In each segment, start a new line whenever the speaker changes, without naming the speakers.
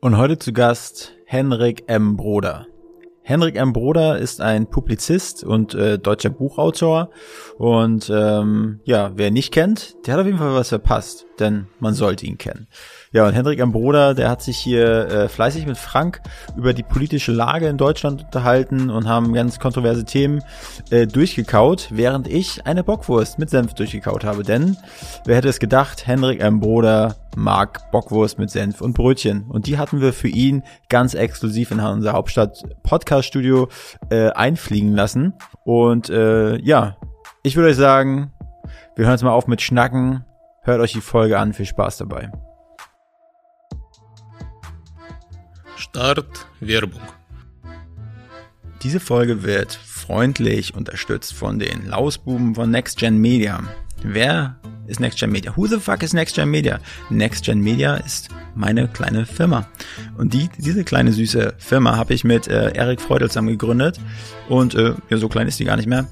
Und heute zu Gast Henrik M. Broder. Henrik M. Broder ist ein Publizist und äh, deutscher Buchautor. Und ähm, ja, wer ihn nicht kennt, der hat auf jeden Fall was verpasst, denn man sollte ihn kennen. Ja, und Henrik M. Broder, der hat sich hier äh, fleißig mit Frank über die politische Lage in Deutschland unterhalten und haben ganz kontroverse Themen äh, durchgekaut, während ich eine Bockwurst mit Senf durchgekaut habe. Denn wer hätte es gedacht, Henrik M. Broder mag Bockwurst mit Senf und Brötchen. Und die hatten wir für ihn ganz exklusiv in unser Hauptstadt Podcast Studio äh, einfliegen lassen. Und äh, ja, ich würde euch sagen, wir hören jetzt mal auf mit Schnacken. Hört euch die Folge an, viel Spaß dabei.
Start Werbung.
Diese Folge wird freundlich unterstützt von den Lausbuben von Next Gen Media. Wer ist Next Gen Media? Who the fuck is Next Gen Media? Next Gen Media ist meine kleine Firma. Und die, diese kleine süße Firma habe ich mit äh, Erik Freudel zusammen gegründet. Und äh, ja, so klein ist die gar nicht mehr.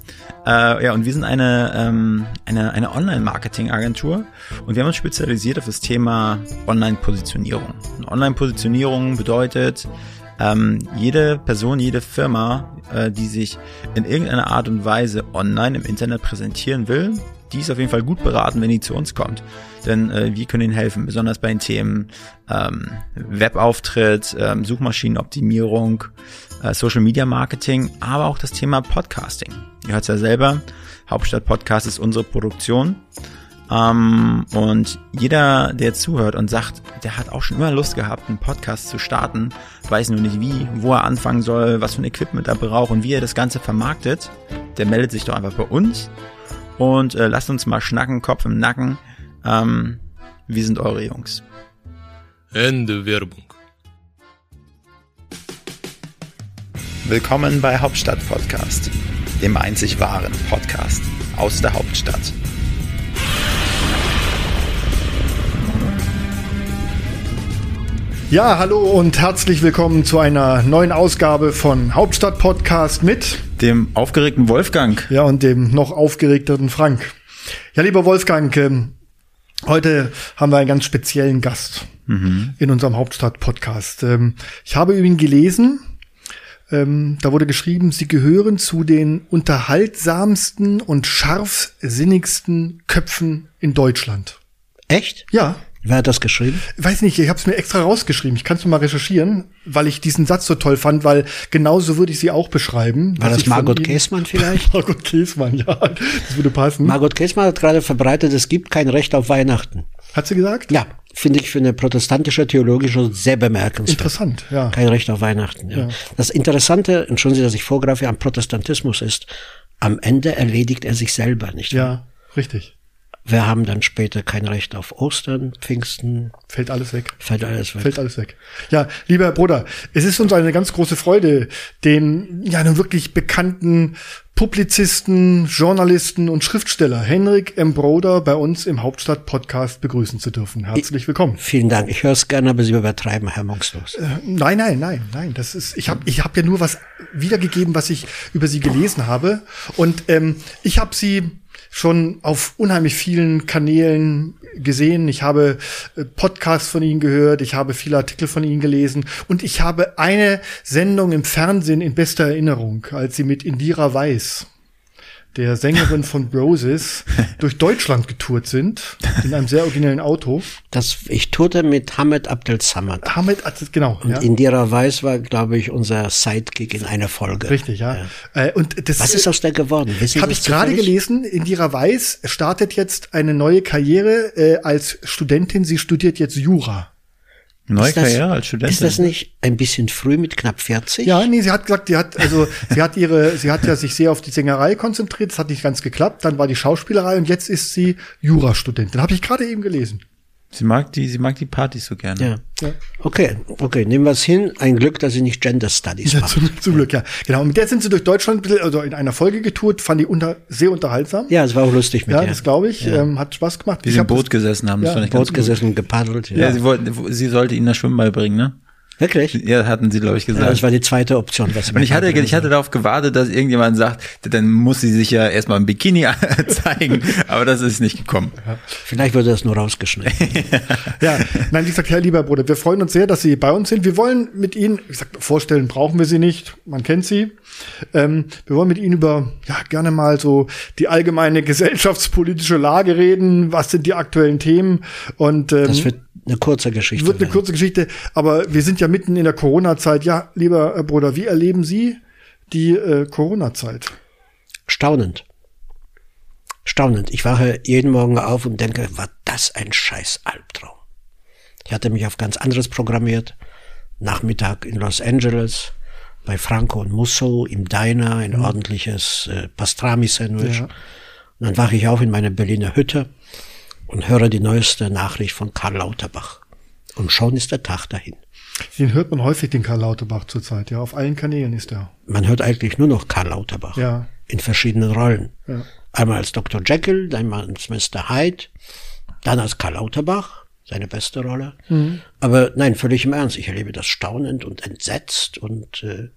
Äh, ja, und wir sind eine, ähm, eine, eine Online-Marketing-Agentur und wir haben uns spezialisiert auf das Thema Online-Positionierung. Und Online-Positionierung bedeutet, ähm, jede Person, jede Firma, äh, die sich in irgendeiner Art und Weise online im Internet präsentieren will, die ist auf jeden Fall gut beraten, wenn die zu uns kommt. Denn äh, wir können ihnen helfen, besonders bei den Themen ähm, Webauftritt, ähm, Suchmaschinenoptimierung, äh, Social Media Marketing, aber auch das Thema Podcasting. Ihr hört es ja selber, Hauptstadt Podcast ist unsere Produktion. Ähm, und jeder, der zuhört und sagt, der hat auch schon immer Lust gehabt, einen Podcast zu starten, weiß nur nicht wie, wo er anfangen soll, was für ein Equipment er braucht und wie er das Ganze vermarktet, der meldet sich doch einfach bei uns und äh, lasst uns mal schnacken, Kopf im Nacken. Ähm, wir sind eure Jungs.
Ende Werbung.
Willkommen bei Hauptstadt Podcast, dem einzig wahren Podcast aus der Hauptstadt.
Ja, hallo und herzlich willkommen zu einer neuen Ausgabe von Hauptstadt Podcast mit
Dem aufgeregten Wolfgang.
ja und dem noch aufgeregteren Frank. Ja, lieber Wolfgang, ähm, heute haben wir einen ganz speziellen Gast in unserem Hauptstadt Podcast. Ähm, ich habe über ihn gelesen. Ähm, da wurde geschrieben, sie gehören zu den unterhaltsamsten und scharfsinnigsten Köpfen in Deutschland.
Echt?
Ja,
Wer hat das geschrieben?
weiß nicht, ich habe es mir extra rausgeschrieben. Ich kann es mal recherchieren, weil ich diesen Satz so toll fand, weil genauso würde ich sie auch beschreiben.
War
was
das
ich von
Margot
ihnen-
Käßmann vielleicht?
Margot Käßmann, ja, das würde passen.
Margot Käßmann hat gerade verbreitet, es gibt kein Recht auf Weihnachten.
Hat sie gesagt?
Ja, finde ich für eine protestantische Theologie schon sehr bemerkenswert.
Interessant, ja.
Kein Recht auf Weihnachten. Ja. Das Interessante, entschuldigen Sie, dass ich vorgreife, am Protestantismus ist, am Ende erledigt er sich selber, nicht wahr?
Ja, richtig.
Wir haben dann später kein Recht auf Ostern, Pfingsten,
Fällt alles weg.
fällt alles weg.
Fällt alles weg. Ja, lieber Bruder, es ist uns eine ganz große Freude, den ja nun wirklich bekannten Publizisten, Journalisten und Schriftsteller Henrik M. Broder bei uns im Hauptstadt-Podcast begrüßen zu dürfen. Herzlich willkommen.
Vielen Dank. Ich höre es gerne, aber Sie übertreiben hemmungslos.
Äh. Nein, nein, nein, nein. Das ist, ich habe ich hab ja nur was wiedergegeben, was ich über sie gelesen habe. Und ähm, ich habe sie schon auf unheimlich vielen Kanälen gesehen. Ich habe äh, Podcasts von ihnen gehört, ich habe viele Artikel von ihnen gelesen und ich habe eine Sendung im Fernsehen in bester Erinnerung, als sie mit Indira Weiß der Sängerin von Broses durch Deutschland getourt sind, in einem sehr originellen Auto.
Das, ich tourte mit Hamid Abdel Samad.
Hamid, genau.
Und Indira Weiß war, glaube ich, unser Sidekick in einer Folge.
Richtig, ja. Äh, und das
Was ist aus der geworden? Wissen Sie
Habe
das
ich gerade
zufällig?
gelesen, Indira Weiß startet jetzt eine neue Karriere äh, als Studentin. Sie studiert jetzt Jura.
Neue
Ist das-
Karriere als Studentin.
Ist das nicht ein bisschen früh mit knapp 40?
Ja, nee, sie hat gesagt, sie hat also sie hat ihre sie hat ja sich sehr auf die Sängerei konzentriert, das hat nicht ganz geklappt, dann war die Schauspielerei und jetzt ist sie Jurastudentin. Habe ich gerade eben gelesen.
Sie mag die, sie mag die Partys so gerne.
Ja. Okay, okay, nehmen wir es hin. Ein Glück, dass sie nicht Gender Studies
Ja,
macht.
zum, zum Glück, ja. Genau, und mit der sind sie durch Deutschland ein bisschen, also in einer Folge getourt, fand die unter, sehr unterhaltsam.
Ja, es war auch lustig mit
Ja,
ihr.
das glaube ich, ähm, hat Spaß gemacht.
Wie
ich
sie im
hab das-
Boot gesessen haben, das
Ja,
fand ich ganz
Boot gesessen, gepaddelt.
gut. Ja, sie, wollte, sie sollte ihnen das Schwimmball bringen, ne?
Wirklich?
Ja, hatten sie, glaube ich, gesagt.
Ja, das war die zweite Option.
Was und ich hatte, ich hatte darauf gewartet, dass irgendjemand sagt, dann muss sie sich ja erstmal ein Bikini zeigen, aber das ist nicht gekommen. Ja.
Vielleicht wurde das nur rausgeschnitten.
ja, nein, wie gesagt, Herr lieber Bruder, wir freuen uns sehr, dass Sie bei uns sind. Wir wollen mit Ihnen, wie gesagt, vorstellen brauchen wir Sie nicht, man kennt Sie. Ähm, wir wollen mit Ihnen über, ja, gerne mal so die allgemeine gesellschaftspolitische Lage reden. Was sind die aktuellen Themen? Und, ähm,
das wird eine kurze Geschichte.
Wird eine werden. kurze Geschichte, aber wir sind ja mitten in der Corona-Zeit. Ja, lieber äh, Bruder, wie erleben Sie die äh, Corona-Zeit?
Staunend. Staunend. Ich wache jeden Morgen auf und denke, war das ein scheiß Albtraum. Ich hatte mich auf ganz anderes programmiert. Nachmittag in Los Angeles bei Franco und Musso im Diner ein mhm. ordentliches äh, Pastrami-Sandwich. Ja. Und dann wache ich auf in meiner Berliner Hütte und höre die neueste Nachricht von Karl Lauterbach. Und schon ist der Tag dahin.
Den hört man häufig, den Karl Lauterbach zurzeit, ja. Auf allen Kanälen ist er.
Man hört eigentlich nur noch Karl Lauterbach.
Ja.
In verschiedenen Rollen.
Ja.
Einmal als Dr. Jekyll, dann als Mr. Hyde, dann als Karl Lauterbach, seine beste Rolle. Mhm. Aber nein, völlig im Ernst. Ich erlebe das staunend und entsetzt und äh,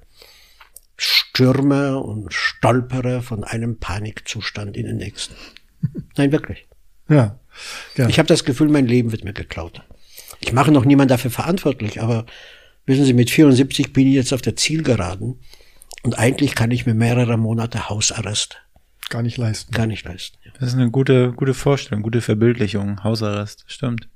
stürme und stolpere von einem Panikzustand in den nächsten. nein, wirklich.
Ja.
ja. Ich habe das Gefühl, mein Leben wird mir geklaut. Ich mache noch niemand dafür verantwortlich, aber wissen Sie, mit 74 bin ich jetzt auf der Zielgeraden und eigentlich kann ich mir mehrere Monate Hausarrest
gar nicht leisten.
Gar nicht leisten. Ja.
Das ist eine gute, gute Vorstellung, gute Verbildlichung. Hausarrest, stimmt.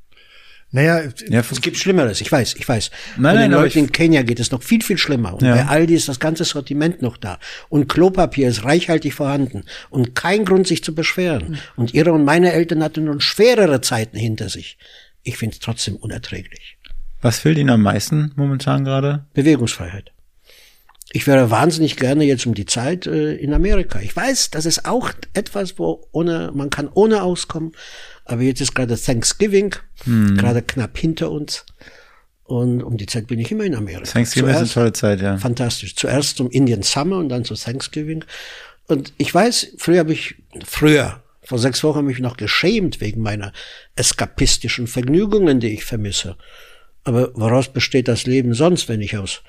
Naja,
ja, es gibt Schlimmeres, ich weiß, ich weiß.
Nein,
und den
nein,
Leuten in Kenia geht es noch viel, viel schlimmer. Und
Ja.
bei Aldi ist das ganze Sortiment noch da. Und Klopapier ist reichhaltig vorhanden. Und kein Grund, sich zu
Hm.
beschweren. Und ihre und meine Eltern hatten nun schwerere Zeiten hinter sich. Ich finde es trotzdem unerträglich.
Was fehlt Ihnen am meisten momentan gerade?
Bewegungsfreiheit. Ich wäre wahnsinnig gerne jetzt um die Zeit äh, in Amerika. Ich weiß, das ist auch etwas, wo ohne, man kann ohne auskommen. Aber jetzt ist gerade Thanksgiving, gerade knapp hinter uns. Und um die Zeit bin ich immer in Amerika.
Thanksgiving ist eine
Zuerst-
tolle Zeit, ja.
Fantastisch. Zuerst zum Indian Summer und dann zu Thanksgiving. Und ich weiß, früher habe ich, früher, vor sechs Wochen habe ich mich noch geschämt wegen meiner eskapistischen Vergnügungen, die ich vermisse. Aber woraus besteht das Leben sonst, wenn nicht aus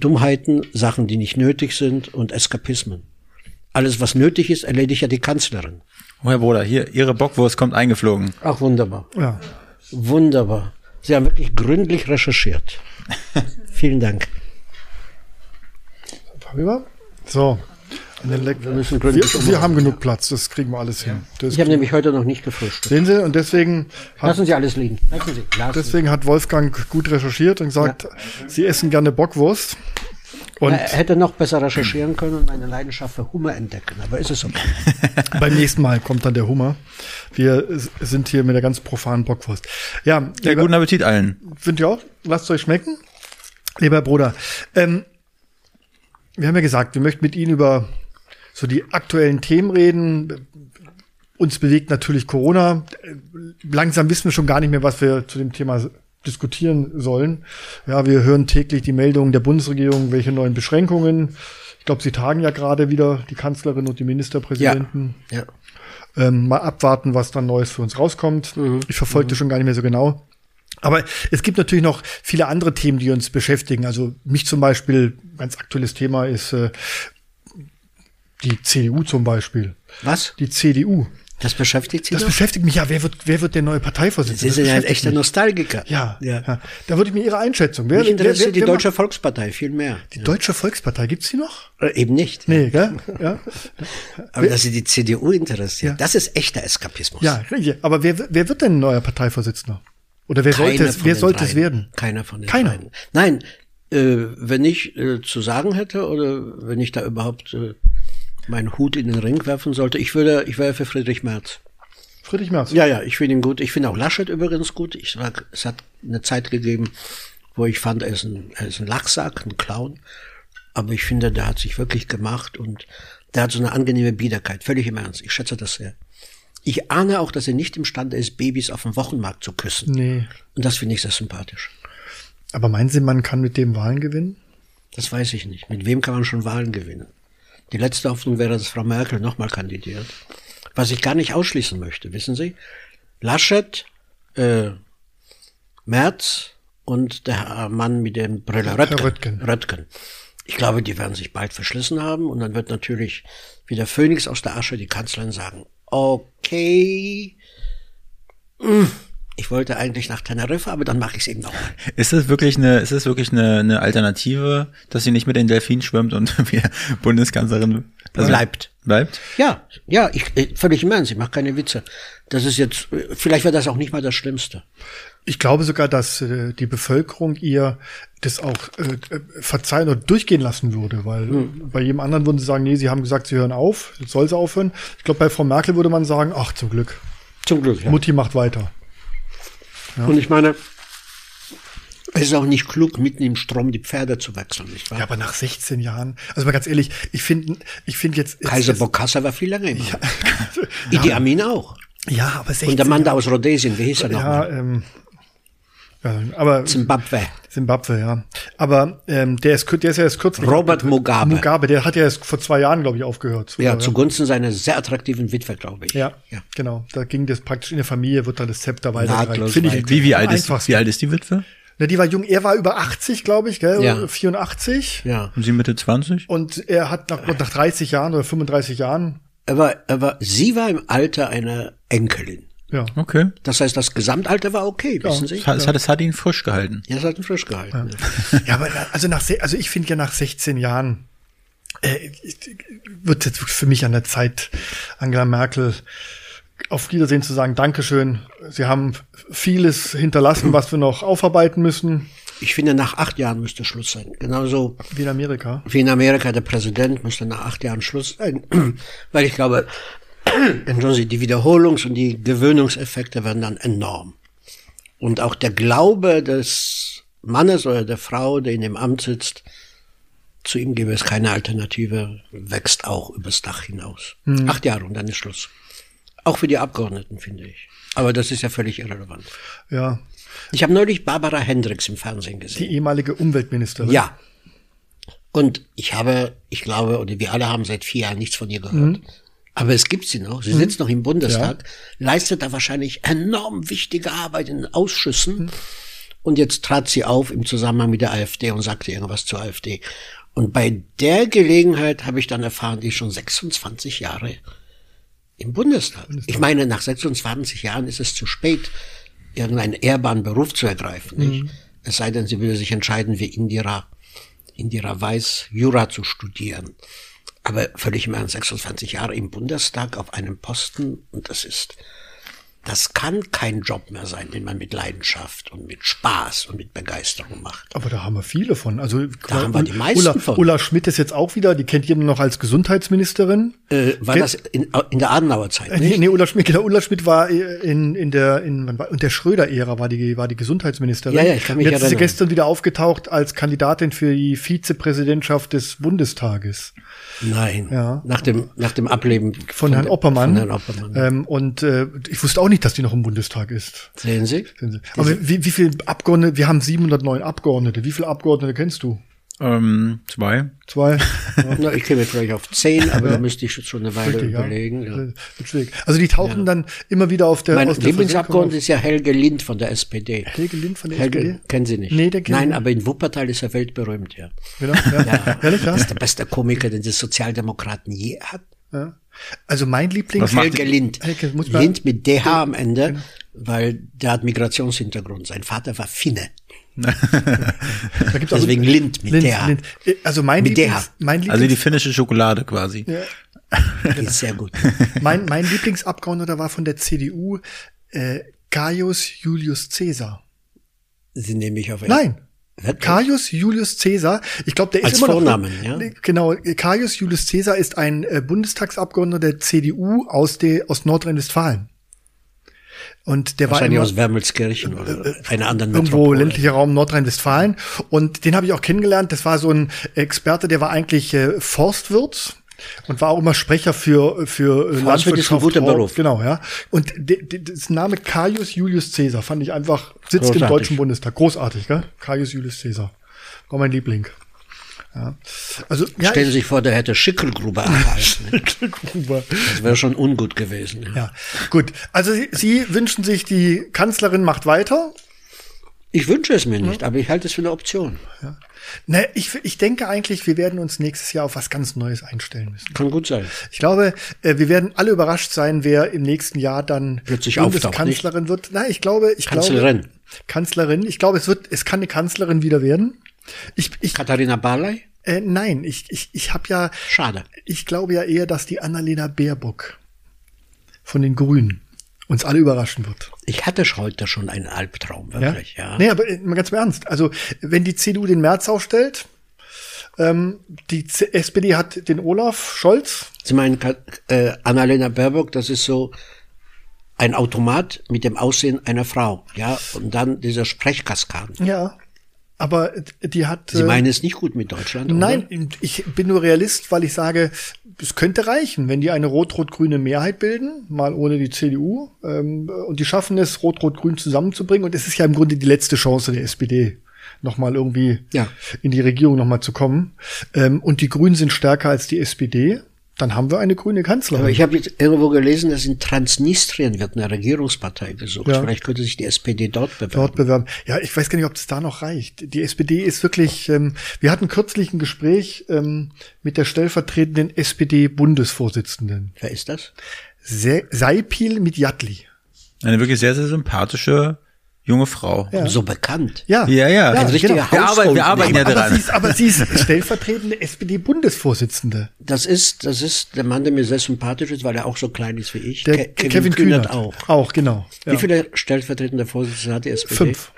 Dummheiten, Sachen, die nicht nötig sind und Eskapismen? Alles, was nötig ist, erledigt ja die Kanzlerin.
Oh, Herr Bruder, hier, Ihre Bockwurst kommt eingeflogen.
Ach, wunderbar.
Ja.
Wunderbar. Sie haben wirklich gründlich recherchiert. Vielen Dank.
Rüber. So. An den Leck-
müssen
wir,
gründlich
wir haben genug Platz, das kriegen wir alles hin. Das,
Ich habe nämlich heute noch nicht gefrühstückt.
sehen Sie, und deswegen hat,
Lassen Sie alles liegen. Lassen Sie. Lassen Sie.
deswegen hat Wolfgang gut recherchiert und gesagt, Sie essen gerne Bockwurst. Und
er hätte noch besser recherchieren können und meine Leidenschaft für Hummer entdecken, aber ist es okay.
beim nächsten Mal kommt dann der Hummer. Wir äh, sind hier mit der ganz profanen Bockwurst. Ja,
Ja,
lieber-
guten Appetit allen.
Finde ich auch. Lasst euch schmecken. Lieber Bruder, ähm, wir haben ja gesagt, wir möchten mit Ihnen über so die aktuellen Themen reden. Uns bewegt natürlich Corona. Langsam wissen wir schon gar nicht mehr, was wir zu dem Thema diskutieren sollen. Ja, wir hören täglich die Meldungen der Bundesregierung, welche neuen Beschränkungen. Ich glaube, sie tagen ja gerade wieder die Kanzlerin und die Ministerpräsidenten.
ja.
Ähm, mal abwarten, was dann Neues für uns rauskommt.
Mhm.
Ich verfolgte schon gar nicht mehr so genau. Aber es gibt natürlich noch viele andere Themen, die uns beschäftigen. Also mich zum Beispiel, ganz aktuelles Thema ist äh, die CDU zum Beispiel.
Was?
Die CDU.
Das beschäftigt Sie
Das
noch?
beschäftigt mich ja. Wer wird, wer wird der neue
Sie
Parteivorsitzende?
sind
Das
Genau. ja ein
beschäftigt
echter
mich.
Nostalgiker.
Ja, ja.
ja.
Da würde ich mir Ihre Einschätzung. Wer,
Mich interessiert
wer-
die
wer
Deutsche
macht-
Volkspartei viel mehr.
die Deutsche Volkspartei, gibt's die noch?
Äh, Eben nicht.
Nee, gell? Ja.
Aber dass Sie die CDU interessiert,
Ja.
das ist echter Eskapismus.
Ja, richtig. Aber wer, wer wird denn neuer Parteivorsitzender? Oder wer sollte
Keiner
es,
von
wer
den
sollte es
dreien.
werden?
Keiner von den
Keiner.
dreien. Nein, äh, wenn ich äh, zu sagen hätte oder wenn ich da überhaupt äh, meinen Hut in den Ring werfen sollte, ich würde, ich wäre für Friedrich Merz.
Friedrich Merz.
Ja, ja, ich finde ihn gut. Ich finde auch Laschet übrigens gut. Ich sag, es hat eine Zeit gegeben, wo ich fand, er ist ein, er ist ein Lachsack, ein Clown. Aber ich finde, der hat sich wirklich gemacht und der hat so eine angenehme Biederkeit. Völlig im Ernst. Ich schätze das sehr. Ich ahne auch, dass er nicht imstande ist, Babys auf dem Wochenmarkt zu küssen.
Nee.
Und das finde ich sehr sympathisch.
Aber meinen Sie, man kann mit dem Wahlen gewinnen?
Das weiß ich nicht. Mit wem kann man schon Wahlen gewinnen? Die letzte Hoffnung wäre, dass Frau Merkel nochmal kandidiert. Was ich gar nicht ausschließen möchte, wissen Sie? Laschet, äh, Merz und der Mann mit dem Brille Röttgen. Röttgen. Ich glaube, die werden sich bald verschlissen haben und dann wird natürlich wie der Phönix aus der Asche die Kanzlerin sagen, okay, mm, ich wollte eigentlich nach Teneriffa, aber dann mache ich es eben nochmal.
Ist das wirklich eine, ist das wirklich eine, eine Alternative, dass sie nicht mit den Delfinen schwimmt und wieder Bundeskanzlerin
Bleibt.
Bleibt?
Ja, ja, ich, äh, völlig im Ernst, ich mache keine Witze. Das ist jetzt, äh, vielleicht wäre das auch nicht mal das Schlimmste.
Ich glaube sogar, dass äh, die Bevölkerung ihr das auch äh, äh, verzeihen oder durchgehen lassen würde, weil äh,
Hm.
bei jedem anderen würden sie sagen, nee, sie haben gesagt, sie hören auf, jetzt soll sie aufhören. Ich glaube, bei Frau Merkel würde man sagen, ach zum Glück,
Zum Glück, ja.
Mutti macht weiter.
Und ich meine, es ist auch nicht klug, mitten im Strom die Pferde zu wechseln, nicht wahr?
Ja, aber nach 16 Jahren, also mal ganz ehrlich, ich finde ich finde jetzt...
Kaiser
jetzt,
Bokassa war viel länger im ja. Idi Amin auch.
ja, aber 16
Und der Mann da aus Rhodesien, wie hieß er nochmal?
Ja, ähm, ja, aber
Zimbabwe.
Simbabwe, ja. Aber ähm, der, ist, kür- der ist ja erst kürzlich.
Robert Mugabe.
Mugabe, der hat ja erst vor zwei Jahren, glaube ich, aufgehört.
Ja, zugunsten seiner sehr attraktiven Witwe, glaube ich.
ja, ja, genau. Da ging das praktisch in der Familie, wird dann das Zepter weitergereicht.
Nahtlos
Finde
weiter.
ich
Wie, wie alt ist,
Einfach.
wie alt ist die Witwe?
Na, die war jung, er war über 80, glaube ich, gell?
Ja.
84.
Ja.
Haben sie Mitte 20?
Und er hat nach, nach 30 Jahren oder 35 Jahren,
Aber, aber sie war im Alter einer Enkelin.
ja.
Okay.
Das heißt, das Gesamtalter war okay, wissen Sie?
Das hat, das hat, das hat ihn frisch gehalten.
Ja, es hat ihn frisch gehalten.
Ja, aber na- also nach se- also ich finde ja nach 16 Jahren äh, wird jetzt für mich an der Zeit Angela Merkel auf Wiedersehen zu sagen, Dankeschön. Sie haben vieles hinterlassen, was wir noch aufarbeiten müssen,
Ich finde, nach acht Jahren müsste Schluss sein. Genauso
wie in Amerika.
wie in Amerika der Präsident müsste nach acht Jahren Schluss sein, weil ich glaube, entschuldigen Sie, die Wiederholungs- und die Gewöhnungseffekte werden dann enorm. Und auch der Glaube des Mannes oder der Frau, der in dem Amt sitzt, zu ihm gäbe es keine Alternative, wächst auch übers Dach hinaus. Acht Jahre und dann ist Schluss. Auch für die Abgeordneten, finde ich. Aber das ist ja völlig irrelevant.
Ja,
Ich habe neulich Barbara Hendricks im Fernsehen gesehen.
die ehemalige Umweltministerin.
Ja. Und ich habe, ich glaube, oder wir alle haben seit vier Jahren nichts von ihr gehört. Aber es gibt sie noch. Sie sitzt noch im Bundestag, leistet da wahrscheinlich enorm wichtige Arbeit in den Ausschüssen. Und jetzt trat sie auf im Zusammenhang mit der AfD und sagte irgendwas zur AfD. Und bei der Gelegenheit habe ich dann erfahren, die ist schon 26 Jahre im Bundestag. Ich meine, nach 26 Jahren ist es zu spät, irgendeinen ehrbaren Beruf zu ergreifen. Nicht?
Mhm.
Es sei denn, sie würde sich entscheiden, wie Indira, Indira Weiß Jura zu studieren. Aber völlig im Ernst, 26 Jahre im Bundestag auf einem Posten und das ist, das kann kein Job mehr sein, den man mit Leidenschaft und mit Spaß und mit Begeisterung macht.
Aber da haben wir viele von. Also
Da haben wir die meisten
Ulla,
von.
Ulla Schmidt ist jetzt auch wieder, die kennt jeder noch als Gesundheitsministerin.
Äh, war
Ge-
das in, in der Adenauer Zeit?
Nee, nee, Ulla Schmidt, genau, Ulla Schmidt war in, in der, in, wann war- und der Schröder-Ära war die, war die Gesundheitsministerin.
Ja, ja, ich kann mich
und jetzt ist sie
erinnern.
gestern wieder aufgetaucht als Kandidatin für die Vizepräsidentschaft des Bundestages
Nein.
Ja.
Nach dem, nach dem Ableben
von, Herrn
der-
Oppermann.
Von Herrn Oppermann.
Ähm, und äh, ich wusste auch nicht, dass die noch im Bundestag ist.
Sehen Sie?
Sehen Sie. Aber wie, wie viele Abgeordnete, wir haben 709 Abgeordnete. Wie viele Abgeordnete kennst du?
Ähm, zwei.
Zwei? Äh,
Na, ich käme vielleicht auf 10, aber da müsste ich schon eine Weile
Richtig, ja.
überlegen. Ja.
Wird schwierig. Also die tauchen dann immer wieder auf der
Mein
aus der
Lieblingsabgeordneter ist ja Helge Lind von der SPD.
Helge Lind von der SPD?
kennen Sie nicht?
Nee, den kenn ich
Nein,
nicht.
aber in Wuppertal ist er weltberühmt, ja.
Genau, ja. Ehrlich, ja?
Das ist der beste Komiker, den die Sozialdemokraten je hatten.
ja. Also mein Lieblings...
Was macht
Helge Lind.
Helge, muss man- Genau.
Lind mit DH am Ende, weil der hat Migrationshintergrund. Sein Vater war Finne.
Da gibt's also-
Deswegen Lind mit
Lind,
DH.
Lind. Äh, Also mein
Mit
Lieblings,
der.
mein,
Also die
Lieblings,
finnische Schokolade quasi.
Genau.
Die ist sehr gut.
mein, mein Lieblingsabgeordneter war von der CDU äh, Gaius Julius Caesar.
Sie nehme ich auf
Nein.
Wirklich?
Gaius Julius Caesar, ich glaube, der ist
Als
immer noch,
Vornamen, ja?
Nee, Genau, Gaius Julius Caesar ist ein äh, Bundestagsabgeordneter der CDU aus, der aus Nordrhein-Westfalen. Und der war
Wahrscheinlich
immer, Äh,
aus Wermelskirchen oder einer anderen
Irgendwo
Metropole.
ländlicher Raum Nordrhein-Westfalen. Und den habe ich auch kennengelernt. Das war so ein Experte, der war eigentlich äh, Forstwirt. Und war auch immer Sprecher für, für äh,
Forstwirt ist ein
Landwirtschaft.
guter Beruf.
Genau, ja. Und de, de, das Name Caius Julius Caesar fand ich einfach, sitzt im
Großartig.
Deutschen Bundestag. Großartig, gell? Caius Julius Caesar. War mein Liebling. Ja. Also, ja,
Stellen Sie sich vor, der hätte Schickelgrube erhalten.
Kuba.
Das wäre schon ungut gewesen.
Ja, gut. Also Sie, Sie wünschen sich, die Kanzlerin macht weiter.
Ich wünsche es mir nicht, aber ich halte es für eine Option.
Ne, ich, ich denke eigentlich, wir werden uns nächstes Jahr auf was ganz Neues einstellen müssen.
Kann gut sein.
Ich glaube, äh, wir werden alle überrascht sein, wer im nächsten Jahr dann
Plötzlich
Bundeskanzlerin wird. Nein, ich glaube, ich
Kanzlerin.
glaube Kanzlerin. Ich glaube, es wird, es kann eine Kanzlerin wieder werden. Ich, ich,
Katharina Barley?
äh, nein, ich, ich, ich habe ja,
Schade.
ich glaube ja eher, dass die Annalena Baerbock von den Grünen uns alle überraschen wird.
Ich hatte sch- heute schon einen Albtraum, wirklich, ja.
Nee, aber äh, mal ganz im Ernst. Also, wenn die CDU den März aufstellt, ähm, die C SPD hat den Olaf Scholz.
Sie meinen, Ka- äh, Annalena Baerbock, das ist so ein Automat mit dem Aussehen einer Frau, ja. Und dann dieser Sprechkaskaden.
Ja. Aber äh, die hat.
Sie
äh,
meinen es nicht gut mit Deutschland, Oder?
Nein, ich bin nur Realist, weil ich sage, es könnte reichen, wenn die eine rot-rot-grüne Mehrheit bilden, mal ohne die CDU, ähm, und die schaffen es, rot-rot-grün zusammenzubringen. Und es ist ja im Grunde die letzte Chance der SPD, nochmal irgendwie
Ja.
in die Regierung nochmal zu kommen. Ähm, und die Grünen sind stärker als die SPD. Dann haben wir eine grüne Kanzlerin.
Aber ich habe jetzt irgendwo gelesen, dass in Transnistrien wird eine Regierungspartei gesucht.
Ja.
Vielleicht könnte sich die SPD dort bewerben.
dort bewerben. Ja, ich weiß gar nicht, ob das da noch reicht. Die SPD ist wirklich, ähm, wir hatten kürzlich ein Gespräch ähm, mit der stellvertretenden SPD-Bundesvorsitzenden.
Wer ist das?
Se Seipil mit Jatli.
Eine wirklich sehr, sehr sympathische junge Frau.
Ja.
So bekannt.
Ja,
Ja, ja.
Ein richtiger
genau.
Wir arbeiten, wir arbeiten ja
Aber, aber,
dran.
sie ist, aber sie ist stellvertretende SPD-Bundesvorsitzende.
Das ist, das ist der Mann, der mir sehr sympathisch ist, weil er auch so klein ist wie ich.
Der
Ke-
Kevin, Kühnert,
auch.
Auch, genau. Ja.
Wie viele stellvertretende Vorsitzende hat die SPD?
Fünf.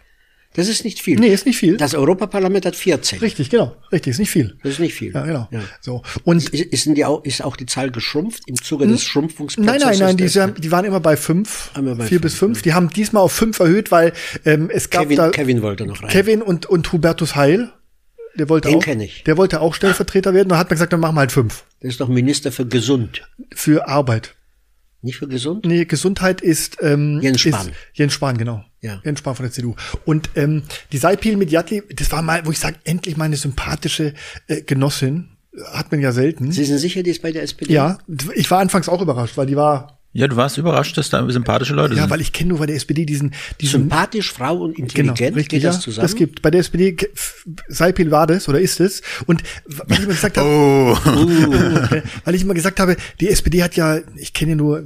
Das ist nicht viel.
Nee, ist nicht viel.
Das Europaparlament hat 14.
Richtig, genau. Richtig, ist nicht viel.
Das ist nicht viel.
Ja, genau.
Ja.
So. Und
Ist, ist, denn die, au- ist auch die Zahl geschrumpft im Zuge des
Nein,
Schrumpfungsprozesses?
Hm?
Äh,
nein, nein, die,
des-
sind- die waren immer bei fünf,
Einmal bei
vier bis fünf. Die haben diesmal auf fünf erhöht, weil ähm, es gab
Kevin,
da
Kevin wollte noch rein.
Kevin und, und Hubertus Heil, der wollte
Den
auch,
kenn ich.
der wollte auch Stellvertreter werden und hat man gesagt, dann machen wir halt fünf
Der ist doch Minister für Gesund.
für Arbeit.
Nicht für Gesund?
Nee, Gesundheit ist ähm,
Jens Spahn.
Ist Jens Spahn, genau.
Ja.
Jens Spahn von der CDU. Und ähm, die Saipil mit Jatli, das war mal, wo ich sage, endlich meine sympathische äh, Genossin. Hat man ja selten.
Sie sind sicher, die ist bei der SPD?
ja, ich war anfangs auch überrascht, weil die war,
Ja, du warst überrascht, dass da sympathische Leute
ja,
sind.
weil ich kenne nur bei der SPD diesen, diesen
Mhm. Sympathisch, Frau und intelligent, geht
Genau, ja,
das zusammen?
Das gibt bei der SPD ge- f- Seipil war das oder ist es und w- weil ich immer gesagt habe,
Oh.
Uh.
äh, weil ich immer gesagt habe, die SPD hat ja, ich kenne ja nur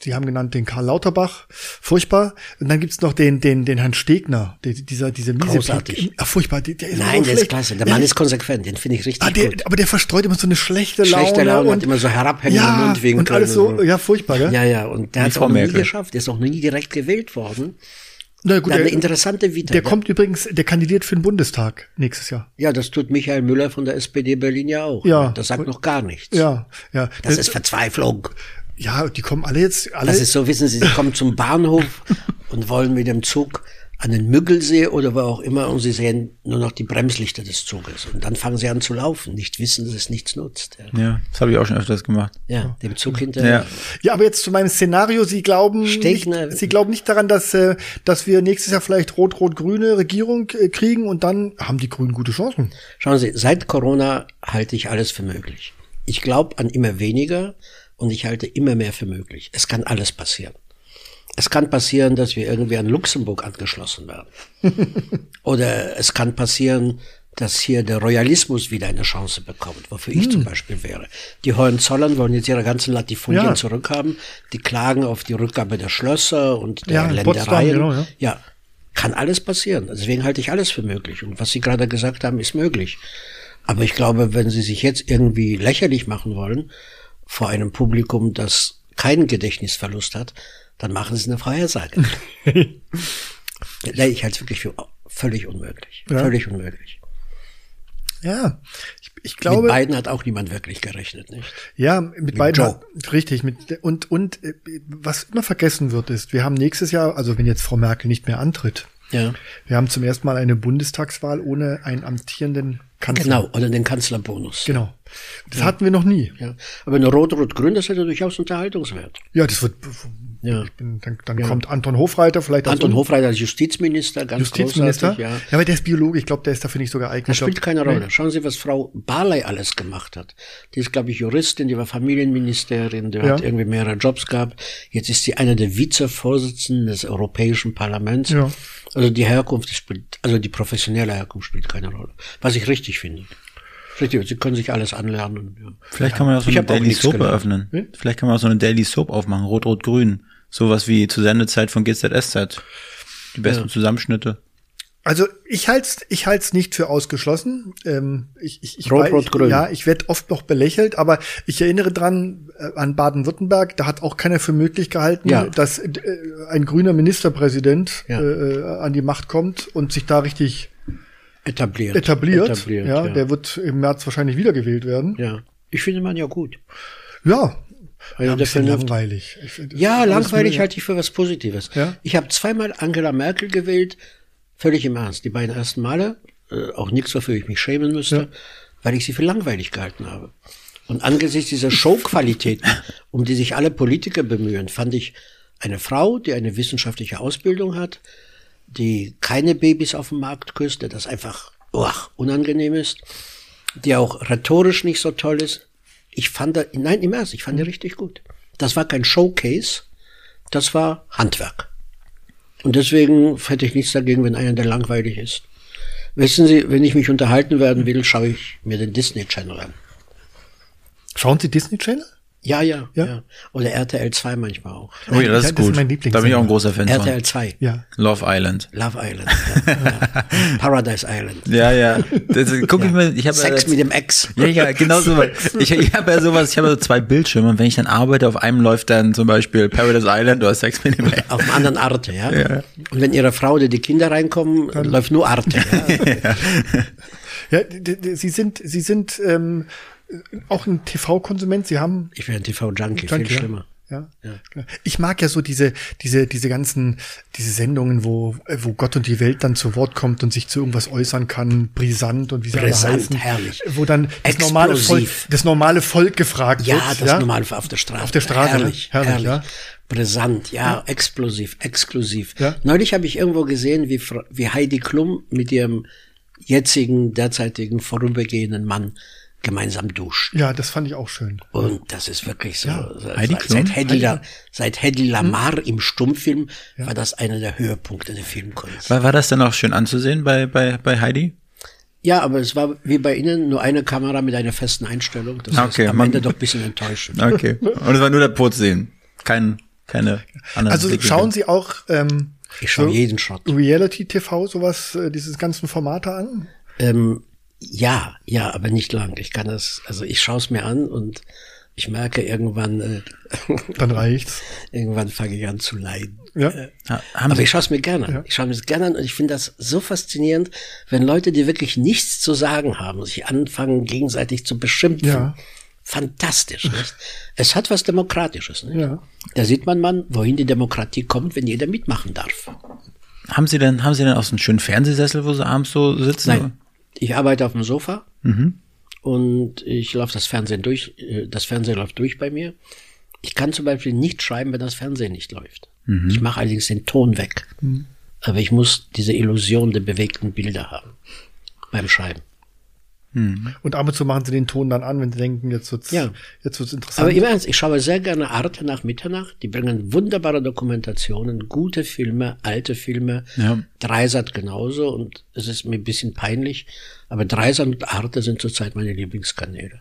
Sie haben genannt den Karl Lauterbach, furchtbar. Und dann gibt's noch den, den, den Herrn Stegner, der, dieser, dieser miese
Großartig.
Pick- Ach, furchtbar. Der, der ist
Nein,
so
der ist
schlecht.
klasse. Der Mann ist konsequent. Den finde ich richtig
Ah, der,
gut.
aber der verstreut immer so eine schlechte Laune.
Schlechte Laune,
und,
hat immer so herabhängende
ja,
Mundwinkel
Und alles
und
so,
so.
ja, furchtbar, gell?
Ja, ja. Und der hat es
Frau
auch nie
Merkel.
geschafft. Der ist auch nie direkt gewählt worden.
Na gut,
Dann eine ne?
der,
interessante Vita.
der
ja.
kommt übrigens, der kandidiert für den Bundestag nächstes Jahr.
Ja, das tut Michael Müller von der SPD Berlin ja auch.
Ja.
Das sagt noch gar nichts.
Ja, ja.
Das ist Verzweiflung.
Ja, die kommen alle jetzt, alle.
Das ist so, wissen Sie, Sie kommen zum Bahnhof und wollen mit dem Zug an den Müggelsee oder wo auch immer und Sie sehen nur noch die Bremslichter des Zuges. Und dann fangen Sie an zu laufen, nicht wissen, dass es nichts nutzt. Ja,
ja, das habe ich auch schon öfters gemacht.
ja dem Zug hinterher.
Ja.
ja, aber jetzt zu meinem Szenario. Sie glauben, nicht,
Stegner.
Sie glauben nicht daran, dass, äh, dass wir nächstes Jahr vielleicht rot-rot-grüne Regierung äh, kriegen und dann haben die Grünen gute Chancen.
Schauen Sie, seit Corona halte ich alles für möglich. Ich glaube an immer weniger und ich halte immer mehr für möglich. Es kann alles passieren. Es kann passieren, dass wir irgendwie an Luxemburg angeschlossen werden. Oder es kann passieren, dass hier der Royalismus wieder eine Chance bekommt, wofür ich zum Beispiel wäre. Die Hohenzollern wollen jetzt ihre ganzen Latifundien
Ja.
zurückhaben. Die klagen auf die Rückgabe der Schlösser und der
Ja, in Potsdam,
Ländereien.
genau, ja.
Ja, kann alles passieren. Also Deswegen halte ich alles für möglich. Und was Sie gerade gesagt haben, ist möglich. Aber ich glaube, wenn Sie sich jetzt irgendwie lächerlich machen wollen vor einem Publikum, das keinen Gedächtnisverlust hat, dann machen Sie eine Vorhersage. Nee, ich halte es wirklich für völlig unmöglich.
Ja.
Völlig unmöglich.
Ja, ich, ich
Mit
glaube,
beiden hat auch niemand wirklich gerechnet, nicht?
ja, mit, beiden.
Joe.
Richtig. Mit, und und äh, was immer vergessen wird, ist, wir haben nächstes Jahr, also wenn jetzt Frau Merkel nicht mehr antritt,
Ja.
wir haben zum ersten Mal eine Bundestagswahl ohne einen amtierenden Kanzler.
Genau, oder den Kanzlerbonus.
Genau. Das hatten wir noch nie.
Ja. Aber eine Rot-Rot-Grün, das hätte durchaus Unterhaltungswert.
Ja, das wird.
Ja.
Ich bin, dann dann kommt Anton Hofreiter vielleicht als
Anton
Un-
Hofreiter als Justizminister, ganz
Justizminister.
großartig, ja.
ja, aber der ist Biologe. Ich glaube, der ist dafür nicht so geeignet.
Das
Ich glaub,
spielt keine Rolle. Schauen Sie, was Frau Barley alles gemacht hat. Die ist, glaube ich, Juristin, die war Familienministerin, die
Ja.
hat irgendwie mehrere Jobs gehabt. Jetzt ist sie eine der Vizevorsitzenden des Europäischen Parlaments.
Ja.
Also die Herkunft spielt, also die professionelle Herkunft spielt keine Rolle. Was ich richtig finde. Richtig, sie können sich alles anlernen. Ja.
Vielleicht kann man auch so
Ich
eine
hab auch
Daily
nichts
Soap
gelernt. Hm?
eröffnen. Vielleicht kann man auch so eine Daily Soap aufmachen, rot-rot-grün. Sowas wie zur Sendezeit von GZSZ. Die besten Zusammenschnitte.
Also ich halts, ich halts nicht für ausgeschlossen. Ähm, ich, ich, ich,
Rot,
weiß-
rot,
ich-
grün.
Ja, ich werde oft noch belächelt, aber ich erinnere dran äh, an Baden-Württemberg. Da hat auch keiner für möglich gehalten,
Ja.
dass äh, ein grüner Ministerpräsident
Ja.
äh, an die Macht kommt und sich da richtig
Etabliert.
etabliert.
Etabliert,
ja,
ja.
der wird im März wahrscheinlich wiedergewählt werden.
ja. Ich finde man ja gut.
Ja,
Also
ein
der
bisschen
Vernunft-
langweilig. Ich find, das
Ja,
ist alles
langweilig halt
Müll.
halte ich für was Positives.
Ja.
Ich habe zweimal Angela Merkel gewählt, völlig im Ernst. Die beiden ersten Male, äh, auch nichts, wofür ich mich schämen müsste, weil ich sie für langweilig gehalten habe. Und angesichts dieser Showqualitäten, um die sich alle Politiker bemühen, fand ich eine Frau, die eine wissenschaftliche Ausbildung hat, die keine Babys auf dem Markt küsst, der das einfach uah, unangenehm ist, die auch rhetorisch nicht so toll ist. Ich fand da, nein, im Ernst, ich fand die richtig gut. Das war kein Showcase, das war Handwerk. Und deswegen hätte ich nichts dagegen, wenn einer, der langweilig ist. Wissen Sie, wenn ich mich unterhalten werden will, schaue ich mir den Disney Channel an.
Schauen Sie Disney Channel?
Ja, ja, ja.
Ja.
Oder RTL 2 manchmal auch.
Oh ja, das
Ja,
ist
das
gut.
ist mein
da bin ich auch ein
Lieblingssender.
großer Fan
RTL
von.
2.
Ja.
Love Island.
Love Island. Ja, ja. Paradise Island.
Ja, ja. Das, guck ich mir, ich habe
Sex mit dem Ex.
Ja, ja, genau sowas. Ich, ich habe ja sowas, ich habe so zwei Bildschirme und wenn ich dann arbeite, auf einem läuft dann zum Beispiel Paradise Island oder Sex mit dem Ex.
Auf dem anderen Arte, ja? Und wenn ihre Frau oder die Kinder reinkommen, läuft nur Arte. Ja?
Ja, d- d- sie sind, sie sind ähm, auch ein TV-Konsument. Sie haben
Ich wäre ein TV-Junkie, viel
Danke, ja.
schlimmer.
Ja. klar. Ich mag ja so diese, diese, diese ganzen, diese Sendungen, wo, äh, wo Gott und die Welt dann zu Wort kommt und sich zu irgendwas äußern kann, brisant und wie sie alle
Brisant,
heißen.
herrlich.
Wo dann das normale, Volk,
Explosiv.
das normale Volk gefragt
Ja,
wird.
das normal auf der Straße.
Auf der Straße, ne?
Herrlich, herrlich.
Herrlich, ja.
Brisant, ja, explosiv, exklusiv.
Ja.
Neulich habe ich irgendwo gesehen, wie, Fr- wie Heidi Klum mit ihrem jetzigen, derzeitigen, vorübergehenden Mann gemeinsam duscht.
Ja, das fand ich auch schön.
Und das ist wirklich so. so-
Heidi
seit,
Klum?
seit, Hedy La, seit Hedy Lamar im Stummfilm war das einer der Höhepunkte der Filmkunst.
War, war das dann auch schön anzusehen bei, bei, bei Heidi?
Ja, aber es war wie bei Ihnen nur eine Kamera mit einer festen Einstellung. Das
Okay,
ist am
man-
Ende doch ein bisschen enttäuschend.
Okay. Und es war nur der Putz sehen. Kein, keine anderen
Also
Blickwinkel.
schauen Sie auch ähm,
Ich schaue jeden Shot.
Reality-TV, sowas, äh, dieses ganzen Formate an?
Ähm, ja, ja, aber nicht lang. Ich kann das, also ich schaue es mir an und ich merke irgendwann, äh,
Dann reicht's.
irgendwann fange ich an zu leiden. Äh,
Ja.
Ha, haben
aber
Sie,
ich schaue es mir gerne an. Ich schaue mir es gerne an und ich finde das so faszinierend, wenn Leute, die wirklich nichts zu sagen haben, sich anfangen, gegenseitig zu beschimpfen.
Ja.
Fantastisch, nicht? Es hat was Demokratisches, nicht?
Ja.
Da sieht man mal, wohin die Demokratie kommt, wenn jeder mitmachen darf.
haben Sie denn, haben Sie denn auch so einen schönen Fernsehsessel, wo Sie abends so sitzen?
Nein, ich arbeite auf dem Sofa und ich laufe das Fernsehen durch. äh, Das Fernsehen läuft durch bei mir. Ich kann zum Beispiel nicht schreiben, wenn das Fernsehen nicht läuft. Ich mache allerdings den Ton weg. Aber ich muss diese Illusion der bewegten Bilder haben beim Schreiben.
Und ab und zu machen Sie den Ton dann an, wenn Sie denken, jetzt wird's,
Ja.
jetzt wird's interessant.
Aber im Ernst, ich schaue sehr gerne Arte nach Mitternacht. Die bringen wunderbare Dokumentationen, gute Filme, alte Filme.
Ja.
Dreisat genauso und es ist mir ein bisschen peinlich. Aber Dreisat und Arte sind zurzeit meine Lieblingskanäle.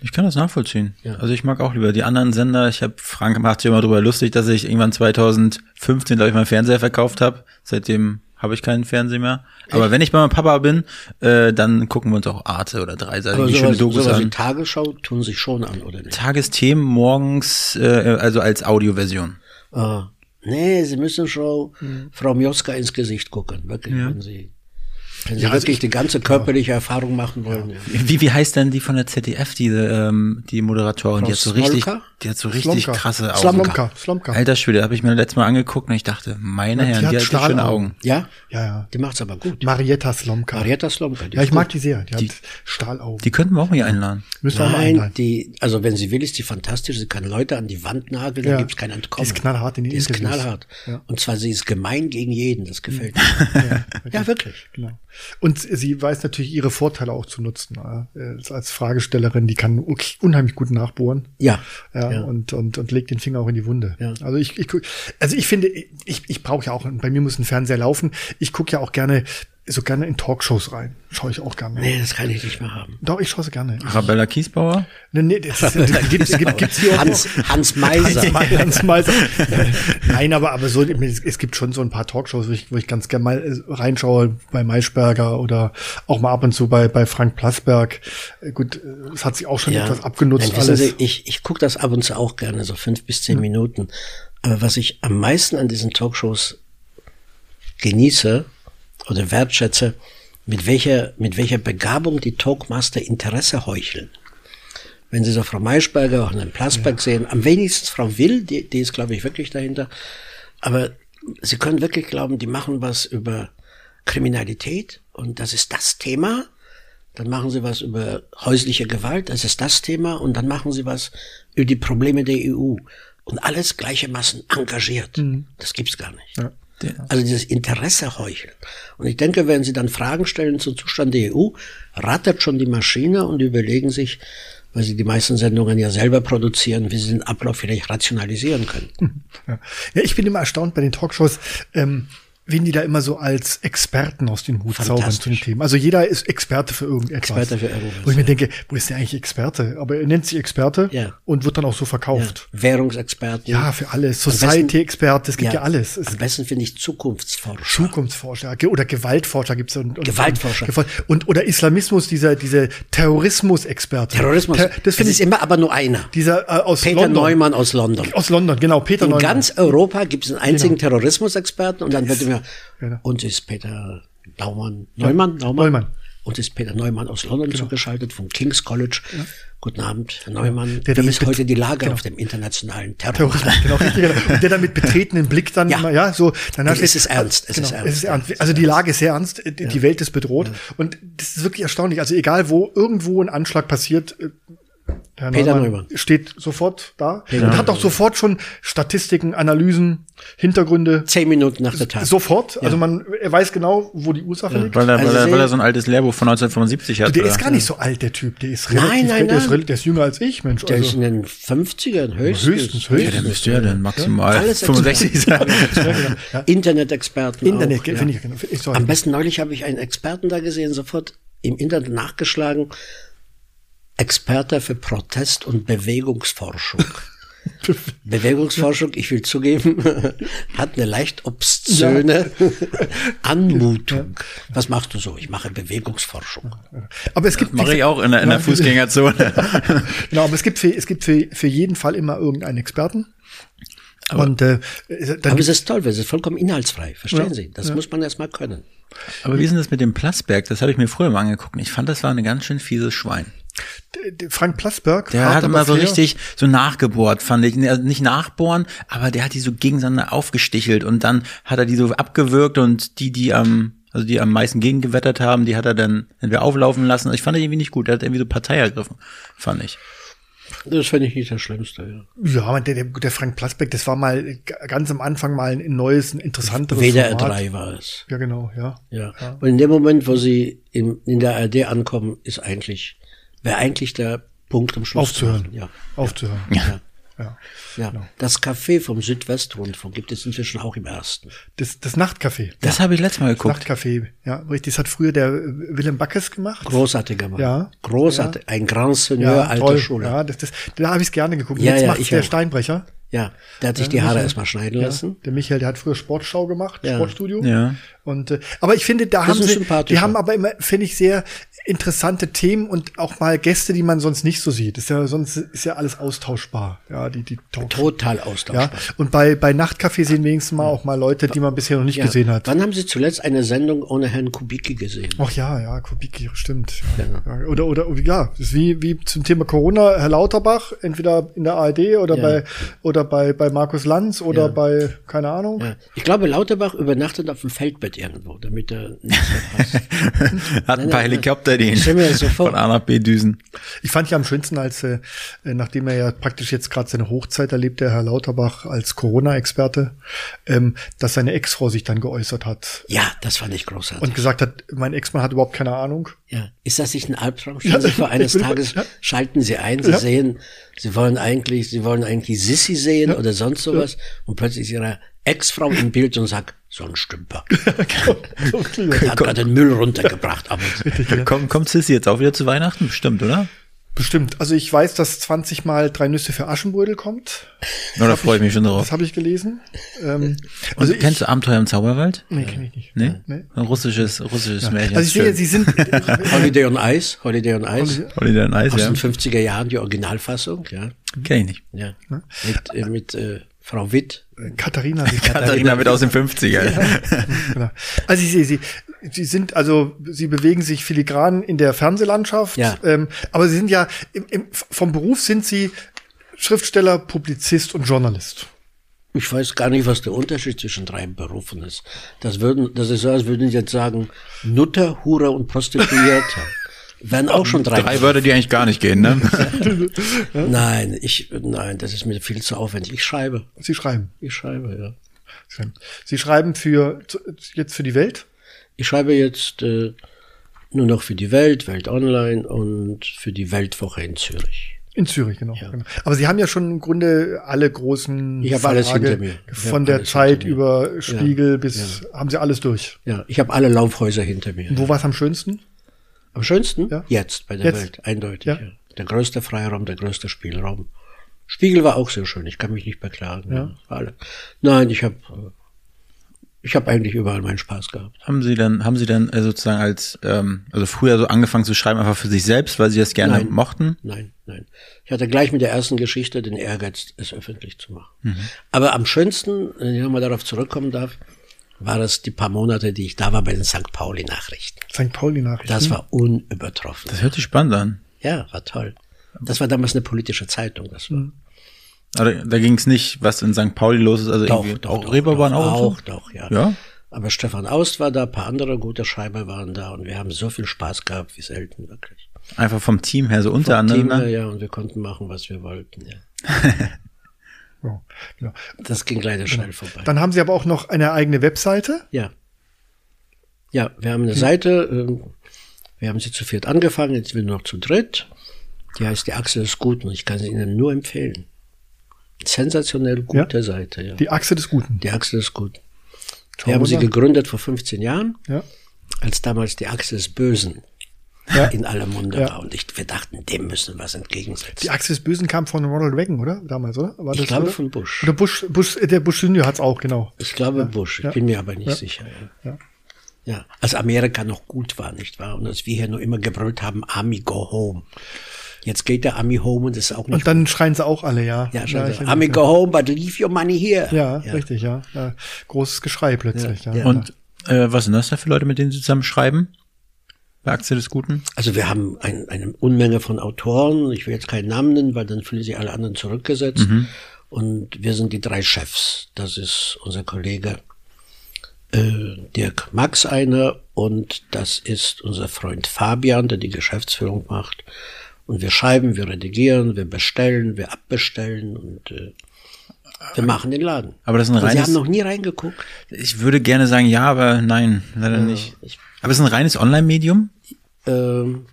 Ich kann das nachvollziehen. Also ich mag auch lieber die anderen Sender. Ich habe Frank macht sich immer drüber lustig, dass ich irgendwann 2015 glaube ich meinen Fernseher verkauft habe. Seitdem habe ich keinen Fernseher mehr. Aber wenn ich bei meinem Papa bin, äh, dann gucken wir uns auch Arte oder
Aber
dreiseitige schöne
sowas,
Dokus
sowas wie
an.
Tagesschau tun sich schon an, oder nicht?
Tagesthemen morgens, äh, also als Audioversion.
Ah, nee, sie müssen schon Frau Mioska ins Gesicht gucken, wirklich, wenn sie, wenn sie
Ja, also
wirklich
ich-
die ganze körperliche Erfahrung machen wollen. Ja.
Wie, wie heißt denn die von der ZDF, diese, ähm, die Moderatorin? Die hat so richtig,
Smolka?
die hat so richtig
Slomka.
krasse Augen.
Slomka, Slomka.
Alter Schwede, habe ich mir letztes Mal angeguckt und ich dachte, meine
Ja, die
Herren, die
hat
hat richtig schöne
Stahlaugen.
Augen.
ja?
ja, ja.
Die macht's aber gut.
Marietta Slomka.
Marietta Slomka. die
ja,
ist
ich mag
gut.
die sehr. Die, hat Stahlaugen.
Die könnten wir auch mal hier einladen.
Müssen wir auch mal
Nein,
einladen.
die, also wenn sie will, ist die fantastisch. Sie kann Leute an die Wand nageln,
Ja.
da gibt's kein Entkommen.
Die ist knallhart in den
Die ist
Interviews.
knallhart.
Ja.
Und zwar, sie ist gemein gegen jeden, das gefällt mir. Ja, wirklich.
Genau. Und sie weiß natürlich ihre Vorteile auch zu nutzen. Äh, als Fragestellerin, die kann unheimlich gut nachbohren.
Ja.
Ja,
Ja.
Und, und, und legt den Finger auch in die Wunde.
Ja.
Also ich, ich guck- also ich finde, ich, ich brauche ja auch, bei mir muss ein Fernseher laufen. Ich gucke ja auch gerne, so gerne in Talkshows rein. Schaue ich auch gerne.
Nee, das kann ich nicht mehr haben.
Doch, ich schaue sie gerne.
Arabella Kiesbauer?
Nee, nee, das, ist- das gibt's, gibt, gibt's hier auch
Hans, Hans Meiser.
Hans Meiser. Nein, aber, aber so, es es gibt schon so ein paar Talkshows, wo ich, wo ich ganz gerne mal äh, reinschaue, bei Maischberger oder auch mal ab und zu bei, bei Frank Plasberg. Äh, Gut, äh, es hat sich auch schon etwas abgenutzt
Nein, wissen
alles. Hm.
Sie, ich ich gucke das ab und zu auch gerne, so fünf bis zehn Minuten. Aber was ich am meisten an diesen Talkshows genieße oder wertschätze, mit welcher, mit welcher Begabung die Talkmaster Interesse heucheln. Wenn Sie so Frau Maischberger auch einen Plasberg sehen, am wenigsten Frau Will, die, die ist, glaube ich, wirklich dahinter. Aber Sie können wirklich glauben, die machen was über Kriminalität und das ist das Thema. Dann machen sie was über häusliche Gewalt, das ist das Thema. Und dann machen sie was über die Probleme der EU. Und alles gleiche Massen engagiert. Das gibt's gar nicht. Also dieses Interesse heucheln. Und ich denke, wenn sie dann Fragen stellen zum Zustand der EU, rattert schon die Maschine und überlegen sich, weil sie die meisten Sendungen ja selber produzieren, wie sie den Ablauf vielleicht rationalisieren können.
Ja. ja, ich bin immer erstaunt bei den Talkshows, ähm, wen die da immer so als Experten aus den Hut zaubern zu den
Fantastisch.
Themen. Also jeder ist Experte für irgendetwas.
Experte für irgendwas,
Wo ich mir denke, wo ist der eigentlich Experte? Aber er nennt sich Experte
Ja.
und wird dann auch so verkauft.
Währungsexperten.
Ja, für alles.
Am besten-
Society-Experte, es gibt ja, alles. Es
am besten finde ich Zukunftsforscher.
Zukunftsforscher ge- oder Gewaltforscher gibt's und, und
Gewaltforscher.
Gewalt- und oder Islamismus dieser diese Terrorismusexperte
Terrorismus.
Ter das
es
finde
ist
ich
immer aber nur einer.
dieser äh, aus
Peter
London
Neumann aus London.
aus London genau Peter
In
Neumann
ganz Europa gibt es einen einzigen Terrorismusexperten und dann wird immer,
Genau.
uns ist Peter Naumann, Neumann, Naumann,
Neumann. Genau.
uns ist Peter Neumann aus London zugeschaltet vom King's College. Guten Abend, Herr Neumann.
Der
Wie
damit
ist heute
bet-
die Lage auf dem internationalen Terrorismus?
Terrorismus, genau, richtig, genau. Und der dann mit betretenen Blick dann
Ja.
immer, ja, so, dann
Es
hast du-
ist ernst, es
genau,
ist ernst.
Es ist ernst. Also die Lage ist sehr ernst, die die Welt ist bedroht und das ist wirklich erstaunlich. Also egal wo irgendwo ein Anschlag passiert, äh, Herr
Peter
Neumann
Neumann.
steht sofort da und hat auch sofort schon Statistiken, Analysen, Hintergründe.
Zehn Minuten nach der Tat.
Sofort, also man er weiß genau, wo die Ursache liegt. Also
Weil er,
Also
weil, er,
sie-
weil er so ein altes Lehrbuch von 1975 hat.
Der
oder?
ist gar nicht so alt, der Typ. Der ist
Nein,
relativ,
nein,
der, Ist,
nein.
rel- der ist jünger als ich, Mensch.
der ist
Also,
in den 50ern höchstens.
ja,
höchstens,
der
höchstens.
müsste ja dann maximal
Alles
65 sein.
Internetexperten.
Internet,
auch,
ge- finde ich, genau. Ich- sorry.
Am besten neulich habe ich einen Experten da gesehen, sofort im Internet nachgeschlagen. Experte für Protest- und Bewegungsforschung. Bewegungsforschung, ich will zugeben, hat eine leicht obszöne Anmutung. Was machst du so? Ich mache Bewegungsforschung.
Aber es gibt
Mache ich auch in der, in der
Nein.
Fußgängerzone.
Genau, aber es gibt für, es gibt für, für jeden Fall immer irgendeinen Experten. und äh, dann
Aber
gibt's,
es ist toll, weil es ist vollkommen inhaltsfrei. Verstehen Sie? Das muss man erstmal können.
Aber wie ist denn das mit dem Plasberg? Das habe ich mir früher mal angeguckt. und Ich fand, das war ein ganz schön fieses Schwein.
d- d- Frank Plasberg
Der hat
aber
immer so
fair-
richtig so nachgebohrt, fand ich. Also nicht nachbohren, aber der hat die so gegeneinander aufgestichelt und dann hat er die so abgewürgt und die, die am, also die am meisten gegengewettert haben, die hat er dann entweder auflaufen lassen. Also ich fand das irgendwie nicht gut. Der hat irgendwie so Partei ergriffen, fand ich.
Das finde ich nicht das Schlimmste. Ja.
Ja, aber der, der, der Frank Plasberg, das war mal g- ganz am Anfang mal ein neues, ein interessanteres
WDR
Format.
3 war es.
Ja, genau, ja.
Ja. Und in dem Moment, wo sie in, in der ARD ankommen, ist eigentlich, wäre eigentlich der Punkt am Schluss.
Aufzuhören. Genau.
zu machen. Ja.
Aufzuhören.
Ja.
Ja.
ja. Das Café vom Südwestrundfunk gibt es inzwischen auch im ersten.
Das, das Nachtcafé.
Das habe ich letztes Mal geguckt.
Nachtcafé, ja, richtig. Das hat früher der äh, Willem Backes gemacht.
Großartiger Mann.
Ja.
Großartig. Ein Grand Seigneur alter
toll.
Schule. Ja.
Ja, das, das, da habe ich es gerne geguckt.
Ja,
Jetzt
ja,
macht's
ich
der
auch.
Steinbrecher.
Der hat sich die Haare erstmal schneiden
Ja,
lassen.
der Michael, der hat früher Sportschau gemacht,
Ja.
Sportstudio.
Ja.
Und, äh, aber ich finde, da
Das
haben
ist
sie,
sympathischer.
die haben aber immer, finde ich, sehr interessante Themen und auch mal Gäste, die man sonst nicht so sieht. Ist ja, sonst ist ja alles austauschbar. Ja, die, die Talk
Total
Ja,
austauschbar.
und bei, bei Nachtcafé sehen wenigstens mal auch mal Leute, die man bisher noch nicht gesehen Oh. hat.
Wann haben Sie zuletzt eine Sendung ohne Herrn Kubicki gesehen?
Ach ja, ja, Kubicki, stimmt. Ja. Ja. Oder, oder, ja, ist wie, wie zum Thema Corona, Herr Lauterbach, entweder in der ARD oder
Ja.
bei, oder bei, bei Markus Lanz oder bei, keine Ahnung.
Ja. Ich glaube, Lauterbach übernachtet auf dem Feldbett irgendwo, damit er nichts verpasst.
Hat ein paar
nein,
Helikopter, die ihn
Stell mir das so vor.
von A nach B düsen.
Ich fand ja am schönsten, als äh, äh, nachdem er ja praktisch jetzt gerade seine Hochzeit erlebt, der Herr Lauterbach als Corona-Experte, ähm, dass seine Ex-Frau sich dann geäußert hat
Ja, das fand ich großartig.
und gesagt hat, mein Ex-Mann hat überhaupt keine Ahnung.
ja. Ist das nicht ein Albtraum? Stellen Sie vor, eines
will-
Tages
ja.
schalten Sie ein, Sie sehen, Sie wollen eigentlich, Sie wollen eigentlich Sissy sehen oder sonst sowas und plötzlich ist Ihre Ex-Frau im Bild und sagt, so ein Stümper. Hat gerade den Müll runtergebracht. Aber
Komm, kommt Sissy jetzt auch wieder zu Weihnachten? Bestimmt, oder?
Bestimmt. Also ich weiß, dass 20 mal drei Nüsse für Aschenbrödel kommt.
Na, da freue ich mich schon drauf.
Das habe ich gelesen. Ähm,
Und kennst du Abenteuer im Zauberwald?
nee, kenne ich nicht.
Nee?
Nee.
Ein russisches, russisches Märchen.
Also ich sehe, sie sind
Holiday on Ice, Holiday on Ice.
Holiday on Ice,
Aus
ja.
den 50er Jahren die Originalfassung, ja.
Kenn ich nicht.
ja. Mit, äh, mit äh, Frau Witt.
Katharina. Sie
Katharina wird aus den 50ern.
Genau. Also ich sehe sie. Sie sind also, sie bewegen sich filigran in der Fernsehlandschaft.
Ja.
Ähm, aber sie sind ja im, im, vom Beruf sind sie Schriftsteller, Publizist und Journalist.
Ich weiß gar nicht, was der Unterschied zwischen drei Berufen ist. Das würden, das ist so, als würden sie jetzt sagen, Nutter, Hure und Prostituierte. Wären auch schon drei.
Drei Wörter, die eigentlich gar nicht gehen, ne?
Berufe. Nein, ich, nein, das ist mir viel zu aufwendig. Ich schreibe.
Sie schreiben.
Ich schreibe, ja.
Sie schreiben. Sie schreiben für zu- jetzt für die Welt.
Ich schreibe jetzt äh, nur noch für die Welt, Welt Online und für die Weltwoche in Zürich.
In Zürich, genau. genau. Aber Sie haben ja schon im Grunde alle großen
Ich habe alles
Verlage
hinter mir. Ich
von
habe
der
alles
Zeit
hinter mir.
über Spiegel bis haben Sie alles durch.
Ja, ich habe alle Laufhäuser hinter mir.
Und wo war es am schönsten?
Am schönsten?
Ja.
Jetzt bei der
Jetzt.
Welt, eindeutig.
Ja.
Ja. Der größte Freiraum, der größte Spielraum. Spiegel war auch sehr schön, ich kann mich nicht beklagen. Ja. War alle. Nein, ich habe ich hab eigentlich überall meinen Spaß gehabt.
Haben Sie dann, haben Sie dann äh, sozusagen als, ähm, also früher so angefangen zu schreiben, einfach für sich selbst, weil Sie das gerne
Nein.
mochten?
Nein, nein. Ich hatte gleich mit der ersten Geschichte den Ehrgeiz, es öffentlich zu machen. Aber am schönsten, wenn ich nochmal darauf zurückkommen darf, war das die paar Monate, die ich da war bei den St. Pauli-Nachrichten.
St. Pauli Nachrichten.
Das war unübertroffen.
Das hört sich spannend an.
Ja, war toll. Das war damals eine politische Zeitung, das war.
Aber da ging es nicht, was in St. Pauli los ist, also
Doch,
irgendwie
doch,
auch
doch,
Reeperbahn
doch,
auch. und so?
Auch, doch, ja.
Ja?
Aber Stefan Aust war da, ein paar andere gute Schreiber waren da und wir haben so viel Spaß gehabt wie selten, wirklich.
Einfach vom Team her, so unter anderem.
Team,
Ne?
ja, und wir konnten machen, was wir wollten, ja.
Ja, genau.
Das ging leider schnell vorbei.
Dann haben Sie aber auch noch eine eigene Webseite.
Ja. Ja, wir
Hm.
haben eine Seite, ähm, wir haben sie zu viert angefangen, jetzt sind wir nur noch zu dritt. Die heißt Die Achse des Guten und ich kann sie Ihnen nur empfehlen. Sensationell gute Seite, ja. Die,
Die Achse des Guten.
Achse des Guten. Wir haben sie
wunderbar.
gegründet vor 15 Jahren.
Ja.
als damals die Achse des Bösen
Ja.
in aller Munde
Ja.
war. Und ich, wir dachten, dem müssen wir was entgegensetzen.
Die Achse des Bösen kam von Ronald Reagan, oder? Damals, oder? War
ich glaube
oder?
von Bush.
Oder Bush, Bush, äh, der Bush Senior hat's auch, genau.
Ich glaube Bush, ich
Ja.
bin mir aber nicht sicher. Ja. ja, als Amerika noch gut war, nicht wahr? Und als wir hier nur immer gebrüllt haben, Army go home. Jetzt geht der Army home und ist auch nicht
Und dann schreien sie auch alle, ja.
ja, schon
ich-
so, Army go home, but leave your money here.
ja, richtig, ja. ja. Großes Geschrei plötzlich, ja.
ja.
Und äh, was sind das da für Leute, mit denen Sie zusammen schreiben? Bei Aktie des Guten?
Also wir haben ein, eine Unmenge von Autoren. Ich will jetzt keinen Namen nennen, weil dann fühlen sich alle anderen zurückgesetzt.
Mhm.
Und wir sind die drei Chefs. Das ist unser Kollege äh, Dirk Max einer und das ist unser Freund Fabian, der die Geschäftsführung macht. Und wir schreiben, wir redigieren, wir bestellen, wir abbestellen und äh, wir machen den Laden.
Aber das ist ein
und Sie
reines-
haben noch nie reingeguckt?
Ich würde gerne sagen, ja, aber nein, leider nicht.
ich-
Aber es ist ein reines Online-Medium?
Ähm,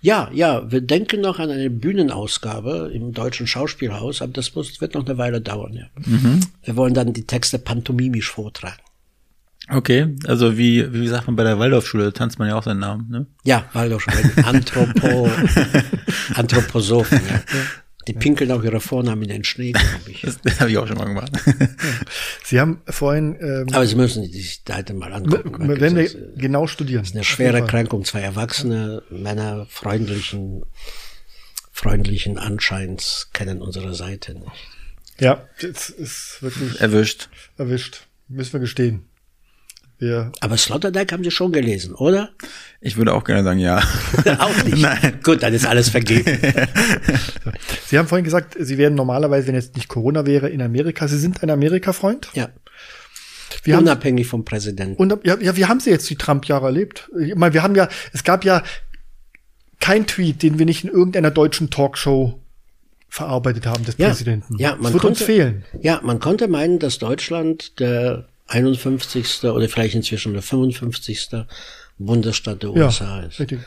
ja, ja, wir denken noch an eine Bühnenausgabe im Deutschen Schauspielhaus, aber das muss, wird noch eine Weile dauern. Ja. Wir wollen dann die Texte pantomimisch vortragen.
Okay, also wie, wie sagt man bei der Waldorfschule, da tanzt man ja auch seinen Namen, ne?
Ja, Waldorf Schweigen, Anthropo, Anthroposophen. Ja. Die pinkeln auch ihre Vornamen in den Schnee, glaube ich.
Das, das habe ich auch schon mal gemacht.
Sie haben vorhin, ähm,
Aber sie müssen sich die Seite Ah, mal angucken. wirklich.
wenn wir
äh, Das ist
genau studieren.
eine schwere Erkrankung, zwei erwachsene Männer freundlichen, freundlichen Anscheins kennen unsere Seite nicht.
Ja, das ist wirklich
Erwischt.
erwischt. Müssen wir gestehen. Wir,
Aber Sloterdijk haben Sie schon gelesen, oder?
Ich würde auch gerne sagen, ja.
Auch nicht.
Nein.
Gut, dann ist alles vergeben.
Sie haben vorhin gesagt, Sie wären normalerweise, wenn jetzt nicht Corona wäre, in Amerika. Sie sind ein Amerika-Freund?
ja.
Wir haben
Unabhängig vom Präsidenten.
Und ja, ja, wie haben sie jetzt die Trump-Jahre erlebt? Ich meine, wir haben ja, es gab ja kein Tweet, den wir nicht in irgendeiner deutschen Talkshow verarbeitet haben des Präsidenten.
Ja, man
es wird
konnte,
uns fehlen.
Ja, man konnte meinen, dass Deutschland der 51. oder vielleicht inzwischen der 55. Bundesstaat der
Ja,
USA ist.
richtig.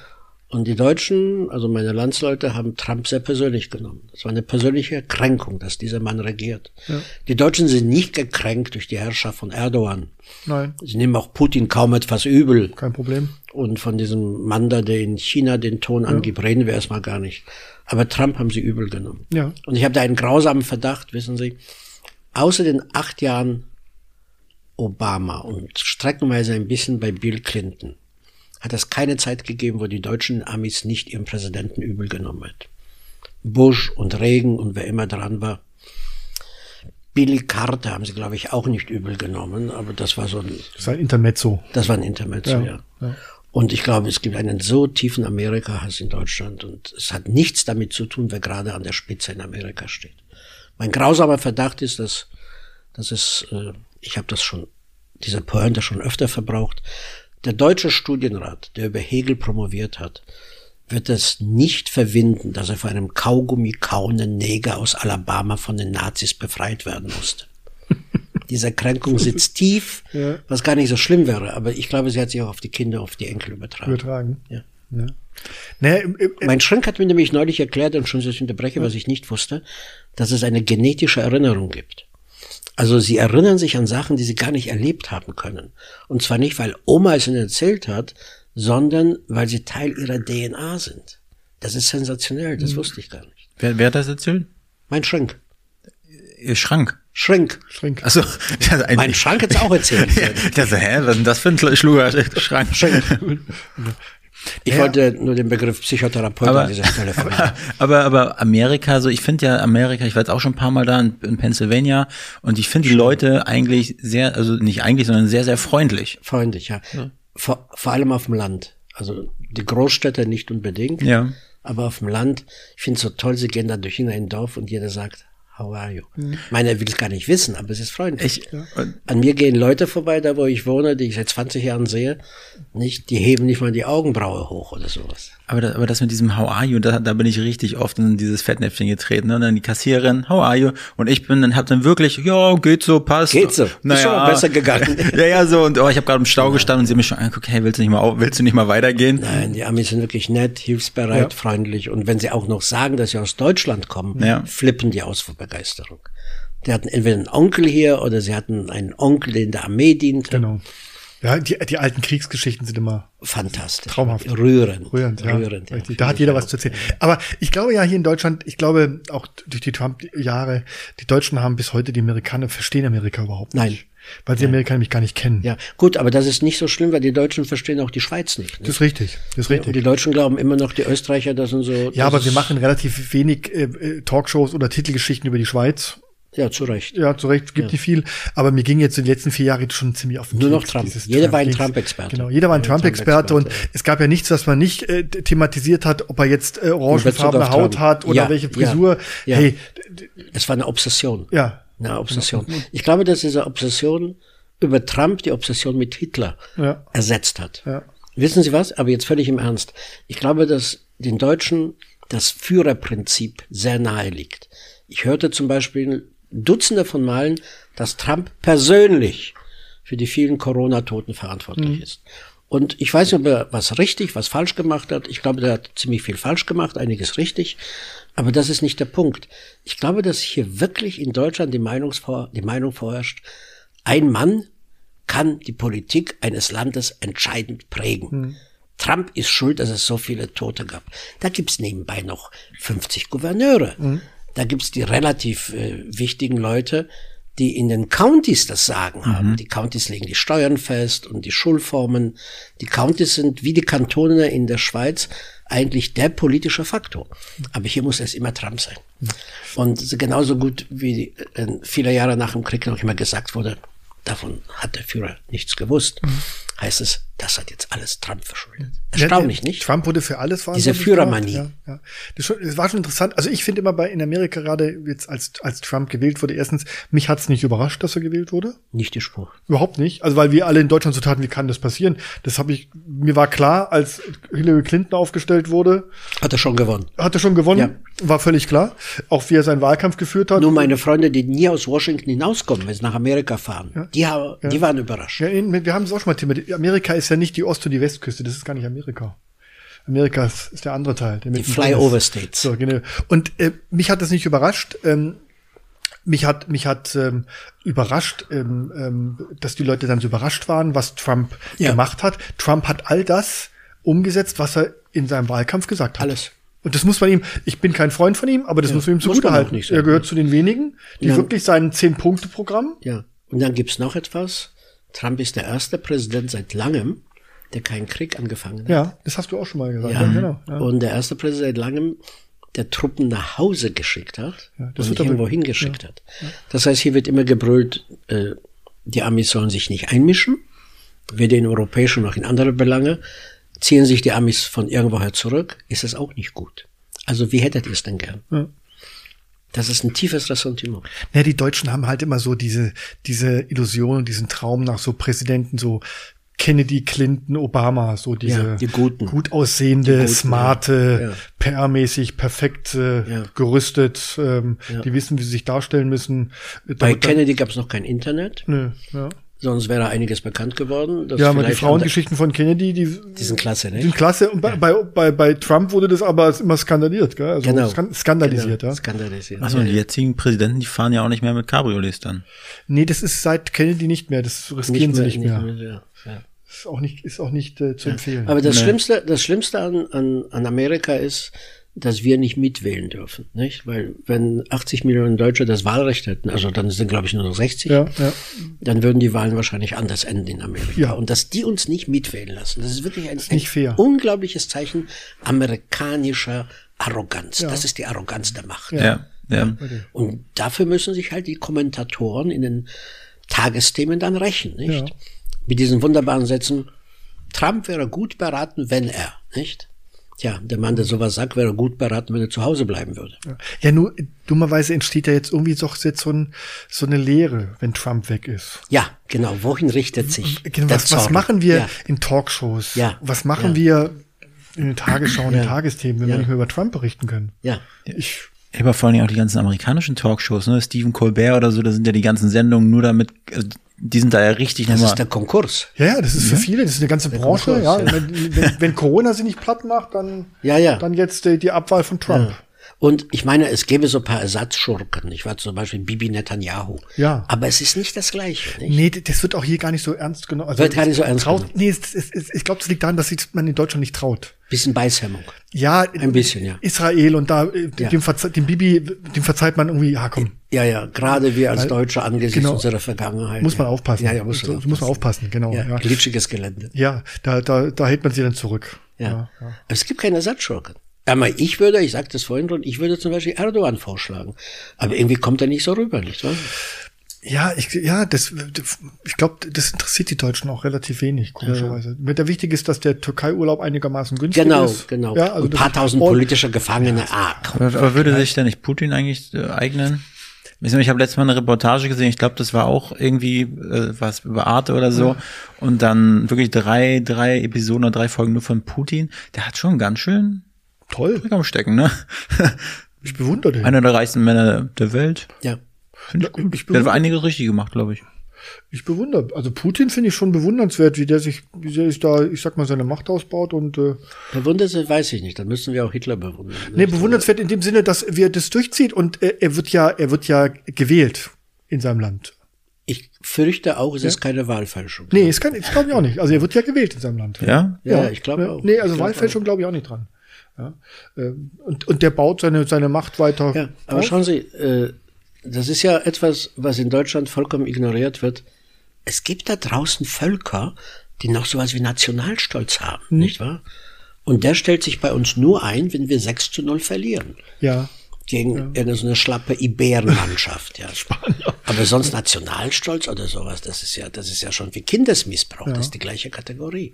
Und die Deutschen, also meine Landsleute, haben Trump sehr persönlich genommen. Das war eine persönliche Kränkung, dass dieser Mann regiert. Die Deutschen sind nicht gekränkt durch die Herrschaft von Erdogan.
Nein,
Sie nehmen auch Putin kaum etwas übel.
kein Problem.
Und von diesem Mann da, der in China den Ton angibt, reden wir erstmal gar nicht. Aber Trump haben sie übel genommen.
Ja.
Und ich habe da einen grausamen Verdacht, wissen Sie. Außer den acht Jahren Obama und streckenweise ein bisschen bei Bill Clinton hat es keine Zeit gegeben, wo die deutschen Amis nicht ihren Präsidenten übel genommen hat. Bush und Reagan und wer immer dran war. Billy Carter haben sie, glaube ich, auch nicht übel genommen, aber das war so ein
Das ist ein Intermezzo.
das war ein Intermezzo, ja. Und ich glaube, es gibt einen so tiefen Amerika-Hass in Deutschland und es hat nichts damit zu tun, wer gerade an der Spitze in Amerika steht. Mein grausamer Verdacht ist, dass, dass es, äh, ich habe das schon, diese Pointe schon öfter verbraucht, der deutsche Studienrat, der über Hegel promoviert hat, wird es nicht verwinden, dass er von einem Kaugummi kauenden Neger aus Alabama von den Nazis befreit werden musste. Diese Erkrankung sitzt tief, was gar nicht so schlimm wäre, aber ich glaube, sie hat sich auch auf die Kinder, auf die Enkel übertragen.
Übertragen.
Ja.
Naja, im, im,
Mein Schrank hat mir nämlich neulich erklärt, und schon ich unterbreche, was ich nicht wusste, dass es eine genetische Erinnerung gibt. Also sie erinnern sich an Sachen, die sie gar nicht erlebt haben können. Und zwar nicht, weil Oma es ihnen erzählt hat, sondern weil sie Teil ihrer DNA sind. Das ist sensationell, das wusste ich gar nicht.
Wer, wer hat das erzählt?
Mein Schrank.
Ihr Schrank.
Schrink.
Schrink.
Achso, das Also, ein,
Mein Schrank hat's auch erzählt.
das, hä, was ist denn das für ein schluger Schrank?
Ich wollte nur den Begriff Psychotherapeut
Aber-
an dieser Stelle verwenden.
Aber, aber Amerika, so ich finde ja Amerika, ich war jetzt auch schon ein paar Mal da in, in Pennsylvania und ich finde die Leute eigentlich sehr, also nicht eigentlich, sondern sehr, sehr freundlich.
freundlich, ja. Vor, vor allem auf dem Land. Also die Großstädte nicht unbedingt,
Ja.
aber auf dem Land, ich finde es so toll, sie gehen da durch irgendein Dorf und jeder sagt, how are you? Meiner will es gar nicht wissen, aber es ist freundlich.
Mhm. Ich, äh, und
An mir gehen Leute vorbei, da wo ich wohne, die ich seit 20 Jahren sehe, nicht, die heben nicht mal die Augenbraue hoch oder sowas.
aber, das, aber das mit diesem How are you, da, da bin ich richtig oft in dieses Fettnäpfchen getreten. Ne? Und dann die Kassiererin, How are you? Und ich bin dann, hab dann wirklich, ja, geht so, passt.
Geht so. Ist schon mal besser gegangen.
ja, ja, so. Und oh, ich habe gerade im Stau gestanden und sie haben mich schon angeguckt, hey, willst du nicht mal, auf, willst du nicht mal weitergehen?
Nein, Äh, die Amis sind wirklich nett, hilfsbereit,
Ja.
freundlich. Und wenn sie auch noch sagen, dass sie aus Deutschland kommen,
Ja.
flippen die aus vor Begeisterung. Die hatten entweder einen Onkel hier oder sie hatten einen Onkel, der in der Armee diente.
Genau. Ja, die, die alten Kriegsgeschichten sind immer
Fantastisch.
Traumhaft.
Rührend.
Rührend, ja.
Rührend, ja.
Richtig. Da hat jeder was zu erzählen. Aber ich glaube ja hier in Deutschland, ich glaube auch durch die Trump-Jahre, die Deutschen haben bis heute die Amerikaner, verstehen Amerika überhaupt
Nein.
nicht. Weil sie Amerika nämlich gar nicht kennen.
Ja, gut, aber das ist nicht so schlimm, weil die Deutschen verstehen auch die Schweiz nicht. Ne?
Das ist richtig. Das ist
Und
richtig.
die Deutschen glauben immer noch, die Österreicher, das sind so.
Ja,
das
aber wir
ist-
machen relativ wenig äh, äh, Talkshows oder Titelgeschichten über die Schweiz.
Ja, zu Recht.
Ja, zu Recht, gibt nicht viel. Aber mir ging jetzt in den letzten vier Jahren schon ziemlich auf den
Nur noch
Keks,
Trump.
dieses
Jeder war ein
Keks.
Trump-Experte.
Genau, jeder war ein
Ja, ein
Trump-Experte. und
Trump-Experte,
es gab ja nichts, was man nicht äh, d- thematisiert hat, ob er jetzt äh,
In
orangefarbene
Bezug auf
Haut
Trump.
hat oder
Ja,
welche
ja,
Frisur.
ja.
Hey,
Es war eine Obsession.
ja.
Eine Obsession. Ich glaube, dass diese Obsession über Trump die Obsession mit Hitler
Ja.
ersetzt hat.
Ja.
Wissen Sie was? Aber jetzt völlig im Ernst. Ich glaube, dass den Deutschen das Führerprinzip sehr nahe liegt. Ich hörte zum Beispiel Dutzende von Malen, dass Trump persönlich für die vielen Corona-Toten verantwortlich ist. Und ich weiß nicht, ob er was richtig, was falsch gemacht hat. Ich glaube, der hat ziemlich viel falsch gemacht, einiges richtig. Aber das ist nicht der Punkt. Ich glaube, dass hier wirklich in Deutschland die, Meinungsvor die Meinung vorherrscht, ein Mann kann die Politik eines Landes entscheidend prägen. Trump ist schuld, dass es so viele Tote gab. Da gibt's nebenbei noch 50 Gouverneure. Da gibt's die relativ äh, wichtigen Leute, die in den Countys das Sagen haben. Die Countys legen die Steuern fest und die Schulformen. Die Countys sind wie die Kantone in der Schweiz eigentlich der politische Faktor. Aber hier muss es immer Trump sein. Und genauso gut wie äh, viele Jahre nach dem Krieg noch immer gesagt wurde, davon hat der Führer nichts gewusst, heißt es, das hat jetzt alles Trump verschuldet. Erstaunlich,
Mhm. Ja, ja,
nicht?
Trump wurde für alles verantwortlich
Führermanie.
gemacht, Ja, ja. Das, schon- das war schon interessant. Also ich finde immer bei in Amerika gerade jetzt als als Trump gewählt wurde. Erstens, mich hat's nicht überrascht, dass er gewählt wurde.
Nicht die Spur.
Überhaupt nicht. Also weil wir alle in Deutschland so taten, wie kann das passieren? Das habe ich mir war klar, als Hillary Clinton aufgestellt wurde,
Hat er schon gewonnen.
hat er schon gewonnen. War völlig klar. Auch wie er seinen Wahlkampf geführt hat.
Nur meine Freunde, die nie aus Washington hinauskommen, wenn sie nach Amerika fahren, die, haben, die waren überrascht.
Ja, in- wir haben es auch schon mal thematisiert. Amerika ist ja nicht die Ost- und die Westküste. Das ist gar nicht Amerika. Amerika ist, ist der andere Teil. Der
Die
mittendrin ist.
Flyover States.
So, genau. Und äh, mich hat das nicht überrascht. Ähm, mich hat, mich hat ähm, überrascht, ähm, ähm, dass die Leute dann so überrascht waren, was Trump
Ja.
gemacht hat. Trump hat all das umgesetzt, was er in seinem Wahlkampf gesagt hat.
Alles.
Und das muss man ihm, ich bin kein Freund von ihm, aber das muss man ihm
muss man auch
zugutehalten.
nicht sagen.
Er gehört zu den wenigen, die
Ja.
wirklich sein Zehn-Punkte-Programm
Ja. Und dann gibt's noch etwas. Trump ist der erste Präsident seit langem, der keinen Krieg angefangen hat.
Ja, das hast du auch schon mal gesagt. Ja,
Ja.
genau. Ja.
Ähm, Und der erste Präsident seit langem, der Truppen nach Hause geschickt hat
das wird
und nicht
aber-
irgendwo hingeschickt hat. Das heißt, hier wird immer gebrüllt, äh, die Amis sollen sich nicht einmischen, weder in europäischen noch in andere Belange. Ziehen sich die Amis von irgendwoher zurück, ist es auch nicht gut. Also wie hättet ihr es denn gern?
Ja.
Das ist ein tiefes Ressentiment.
Ja, die Deutschen haben halt immer so diese, diese Illusion und diesen Traum nach so Präsidenten, so Kennedy, Clinton, Obama, so diese
Ja, die Guten.
gut aussehende,
Guten, ja.
smarte,
Ja.
PR-mäßig perfekt äh,
Ja.
gerüstet, ähm, die wissen, wie sie sich darstellen müssen. Äh,
Bei
damit dann-
Kennedy gab es noch kein Internet,
Nö, ja.
sonst wäre einiges bekannt geworden. dass
ja, aber die
vielleicht andere-
Frauengeschichten von Kennedy, die,
Die sind klasse, ne?
die sind klasse. Und bei, bei, bei, bei Trump wurde das aber immer skandaliert, gell? Also
Genau.
skan- skandalisiert,
Genau,
ja.
Skandalisiert.
Achso, und die jetzigen Präsidenten, die fahren ja auch nicht mehr mit Cabriolets dann.
Nee, das ist seit Kennedy nicht mehr. Das riskieren sie nicht mehr.
ja, ja.
Ist auch nicht, ist auch nicht äh, zu empfehlen.
Aber das Schlimmste, das Schlimmste an, an, an Amerika ist, dass wir nicht mitwählen dürfen, nicht? Weil wenn 80 Millionen Deutsche das Wahlrecht hätten, also dann sind glaube ich nur noch 60,
ja, ja.
dann würden die Wahlen wahrscheinlich anders enden in Amerika.
Ja.
Und dass die uns nicht mitwählen lassen, das ist wirklich ein,
nicht
ein
fair.
unglaubliches Zeichen amerikanischer Arroganz. Das ist die Arroganz der Macht.
Ja, ja.
Und dafür müssen sich halt die Kommentatoren in den Tagesthemen dann rächen, nicht? Mit diesen wunderbaren Sätzen, Trump wäre gut beraten, wenn er, nicht? Tja, der Mann, der sowas sagt, wäre gut beraten, wenn er zu Hause bleiben würde.
Ja, nur äh, dummerweise entsteht ja jetzt irgendwie doch jetzt so, ein, so eine Leere, wenn Trump weg ist.
Ja, genau, wohin richtet sich
Genau,
der
Was, was
Zorn?
machen wir
Ja,
in Talkshows?
Ja.
Was machen
Ja.
wir in den Tagesschauen, in
Ja.
den Tagesthemen, wenn
Ja.
wir nicht mehr über Trump berichten können?
ja.
Ich,
Ja, Aber vor allen Dingen auch die ganzen amerikanischen Talkshows, ne? Stephen Colbert oder so, da sind ja die ganzen Sendungen nur damit, also die sind da ja richtig
das
nochmal.
ist der Konkurs.
ja, ja, das ist für viele, das ist eine ganze Branche.
kommt
Ja.
raus, ja.
Wenn, wenn, wenn Corona sie nicht platt macht, dann,
Ja, ja.
dann jetzt äh, die, die Abwahl von Trump.
Und ich meine, es gäbe so ein paar Ersatzschurken. Ich war zum Beispiel Bibi Netanyahu.
Ja.
Aber es ist nicht das Gleiche. Nicht?
Nee, d- das wird auch hier gar nicht so ernst genommen. Also,
Wird gar nicht so ernst
traut,
genommen.
Nee, es, es, es, ich glaube, das liegt daran, dass sich man in Deutschland nicht traut.
Bisschen Beißhemmung.
Ja, ein
bisschen, ja.
Israel und da, äh,
Ja.
dem, verze dem Bibi, dem verzeiht man irgendwie, ja komm,
Ja, ja, gerade wir als
Weil-
Deutsche angesichts
genau.
unserer Vergangenheit.
muss man
ja.
aufpassen.
Ja, ja, muss man
So- muss man aufpassen, genau.
Ja,
Ja, ja.
glitschiges Gelände.
da, da, da hält man sie dann zurück.
Ja. Aber es gibt keine Ersatzschurken. Aber ich würde, ich sagte es vorhin schon, ich würde zum Beispiel Erdogan vorschlagen. Aber irgendwie kommt er nicht so rüber, nicht wahr?
Ja, ich, ja, das, ich glaube, das interessiert die Deutschen auch relativ wenig, komischerweise. Mit Der wichtig ist, dass der Türkei-Urlaub einigermaßen günstig
Genau,
ist.
genau.
Ja, also
Ein paar tausend politische Gefangene, ah, komm.
Aber, aber würde sich da nicht Putin eigentlich äh, eignen? Ich ich habe letztes Mal eine Reportage gesehen, ich glaube, das war auch irgendwie äh, was über Arte oder so. Und dann wirklich drei, drei Episoden oder drei Folgen nur von Putin. Der hat schon ganz schön
Toll,
Dreck am Stecken, ne?
ich bewundere den.
Einer der reichsten Männer der Welt.
Ja.
Finde ich gut.
Ich
der hat
bewundere,
einiges richtig gemacht, glaube ich.
ich bewundere. Also Putin finde ich schon bewundernswert, wie der sich, wie der sich da, ich sag mal, seine Macht ausbaut und äh,
Bewundert weiß ich nicht, dann müssen wir auch Hitler bewundern.
Nee, bewundernswert in dem Sinne, dass wir das durchzieht und äh, er wird ja, er wird ja gewählt in seinem Land.
Ich fürchte auch, es ist keine Wahlfälschung.
Nee, das, kann- das glaube ich auch nicht. Also er wird ja gewählt in seinem Land.
Ja?
Ja, ich glaube auch.
Nee, also
Ich glaube
Wahlfälschung glaube ich auch nicht dran. Ja. ähm, Und, und der baut seine, seine Macht weiter.
Ja, aber
auf.
schauen Sie, äh, das ist ja etwas, was in Deutschland vollkommen ignoriert wird. Es gibt da draußen Völker, die noch sowas wie Nationalstolz haben, nicht wahr? Und der stellt sich bei uns nur ein, wenn wir 6 zu 0 verlieren.
ja.
Gegen äh, so eine schlappe Iberenmannschaft, ja. Spanier. Aber sonst Nationalstolz oder sowas, das ist ja, das ist ja schon wie Kindesmissbrauch, das ist die gleiche Kategorie.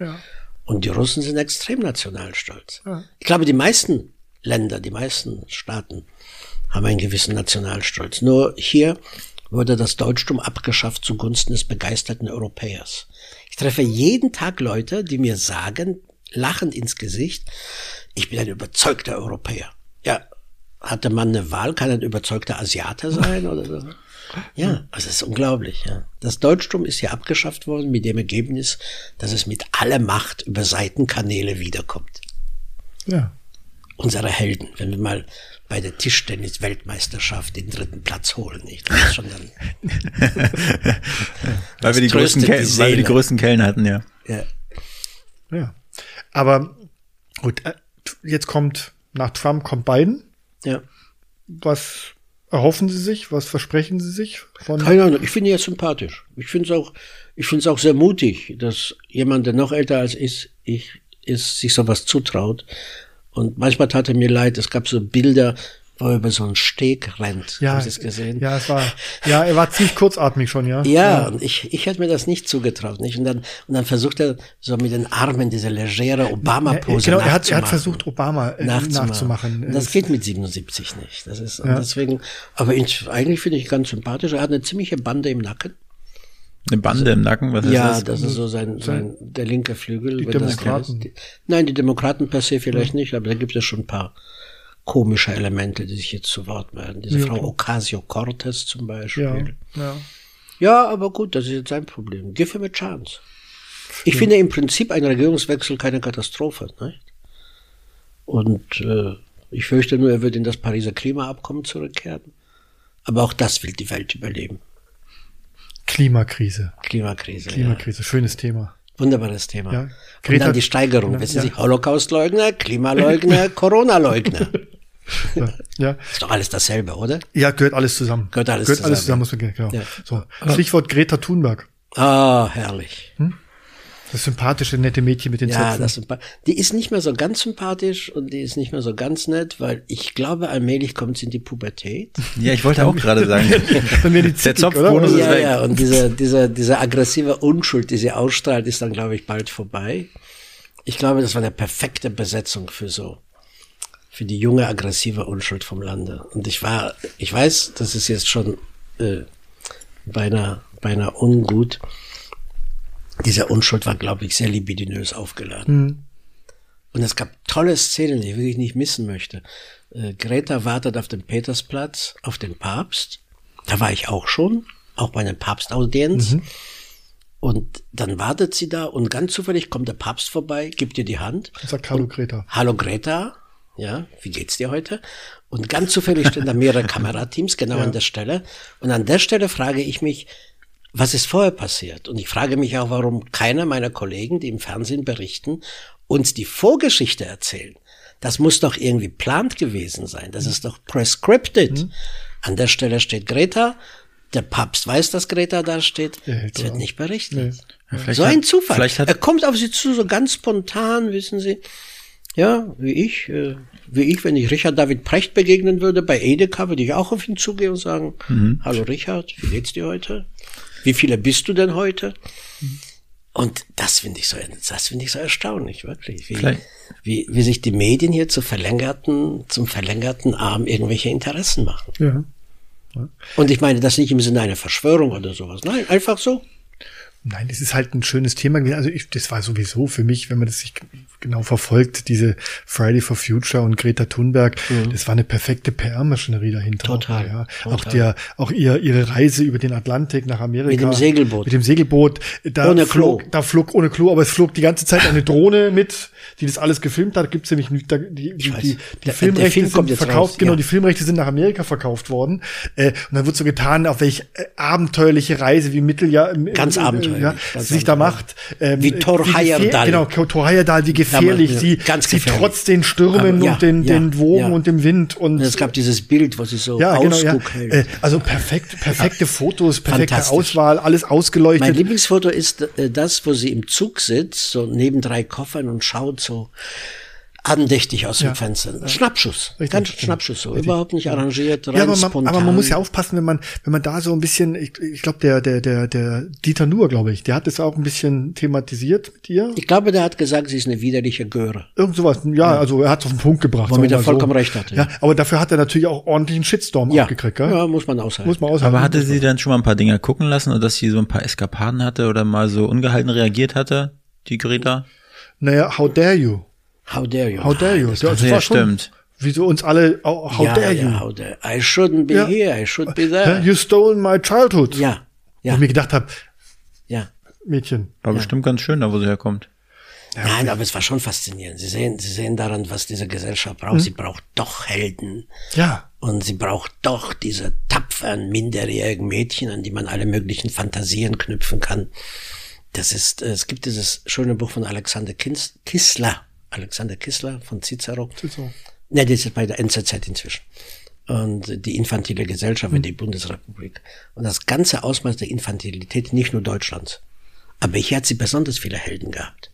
Und die Russen sind extrem nationalstolz. Ich glaube, die meisten Länder, die meisten Staaten haben einen gewissen Nationalstolz. Nur hier wurde das Deutschtum abgeschafft zugunsten des begeisterten Europäers. Ich treffe jeden Tag Leute, die mir sagen, lachend ins Gesicht, ich bin ein überzeugter Europäer. Ja, hatte man eine Wahl, kann ein überzeugter Asiate sein oder so? Ja, das ist unglaublich. Ja. Das Deutschtum ist hier abgeschafft worden mit dem Ergebnis, dass es mit aller Macht über Seitenkanäle wiederkommt.
Ja.
Unsere Helden, wenn wir mal bei der Tischtennis-Weltmeisterschaft den dritten Platz holen. Ich glaube, das ist schon dann,
Weil wir, die größten
tröstet
Kel-
die
weil wir die
Seele.
größten Kellen hatten, ja.
ja,
Ja. Aber gut, äh, t- jetzt kommt, nach Trump kommt Biden.
ja.
Was erhoffen Sie sich? Was versprechen Sie sich? Von,
Keine Ahnung, ich finde ihn ja sympathisch. Ich finde es auch, ich finde es auch sehr mutig, dass jemand, der noch älter als ich, ich ist, sich sowas zutraut. Und manchmal tat er mir leid, es gab so Bilder, wo er über so einen Steg rennt. Haben Sie es gesehen?
Ja, es war, ja, er war ziemlich kurzatmig schon, ja.
Ja, und ich, ich hätte mir das nicht zugetraut. Nicht? Und, dann, und dann versucht er so mit den Armen diese legere
Er,
Obama-Pose
genau, er hat, er
nachzumachen.
hat versucht, Obama äh, nachzumachen.
Und Das geht mit 77 nicht. Das ist, und deswegen, aber ihn, eigentlich finde ich ihn ganz sympathisch. Er hat eine ziemliche Bande im Nacken.
Eine Bande im Nacken, was
ja,
ist das?
das ist so sein, sein der linke Flügel.
Die
das der
Demokraten.
ist. Die- nein, die Demokraten per se vielleicht nicht, aber da gibt es schon ein paar komische Elemente, die sich jetzt zu Wort melden. Diese Frau Ocasio-Cortez zum
ja,
Beispiel.
ja.
Ja. aber gut, das ist jetzt sein Problem. Give him a chance. Ich finde im Prinzip ein Regierungswechsel keine Katastrophe. Nicht? Und äh, ich fürchte nur, er wird in das Pariser Klimaabkommen zurückkehren. Aber auch das will die Welt überleben.
Klimakrise.
Klimakrise. ja.
Klimakrise, schönes Thema.
Wunderbares Thema.
Ja.
Und
Greta- Genau,
dann die Steigerung. Wissen
ja.
Sie, Holocaustleugner, Klimaleugner, Corona-Leugner.
Ja, ja.
Ist doch alles dasselbe, oder?
ja gehört alles zusammen.
Gehört alles
zusammen.
zusammen.
muss man, gehen, genau.
Ja.
so. Stichwort Greta Thunberg.
Ah, herrlich.
Das sympathische, nette Mädchen mit den
Ja,
Zöpfen.
das sympa- die ist nicht mehr so ganz sympathisch und die ist nicht mehr so ganz nett, weil ich glaube, allmählich kommt sie in die Pubertät.
Ja, ich wollte auch gerade sagen.
Wenn wir die
Der
Zickig, oder?
Zopfbonus ist
ja,
weg.
ja, und diese, diese, diese aggressive Unschuld, die sie ausstrahlt, ist dann, glaube ich, bald vorbei. Ich glaube, das war eine perfekte Besetzung für so, für die junge, aggressive Unschuld vom Lande. Und ich war, ich weiß, das ist jetzt schon äh, beinahe, beinahe ungut. Diese Unschuld war, glaube ich, sehr libidinös aufgeladen. Und es gab tolle Szenen, die ich wirklich nicht missen möchte. Äh, Greta wartet auf dem Petersplatz auf den Papst. Da war ich auch schon, auch bei einer Papstaudienz. Und dann wartet sie da und ganz zufällig kommt der Papst vorbei, gibt ihr die Hand.
Sagt Hallo Greta.
Hallo Greta, ja, wie geht's dir heute? Und ganz zufällig stehen da mehrere Kamerateams genau an der Stelle. Und an der Stelle frage ich mich, was ist vorher passiert? Und ich frage mich auch, warum keiner meiner Kollegen, die im Fernsehen berichten, uns die Vorgeschichte erzählen. Das muss doch irgendwie plant gewesen sein.
Mhm.
Das ist doch prescripted. An der Stelle steht Greta. Der Papst weiß, dass Greta da steht.
hält
Es wird
drauf.
nicht berichtet.
vielleicht
so
hat-
ein Zufall.
vielleicht hat-
er kommt auf sie zu, so ganz spontan, wissen Sie. Ja, wie ich, äh, wie ich, wenn ich Richard David Precht begegnen würde bei Edeka, würde ich auch auf ihn zugehen und sagen,
Mhm.
hallo Richard, wie geht's dir heute? Wie viele bist du denn heute?
Mhm.
Und das finde ich so, das finde ich so erstaunlich, wirklich. Wie,
Vielleicht-
wie, wie sich die Medien hier zu verlängerten, zum verlängerten Arm irgendwelche Interessen machen.
Ja.
Und ich meine das nicht im Sinne einer Verschwörung oder sowas. Nein, einfach so.
Nein, es ist halt ein schönes Thema gewesen. Also ich, das war sowieso für mich, wenn man das sich g- genau verfolgt, diese Friday for Future und Greta Thunberg, das war eine perfekte PR-Maschinerie dahinter.
Mhm. Total,
Auch, ja. auch
total.
der, auch ihr, ihre Reise über den Atlantik nach Amerika.
Mit dem Segelboot.
Mit dem Segelboot. Da
Ohne
flog,
Klo.
Da flog ohne Klo, aber es flog die ganze Zeit eine Drohne mit, die das alles gefilmt hat. Gibt's nämlich nicht- da, die, die,
weiß.
die, die
Der- der
Filmrechte
Film kommt
sind
jetzt
verkauft,
raus,
genau,
ja.
die Filmrechte sind nach Amerika verkauft worden. Äh, und dann wurde so getan, auf welche äh, abenteuerliche Reise wie Mitteljahr im,
Ganz
äh,
abenteuerlich,
ja,
ganz
sie sich da
abenteuerlich.
macht. Ähm,
Wie Thor
gefähr-
Heyerdahl.
Genau, Thor Heyerdahl, wie gefährlich
Ja,
sie,
ganz
sie
gefährlich.
trotz den Stürmen
Aber- ja,
und den,
ja,
den Wogen
ja.
und dem Wind und
Und es gab dieses Bild, wo sie so
ja, genau, ja.
Ausguck hält.
Äh, also perfekt, perfekte Fotos, perfekte
Fantastisch.
Auswahl, alles
Mein
ausgeleuchtet.
Lieblingsfoto ist äh, das, wo sie im Zug sitzt, so neben drei Koffern und schaut so andächtig aus
Ja.
dem Fenster. Schnappschuss.
Richtig,
Ganz
genau.
Schnappschuss. So.
Richtig.
Überhaupt nicht arrangiert, rein
Ja, aber man,
spontan.
aber man muss ja aufpassen, wenn man, wenn man da so ein bisschen, ich, ich glaube, der, der, der, der Dieter Nuhr, glaube ich, der hat das auch ein bisschen thematisiert mit dir.
Ich glaube, der hat gesagt, sie ist eine widerliche Göre.
Irgend sowas. Ja, also er hat es auf den Punkt gebracht. sagen
Womit
wir
er
mal
vollkommen recht hatte,
Ja, aber dafür hat er natürlich auch ordentlichen Shitstorm
Ja.
abgekriegt, gell?
ja, muss man aushalten.
Muss man aushalten.
Aber hatte sie dann schon mal ein paar Dinger gucken lassen oder dass sie so ein paar Eskapaden hatte oder mal so ungehalten reagiert hatte, die Greta?
Naja, how dare you?
How dare you?
How dare you?
Das-
ja, stimmt.
Wieso uns alle, oh, how
ja,
dare you?
ja, how dare I shouldn't be
Ja.
here, I should be
Hä?
there.
You stole my childhood.
Ja,
Wo
ja,
ich mir gedacht habe,
ja.
Mädchen,
War bestimmt ganz schön, da wo sie herkommt.
Nein, aber es war schon faszinierend. Sie sehen, Sie sehen daran, was diese Gesellschaft
Hm?
braucht. Sie braucht doch Helden.
ja,
Und sie braucht doch diese tapferen, minderjährigen Mädchen, an die man alle möglichen Fantasien knüpfen kann. Das ist, äh, es gibt dieses schöne Buch von Alexander Kins- Kissler. Alexander Kissler von Cicero.
Cicero.
Ne, das ist bei der NZZ inzwischen. Und die infantile Gesellschaft und die Bundesrepublik. Und das ganze Ausmaß der Infantilität nicht nur Deutschlands. Aber hier hat sie besonders viele Helden gehabt.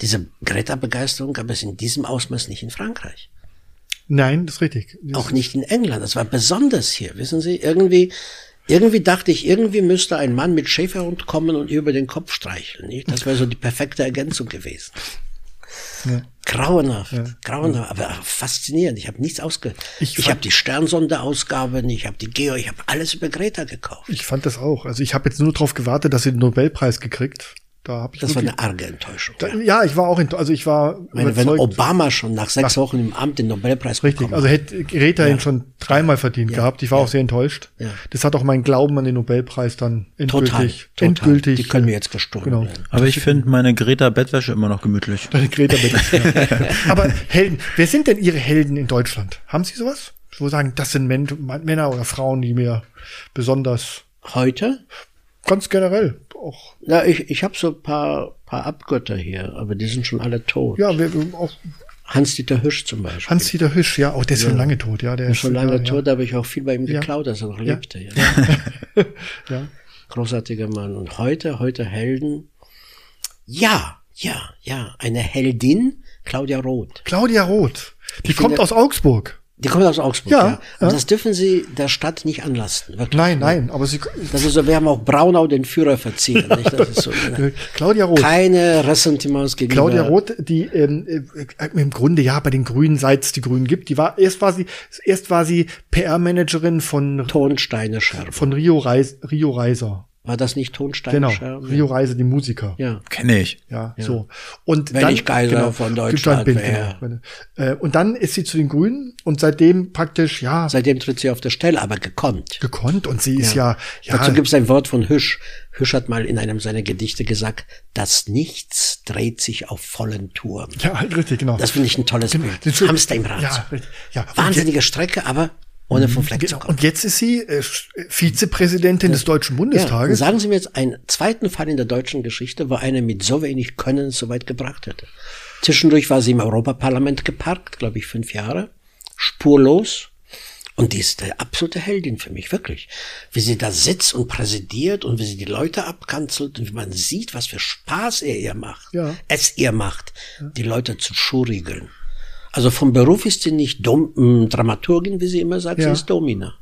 Diese Greta-Begeisterung gab es in diesem Ausmaß nicht in Frankreich
nein, das ist richtig. Das
auch nicht in England. Das war besonders hier, wissen Sie? Irgendwie, irgendwie dachte ich, irgendwie müsste ein Mann mit Schäferhund kommen und ihr über den Kopf streicheln. Nicht? Das wäre so die perfekte Ergänzung gewesen.
Ja.
Grauenhaft, grauenhaft, aber faszinierend. Ich habe nichts ausge. Ich,
Ich
ich
fand-
habe die Sternsondeausgabe, ich habe die Geo, ich habe alles über Greta gekauft.
Ich fand das auch. Also ich habe jetzt nur darauf gewartet, dass sie den Nobelpreis gekriegt. Da habe ich
Das war
wirklich-
eine arge Enttäuschung.
Da- ja, ich war auch in, also ich war
Ich meine, wenn
überzeugt.
Obama schon nach sechs Wochen im Amt den Nobelpreis
Richtig,
bekommen
also hätte Greta ihn schon dreimal verdient gehabt. Ich war auch sehr enttäuscht.
Ja.
Das hat auch meinen Glauben an den Nobelpreis dann
total,
endgültig,
total.
endgültig.
Die können wir jetzt gestohlen
Genau.
werden.
Aber ich finde meine Greta Bettwäsche immer noch gemütlich.
Deine Greta bitte. Ja. Aber Helden, wer sind denn Ihre Helden in Deutschland? Haben Sie sowas? Wo sagen, das sind Men Männer oder Frauen, die mir besonders,
Heute
ganz generell auch,
Ja, ich, ich habe so ein paar, paar Abgötter hier, aber die sind schon alle tot.
ja, wir, auch
Hans-Dieter Hirsch zum Beispiel.
Hans-Dieter Hüsch, ja, auch der ist schon lange tot, ja, der ist
schon lange
ja,
tot, da habe ich auch viel bei ihm
Ja.
geklaut, als er noch
Ja.
lebte. Ja.
Ja.
Großartiger Mann. Und heute, heute Helden. Ja, ja, ja. Eine Heldin, Claudia Roth.
Claudia Roth, die
finde-
kommt aus Augsburg.
Die kommt aus Augsburg, ja.
Ja,
Und
ja.
das dürfen sie der Stadt nicht anlasten. Wirklich.
Nein, nein, aber sie,
Das ist so, wir haben auch Braunau den Führer verziehen. Nicht? Das ist so, ne?
Claudia Roth.
keine Ressentiments gegenüber.
Claudia Roth, die ähm, äh, äh, im Grunde ja bei den Grünen, seit es die Grünen gibt, die war erst war sie erst war sie PR-Managerin von
Tonsteine Scherben.
von Rio Reis, Rio Reiser.
War das nicht Tonsteine
Genau,
Scherben?
Rio Reiser, die Musiker. Ja.
Ja.
Kenne ich.
so. Und
Wenn
dann,
ich Kaiser von Deutschland
bin,
wär.
genau. Äh, Und dann ist sie zu den Grünen und seitdem praktisch, ja,
Seitdem tritt sie auf der Stelle, aber gekonnt.
gekonnt. Und sie ist ja, ja,
Dazu gibt es ein Wort von Hüsch. Hüsch hat mal in einem seiner Gedichte gesagt, das Nichts dreht sich auf vollen Turm.
ja richtig, genau.
Das finde ich ein tolles Bild.
Entschuldigung.
Hamster im Rad.
Ja, richtig. Ja. Und
Wahnsinnige Strecke, aber ohne vom Fleck zu
Genau.
kommen.
Und jetzt ist sie äh, Vizepräsidentin des Deutschen
Ja, und
Bundestages.
sagen Sie mir jetzt einen zweiten Fall in der deutschen Geschichte, wo einer mit so wenig Können es so weit gebracht hätte. Zwischendurch war sie im Europaparlament geparkt, glaube ich, fünf Jahre, spurlos. Und die ist eine absolute Heldin für mich, wirklich. Wie sie da sitzt und präsidiert und wie sie die Leute abkanzelt und wie man sieht, was für Spaß er ihr macht,
Ja.
es ihr macht, die Leute zu schurigeln. Also vom Beruf ist sie nicht Dom ähm, Dramaturgin, wie sie immer sagt, sie
Ja.
ist Domina.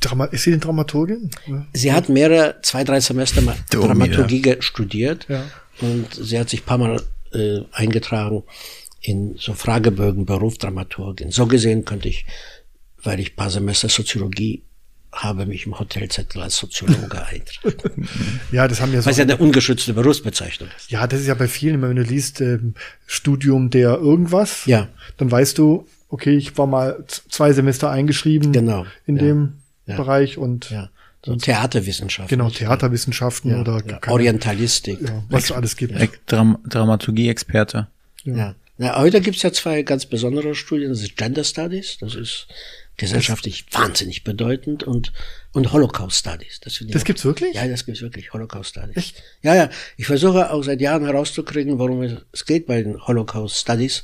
Drama ist sie denn Dramaturgin? Ja.
Sie hat mehrere, zwei, drei Semester mal
Domina.
Dramaturgie ge- studiert
Ja.
und sie hat sich ein paar Mal äh, eingetragen in so Fragebögen, Beruf Dramaturgin. So gesehen könnte ich, weil ich ein paar Semester Soziologie habe, mich im Hotelzettel als Soziologe eintragen.
Ja, das haben ja so.
Was ja eine ungeschützte Berufsbezeichnung ist.
Ja, das ist ja bei vielen, immer, wenn du liest ähm, Studium der irgendwas,
Ja.
dann weißt du, okay, ich war mal z- zwei Semester eingeschrieben
Genau.
in
Ja.
dem
Ja.
Bereich und
Ja. So Theaterwissenschaft.
genau Theaterwissenschaften oder
Ja.
keine-
Orientalistik.
ja, was es alles gibt.
Direkt Dram Dramaturgie-Experte.
Ja. Na, heute gibt's ja zwei ganz besondere Studien, das ist Gender Studies, das ist gesellschaftlich wahnsinnig bedeutend und, und Holocaust Studies. Das, finde ich
Das
auch-
gibt's wirklich?
Ja, das gibt's wirklich, Holocaust Studies.
Echt?
Ja, ja. Ich versuche auch seit Jahren herauszukriegen, worum es- es geht bei den Holocaust Studies,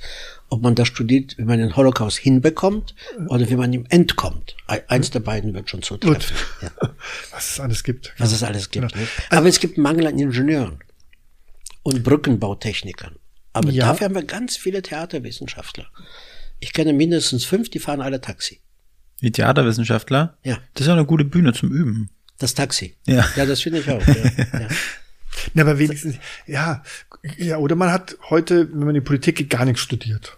ob man das studiert, wie man den Holocaust hinbekommt
Äh.
oder wie man ihm entkommt. E- Eins der beiden wird schon zutreffen. Ja
Was es alles gibt.
was es alles gibt. ne? Aber es gibt einen Mangel an Ingenieuren und Brückenbautechnikern. Aber
Ja.
dafür haben wir ganz viele Theaterwissenschaftler. Ich kenne mindestens fünf, die fahren alle Taxi.
Die Theaterwissenschaftler?
Ja.
Das ist ja eine gute Bühne zum Üben.
Das Taxi.
Ja.
ja das finde ich auch. Ja, ja.
Na, aber wenigstens, ja, ja, oder man hat heute, wenn man in die Politik geht, gar nichts studiert.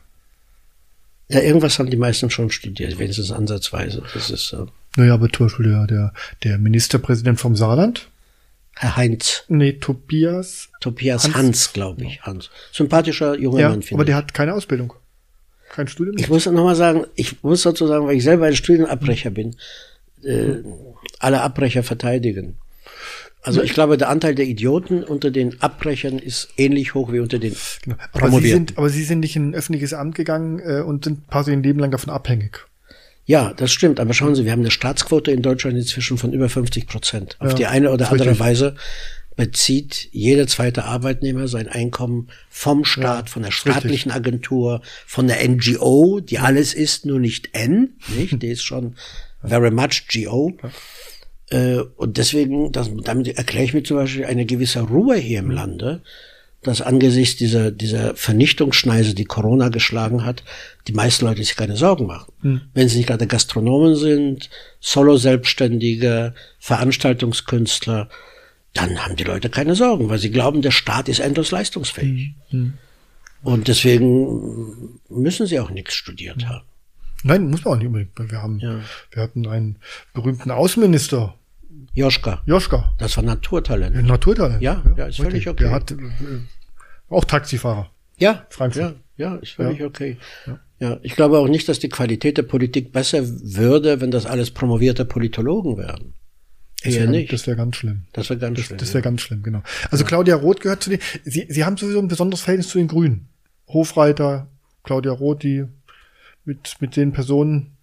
ja, irgendwas haben die meisten schon studiert, wenigstens ansatzweise. Das ist äh,
Naja, aber zum Beispiel der, der, der Ministerpräsident vom Saarland,
Herr Heinz.
nee, Tobias,
Tobias Hans,
Hans.
glaube ich. Hans. Sympathischer junger
ja,
Mann, finde
aber
ich.
der hat keine Ausbildung. Kein Studium.
Ich muss nochmal sagen, ich muss dazu sagen, weil ich selber ein Studienabbrecher bin, äh, alle Abbrecher verteidigen. Also ich glaube, der Anteil der Idioten unter den Abbrechern ist ähnlich hoch wie unter den
Genau. Aber sie,
Promovierten.
sind, aber sie sind nicht in ein öffentliches Amt gegangen äh, und sind quasi ein Leben lang davon abhängig.
Ja, das stimmt. Aber schauen Sie, wir haben eine Staatsquote in Deutschland inzwischen von über 50 Prozent. Auf
Ja,
die eine oder
ist
andere
richtig.
Weise bezieht jeder zweite Arbeitnehmer sein Einkommen vom Staat, von der staatlichen Agentur, von der NGO, die alles ist, nur nicht N, nicht? Die ist schon very much GO. Äh, Und deswegen, das, damit erkläre ich mir zum Beispiel eine gewisse Ruhe hier im Lande, dass angesichts dieser, dieser Vernichtungsschneise, die Corona geschlagen hat, die meisten Leute sich keine Sorgen machen. Wenn sie nicht gerade Gastronomen sind, Solo-Selbstständige, Veranstaltungskünstler, dann haben die Leute keine Sorgen, weil sie glauben, der Staat ist endlos leistungsfähig. Und deswegen müssen sie auch nichts studiert haben.
Nein, muss man auch nicht unbedingt. Wir, haben,
Ja.
wir hatten einen berühmten Außenminister,
Joschka,
Joschka,
das war Naturtalent.
Naturtalent.
Ja, ja, ist völlig okay.
Der hat äh, auch Taxifahrer.
Ja,
Frankfurt.
Ja, ja ist völlig okay. Ja. ich glaube auch nicht, dass die Qualität der Politik besser würde, wenn das alles promovierte Politologen wären.
Das
Eher
wär-
nicht.
Das wäre ganz schlimm.
Das wäre ganz
Das,
schlimm.
das wäre ganz schlimm, genau. Also Claudia Roth gehört zu den. Sie, sie haben sowieso ein besonderes Verhältnis zu den Grünen. Hofreiter, Claudia Roth, die mit, mit den Personen.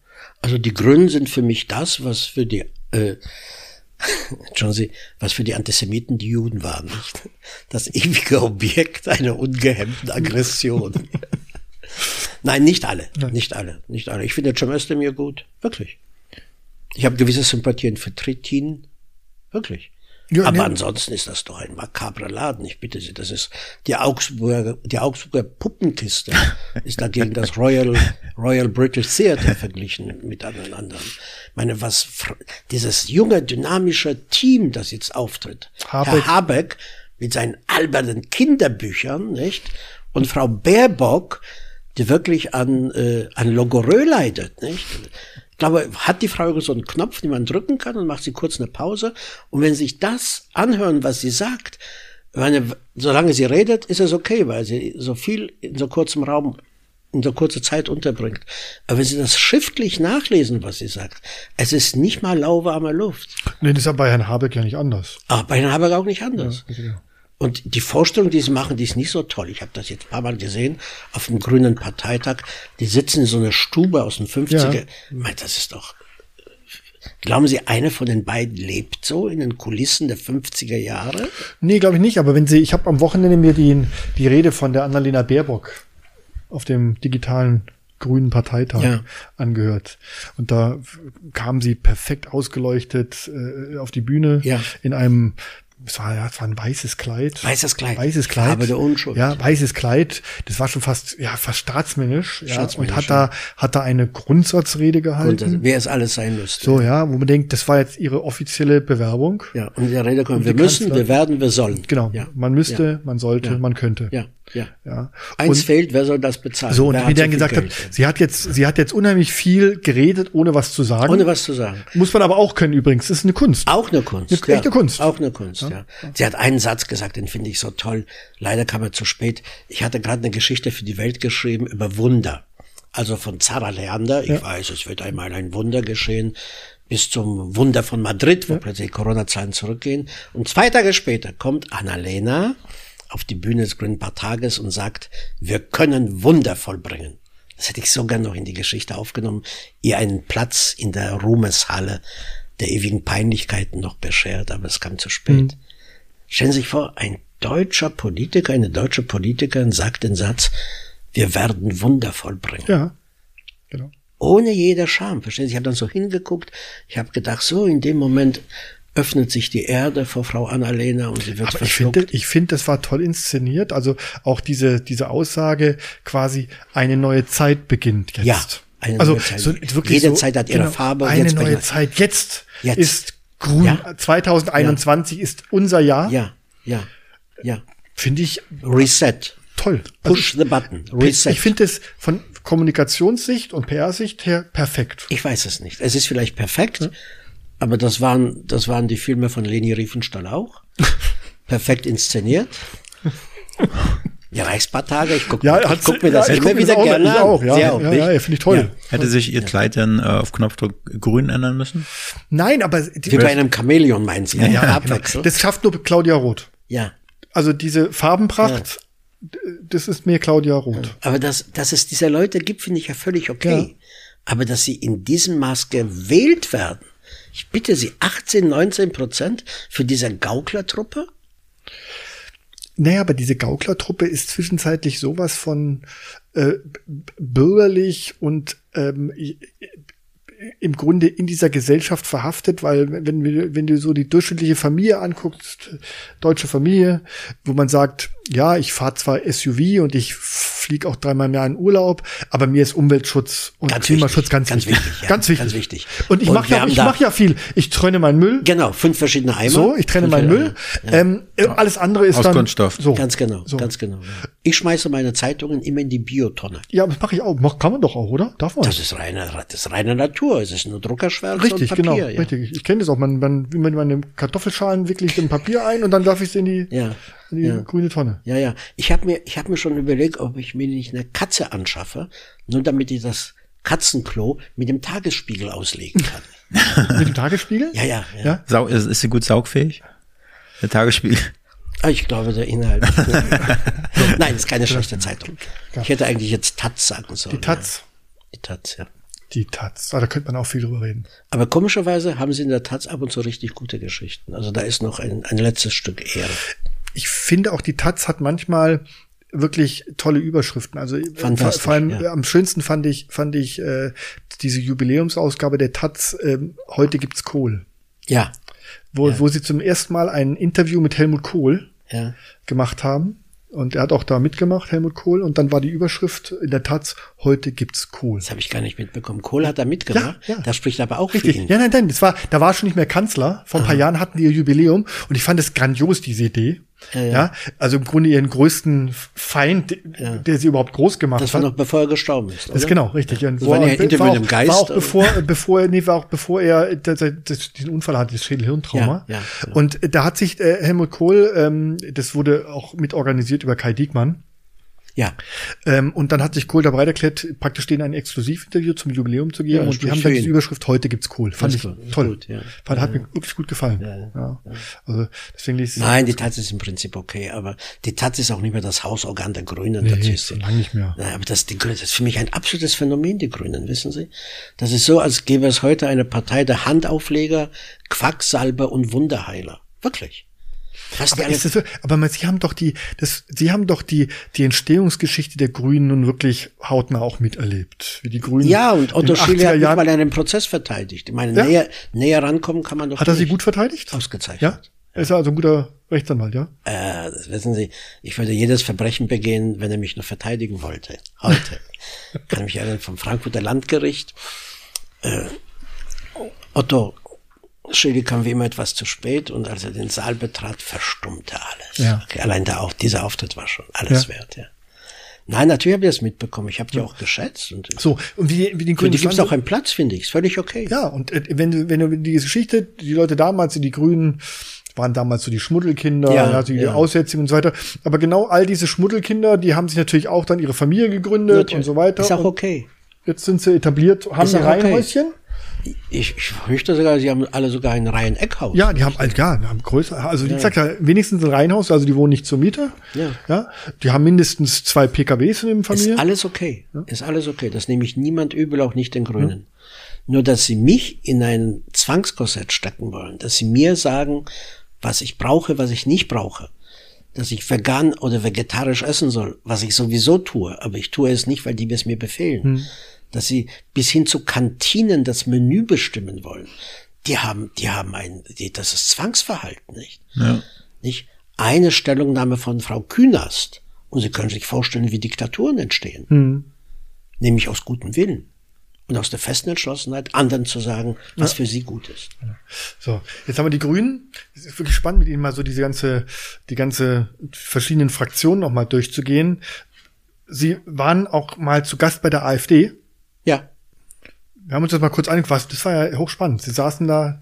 also die Grünen sind für mich das, was für die äh, Entschuldigen Sie, was für die Antisemiten die Juden waren, nicht? Das ewige Objekt einer ungehemmten Aggression. Nein, nicht alle, nicht alle, nicht alle. Ich finde Cem Özdemir gut, wirklich. Ich habe gewisse Sympathien für Trittin, wirklich.
Ja, ne.
Aber
nee.
ansonsten ist das doch ein makabrer Laden, ich bitte Sie. Das ist die Augsburger, die Augsburger Puppenkiste ist dagegen das Royal, Royal British Theatre verglichen mit allen anderen. Ich meine, was fr- dieses junge, dynamische Team, das jetzt auftritt.
Habeck.
Herr Habeck mit seinen albernen Kinderbüchern, nicht? Und Frau Baerbock, die wirklich an, äh, an Logorö leidet, nicht? Ich glaube, hat die Frau so einen Knopf, den man drücken kann und macht sie kurz eine Pause. Und wenn sich das anhören, was sie sagt, ich meine, solange sie redet, ist es okay, weil sie so viel in so kurzem Raum in so kurzer Zeit unterbringt. Aber wenn Sie das schriftlich nachlesen, was sie sagt, es ist nicht mal lauwarme Luft.
Nee, das ist ja bei Herrn Habeck ja nicht anders.
Aber bei den Habeck auch nicht anders.
ja.
Und die Vorstellung, die sie machen, die ist nicht so toll. Ich habe das jetzt ein paar Mal gesehen auf dem Grünen Parteitag. Die sitzen in so einer Stube aus den 50er.
Ja.
Ich meine, das ist doch. Glauben Sie, eine von den beiden lebt so in den Kulissen der 50er Jahre?
Nee, glaube ich nicht, aber wenn sie, ich habe am Wochenende mir die, die Rede von der Annalena Baerbock auf dem digitalen Grünen Parteitag
Ja.
angehört. Und da f- kam sie perfekt ausgeleuchtet äh, auf die Bühne
Ja.
in einem, es war, ja, es war ein weißes Kleid.
Weißes Kleid.
Weißes Kleid.
Farbe der Unschuld.
Ja, weißes Kleid. Das war schon fast, ja, fast staatsmännisch. Ja,
Staatsmännisch,
und hat da, hat da eine Grundsatzrede
Und das,
gehalten.
wer es alles sein müsste.
So, ja, wo man denkt, das war jetzt ihre offizielle Bewerbung.
Ja, und in der Rede kommt,
Und
wir
die
müssen,
Kanzler-
wir werden, wir sollen.
Genau.
Ja.
Man müsste, man sollte,
Ja.
man könnte.
Ja, ja.
Ja.
Eins
Und-
fehlt, wer soll das bezahlen?
So,
Wer
und
hat
wie der
viel
gesagt hat,
Geld?
sie hat jetzt, sie hat jetzt unheimlich viel geredet, ohne was zu sagen.
Ohne was zu sagen.
Muss man aber auch können übrigens. Das ist eine Kunst.
Auch eine Kunst.
Eine echte Kunst.
Auch eine Kunst, ja. Sie hat einen Satz gesagt, den finde ich so toll. Leider kam er zu spät. Ich hatte gerade eine Geschichte für die Welt geschrieben über Wunder. Also von Zara Leander, ich weiß, es wird einmal ein Wunder geschehen, bis zum Wunder von Madrid, wo plötzlich die Corona-Zahlen zurückgehen. Und zwei Tage später kommt Annalena auf die Bühne des Grünen Partages und sagt, wir können Wunder vollbringen. Das hätte ich so gern noch in die Geschichte aufgenommen, ihr einen Platz in der Ruhmeshalle der ewigen Peinlichkeiten noch beschert, aber es kam zu
Hm.
spät. Stellen Sie sich vor, ein deutscher Politiker, eine deutsche Politikerin sagt den Satz, wir werden Wunder vollbringen.
Ja. Genau.
Ohne jede Scham, verstehen Sie? Ich habe dann so hingeguckt, ich habe gedacht, so in dem Moment, öffnet sich die Erde vor Frau Annalena und sie wird
Aber ich
verschluckt.
finde, ich finde, das war toll inszeniert. Also auch diese, diese Aussage, quasi eine neue Zeit beginnt jetzt.
Ja, eine
also
neue Zeit.
So, wirklich
Jede
so, genau,
Zeit hat ihre Farbe und
Eine
jetzt
neue
beginnt-
Zeit. Jetzt,
Jetzt.
ist grün.
Ja.
2021 ist unser Jahr.
ja, ja, ja.
Finde ich
Reset.
toll. Also
Push the button.
Ich,
Reset.
ich finde es von Kommunikationssicht und PR-Sicht her perfekt.
Ich weiß es nicht. Es ist vielleicht perfekt,
Hm.
aber das waren, das waren die Filme von Leni Riefenstahl auch. perfekt inszeniert. Ja, weiß paar Tage. Ich gucke
Ja,
ich
hat's-
guck mir
ja,
das
ich guck
immer
mir
wieder
das auch-
gerne
ich
an.
auch, ja.
Sie
Ja,
nicht?
ja, finde ich toll.
Hätte sich ihr Kleid dann äh, auf Knopfdruck grün ändern müssen?
Nein, aber die, Genau.
Wie bei einem Chamäleon meinen Sie. Ja, Abwechsel.
das schafft nur Claudia Roth.
Ja.
Also diese Farbenpracht, d- das ist mir Claudia Roth.
Aber dass, dass es diese Leute gibt, finde ich ja völlig okay.
Ja.
Aber dass sie in diesem Maß gewählt werden, ich bitte Sie, 18, 19 Prozent für diese Gauklertruppe?
Naja, aber diese Gauklertruppe ist zwischenzeitlich sowas von äh, b- bürgerlich und ähm, i- i- im Grunde in dieser Gesellschaft verhaftet, weil wenn, wir- wenn du so die durchschnittliche Familie anguckst, deutsche Familie, wo man sagt, ja, ich fahre zwar SUV und ich fliege auch dreimal im Jahr in Urlaub, aber mir ist Umweltschutz und
Ganz
Klimaschutz
wichtig,
ganz,
ganz
wichtig.
wichtig, ja,
ganz wichtig.
ganz wichtig.
Und ich
Und
mache
wir
ja,
haben
ich
da-
mach ja viel. Ich trenne meinen Müll.
Genau, fünf verschiedene Eimer.
So, ich trenne
Fünf
meinen Müll.
verschiedene
Ähm, äh, Alles andere ist
Aus
dann
Kunststoff.
So.
Ganz genau,
So.
ganz genau. ja. Ich schmeiße meine Zeitungen immer in die Biotonne.
Ja, das mache ich auch. Mach, kann man doch auch, oder? Darf man?
Das ist reine, das ist reine Natur. Es ist nur Druckerschwärze
richtig,
und Papier.
genau.
ja.
Richtig. Ich kenne das auch. Man, man, wie man meine Kartoffelschalen wirklich in Papier ein und dann darf ich sie in die,
Ja,
in die grüne Tonne.
Ja, ja. Ich habe mir, ich hab mir schon überlegt, ob ich mir nicht eine Katze anschaffe, nur damit ich das Katzenklo mit dem Tagesspiegel auslegen kann.
Mit dem Tagesspiegel?
Ja, ja, ja.
Ja?
Sau ist, ist sie gut saugfähig? Der Tagesspiegel.
Ah, Ich glaube, der Inhalt. Nein, ist keine schlechte Zeitung. Ich hätte eigentlich jetzt Taz sagen sollen.
Die Taz.
Ja. Die Taz, ja.
Die Taz. Ah, da könnte man auch viel drüber reden.
Aber komischerweise haben sie in der Taz ab und zu richtig gute Geschichten. Also da ist noch ein, ein letztes Stück Ehre.
Ich finde auch, die Taz hat manchmal wirklich tolle Überschriften. Also äh, vor,
Fantastisch,
vor allem
ja.
äh, am schönsten fand ich, fand ich äh, diese Jubiläumsausgabe der Taz, ähm, heute gibt's Kohl.
Ja,
Wo, wo sie zum ersten Mal ein Interview mit Helmut Kohl
ja.
gemacht haben. Und er hat auch da mitgemacht, Helmut Kohl. Und dann war die Überschrift in der Taz, heute gibt's Kohl.
Das habe ich gar nicht mitbekommen. Kohl hat da mitgemacht.
Ja, ja.
Da spricht aber auch für ihn.
Richtig. Ja, nein, nein, das war, da war er schon nicht mehr Kanzler. Vor ein paar Jahren hatten die ihr Jubiläum und ich fand es grandios, diese Idee. Ja, also im Grunde ihren größten Feind, der sie überhaupt groß gemacht
Das war
hat.
noch bevor er gestorben ist.
das ist
oder?
genau, richtig. Und
Das war ja ein Interview
war auch,
mit dem Geist,
War auch
aber-
bevor, äh, bevor er, nee, war auch bevor er äh, das, das, diesen Unfall hatte, das Schädelhirntrauma.
Ja, ja, genau.
Und äh, da hat sich äh, Helmut Kohl, ähm, das wurde auch mit organisiert über Kai Diekmann,
Ja.
Ähm, und dann hat sich Kohl dabei erklärt, praktisch denen ein Exklusivinterview zum Jubiläum zu geben.
Ja,
und die
sprich
haben dann
für
diese
ihn.
Überschrift, heute gibt's Kohl. Fand
Das
ich
ist gut,
toll.
gut, ja.
Fand, hat mir wirklich gut gefallen. Ja, Also deswegen ließ
Nein, die Taz ist im Prinzip okay, aber die Taz ist auch nicht mehr das Hausorgan der Grünen. das
nee,
ist
schon lange nicht mehr.
Nein, aber das, die Grünen, das ist für mich ein absolutes Phänomen, die Grünen, wissen Sie? Das ist so, als gäbe es heute eine Partei der Handaufleger, Quacksalber und Wunderheiler. Wirklich. Was die
Aber,
alle,
ist das, so- aber man- sie haben doch die, das, sie haben doch die, die Entstehungsgeschichte der Grünen nun wirklich hautnah auch miterlebt. Wie die Grünen.
ja, und
in den
Otto Schiele hat
80er
nicht
Jahren-
mal einen Prozess verteidigt. Ich meine,
Ja.
näher, näher rankommen kann man doch
Hat er sie
nicht.
gut verteidigt?
Ausgezeichnet.
Ja. Er ist also ein guter Rechtsanwalt, ja?
Äh, das wissen Sie, ich würde jedes Verbrechen begehen, wenn er mich nur verteidigen wollte. Heute. kann mich erinnern vom Frankfurter Landgericht. Äh, Otto Schilly kam wie immer etwas zu spät und als er den Saal betrat, verstummte alles.
Ja.
Okay, allein da auch dieser Auftritt war schon alles
Ja.
wert, ja. Nein, natürlich habe ich das mitbekommen. Ich habe die auch geschätzt. Und
So. Und wie, wie den
für
Grünen.
die gibt es
standen-
auch einen Platz, finde ich. Ist völlig okay.
Ja, und äh, wenn, du- wenn du die Geschichte, die Leute damals, die Grünen, waren damals so die Schmuddelkinder, ja, also
Ja,
die
ja.
Aussätzigen und so weiter. Aber genau all diese Schmuddelkinder, die haben sich natürlich auch dann ihre Familie gegründet und so weiter.
Ist auch
Und
okay.
Jetzt sind sie etabliert, haben
Ist
die
auch okay.
Reihenhäuschen.
Ich, ich fürchte sogar, sie haben alle sogar ein Reihen-Eckhaus.
Ja, die haben alt, ja, die haben größer. Also wie gesagt, ja, wenigstens ein Reihenhaus, also die wohnen nicht zur Miete.
Ja.
ja. Die haben mindestens zwei PKWs in der Familie.
Ist alles okay. Ist alles okay. Das nehme ich niemand übel, auch nicht den Grünen. Nur, dass sie mich in ein Zwangskorsett stecken wollen, dass sie mir sagen, was ich brauche, was ich nicht brauche. Dass ich vegan oder vegetarisch essen soll, was ich sowieso tue, aber ich tue es nicht, weil die es mir befehlen. Dass sie bis hin zu Kantinen das Menü bestimmen wollen. die haben, die haben ein, die, das ist Zwangsverhalten, nicht?
Ja.
nicht? Eine Stellungnahme von Frau Künast. Und Sie können sich vorstellen, wie Diktaturen entstehen.
Hm.
Nämlich aus gutem Willen. Und aus der festen Entschlossenheit, anderen zu sagen, was für sie gut ist.
So, jetzt haben wir die Grünen. Es ist wirklich spannend, mit ihnen mal so diese ganze, die ganze verschiedenen Fraktionen noch mal durchzugehen. Sie waren auch mal zu Gast bei der AfD.
Ja,
Wir haben uns das mal kurz angefasst. Das war ja hochspannend. Sie saßen da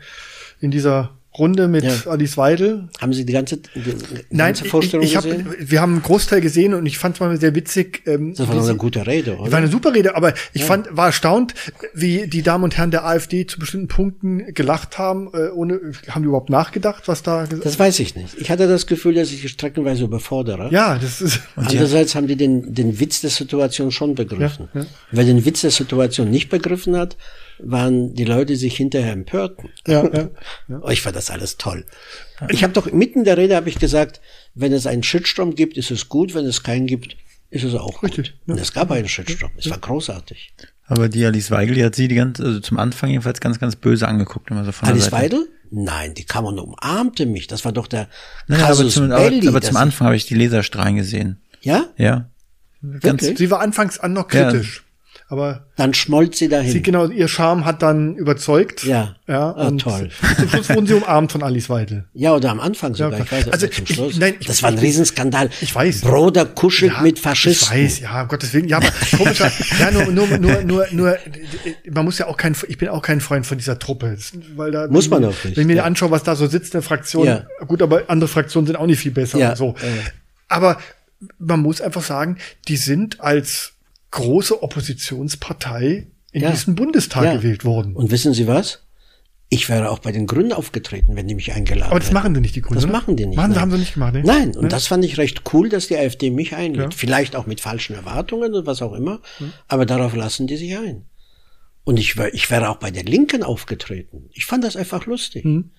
in dieser Runde mit
Ja.
Alice Weidel.
haben Sie die ganze, die ganze
Nein, ich, ich,
Vorstellung
ich hab,
gesehen?
wir haben einen Großteil gesehen und ich fand es mal sehr witzig. Ähm,
Das war
wie
doch eine
sie-
gute Rede, oder?
War eine super Rede, aber ich fand, war erstaunt, wie die Damen und Herren der AfD zu bestimmten Punkten gelacht haben, äh, ohne, haben die überhaupt nachgedacht, was da gesagt
das weiß ich nicht. Ich hatte das Gefühl, dass ich sie streckenweise überfordere.
Ja, das ist,
Andererseits haben die den, den Witz der Situation schon begriffen. Wer den Witz der Situation nicht begriffen hat, waren die Leute, die sich hinterher empörten.
Ja, ja,
Oh, ich fand das alles toll. Ich habe doch mitten in der Rede habe ich gesagt, wenn es einen Shitstorm gibt, ist es gut, wenn es keinen gibt, ist es auch gut.
Richtig,
Und es gab einen Shitstorm. Es war großartig.
Aber die Alice Weigel, die hat sie die ganze, also zum Anfang jedenfalls ganz, ganz böse angeguckt. Immer so von der
Alice
Seite.
Weidel? Nein, die kam und umarmte mich. Das war doch der
Nein, aber
Casus
zum, aber,
Belli.
aber
das-
zum Anfang habe ich die Laserstrahlen gesehen.
Ja?
Ja. Ganz,
Wirklich?
Sie war anfangs an noch
Ja.
kritisch, aber
Dann schmolz sie dahin.
sie, genau, ihr Charme hat dann überzeugt.
Ja.
ja
Ah,
und
toll.
Zum Schluss wurden sie umarmt von Alice Weidel.
Ja, oder am Anfang sogar.
Ja,
ich weiß
also
also, zum
ich-
Schluss.
nein, ich-
das war ein Riesenskandal.
Ich weiß.
Broder kuschelt mit
Ich
Faschisten.
weiß, ja, um Gottes Willen. Ja, aber komischer, ja, nur, nur, nur, nur, nur, man muss ja auch kein, ich bin auch kein Freund von dieser Truppe. Das- Weil da,
Muss man
wenn,
auch nicht,
Wenn ich mir
ja.
anschaue, was da so sitzt, eine Fraktion,
Ja.
gut, aber andere Fraktionen sind auch nicht viel besser.
Ja,
und so.
ja.
Aber man muss einfach sagen, die sind als große Oppositionspartei in
Ja.
diesen Bundestag
Ja.
gewählt worden.
Und wissen Sie was? Ich wäre auch bei den Grünen aufgetreten, wenn die mich eingeladen hätten.
Aber das machen die nicht, die Grünen.
Das
ne?
machen die nicht.
Machen,
nein.
haben sie nicht gemacht, ne?
Nein, und
Ne?
das fand ich recht cool, dass die AfD mich einlädt. Vielleicht auch mit falschen Erwartungen und was auch immer,
Hm.
aber darauf lassen die sich ein. Und ich, wär, ich wäre auch bei der Linken aufgetreten. Ich fand das einfach lustig.
Hm.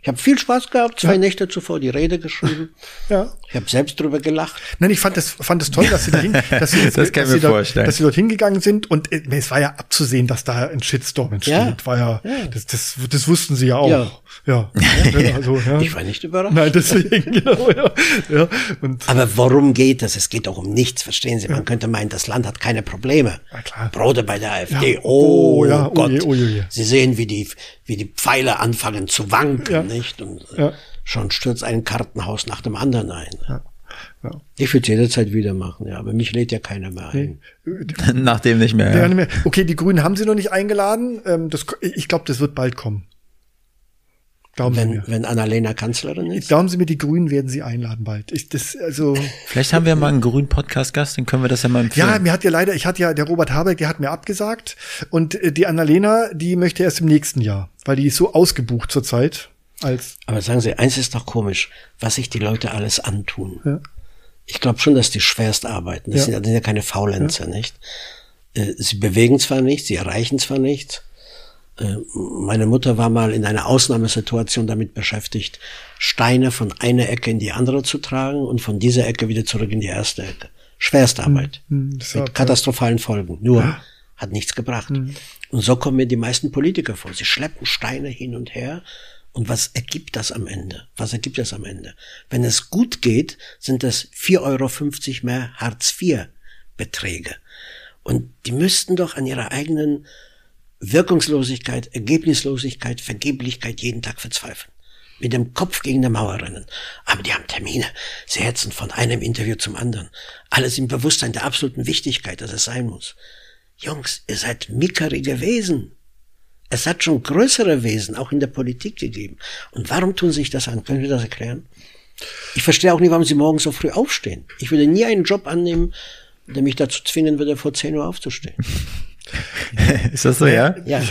Ich habe viel Spaß gehabt, zwei Nächte zuvor die Rede geschrieben.
Ja.
Ich habe selbst drüber gelacht.
Nein, ich fand das, fand das toll, dass sie dahin, dass sie,
Das kann ich
dass
mir
sie, da,
vorstellen.
dass sie dorthin gegangen sind und äh, es war ja abzusehen, dass da ein Shitstorm entsteht.
Ja.
War ja, Das, das, das wussten sie ja auch.
Ja.
Ja. ja. Also, ja.
Ich war nicht überrascht.
Nein, deswegen, genau, ja. ja. Und
Aber worum geht es? Es geht auch um nichts, verstehen Sie? Man könnte meinen, das Land hat keine Probleme.
Na klar.
Brote bei der AfD.
Ja.
Oh,
Oh, ja. Oh
Gott.
je, oh je, oh je.
Sie sehen, wie die, wie die Pfeile anfangen zu wanken, nicht? Und äh,
Ja.
schon stürzt ein Kartenhaus nach dem anderen ein.
Ja.
Ich würde es jederzeit wieder machen, ja, aber mich lädt ja keiner mehr ein.
nachdem nicht mehr.
ja.
Ja.
nicht mehr. Okay, die Grünen haben sie noch nicht eingeladen. Ähm, das, ich glaube, das wird bald kommen. Glauben Sie
Wenn,
mir.
wenn Annalena Kanzlerin ist.
Glauben Sie mir, die Grünen werden sie einladen bald. Ich, das, also,
Vielleicht haben wir mal einen grünen Podcast-Gast, dann können wir das ja mal empfehlen.
Ja, mir hat ja leider, ich hatte ja, der Robert Habeck, der hat mir abgesagt. Und äh, die Annalena, die möchte erst im nächsten Jahr, weil die ist so ausgebucht zurzeit. Als,
Aber sagen Sie, eins ist doch komisch, was sich die Leute alles antun. Ich glaube schon, dass die schwerst arbeiten. Das
Ja.
sind, das sind ja keine Faulenzer, nicht? Äh, Sie bewegen zwar nichts, sie erreichen zwar nichts. Äh, Meine Mutter war mal in einer Ausnahmesituation damit beschäftigt, Steine von einer Ecke in die andere zu tragen und von dieser Ecke wieder zurück in die erste Ecke. Schwerstarbeit.
das
mit
hat-
katastrophalen Folgen. Nur hat nichts gebracht. Und so kommen mir die meisten Politiker vor. Sie schleppen Steine hin und her. Und was ergibt das am Ende? Was ergibt das am Ende? Wenn es gut geht, sind das 4,50 Euro mehr Hartz-IV-Beträge. Und die müssten doch an ihrer eigenen Wirkungslosigkeit, Ergebnislosigkeit, Vergeblichkeit jeden Tag verzweifeln. Mit dem Kopf gegen eine Mauer rennen. Aber die haben Termine. Sie hetzen von einem Interview zum anderen. Alles im Bewusstsein der absoluten Wichtigkeit, dass es sein muss. Jungs, ihr seid mickerige Wesen. Es hat schon größere Wesen, auch in der Politik gegeben. Und warum tun sie sich das an? Können wir das erklären? Ich verstehe auch nicht, warum sie morgen so früh aufstehen. Ich würde nie einen Job annehmen, der mich dazu zwingen würde, vor 10 Uhr aufzustehen.
Ist das so, ja?
Ja.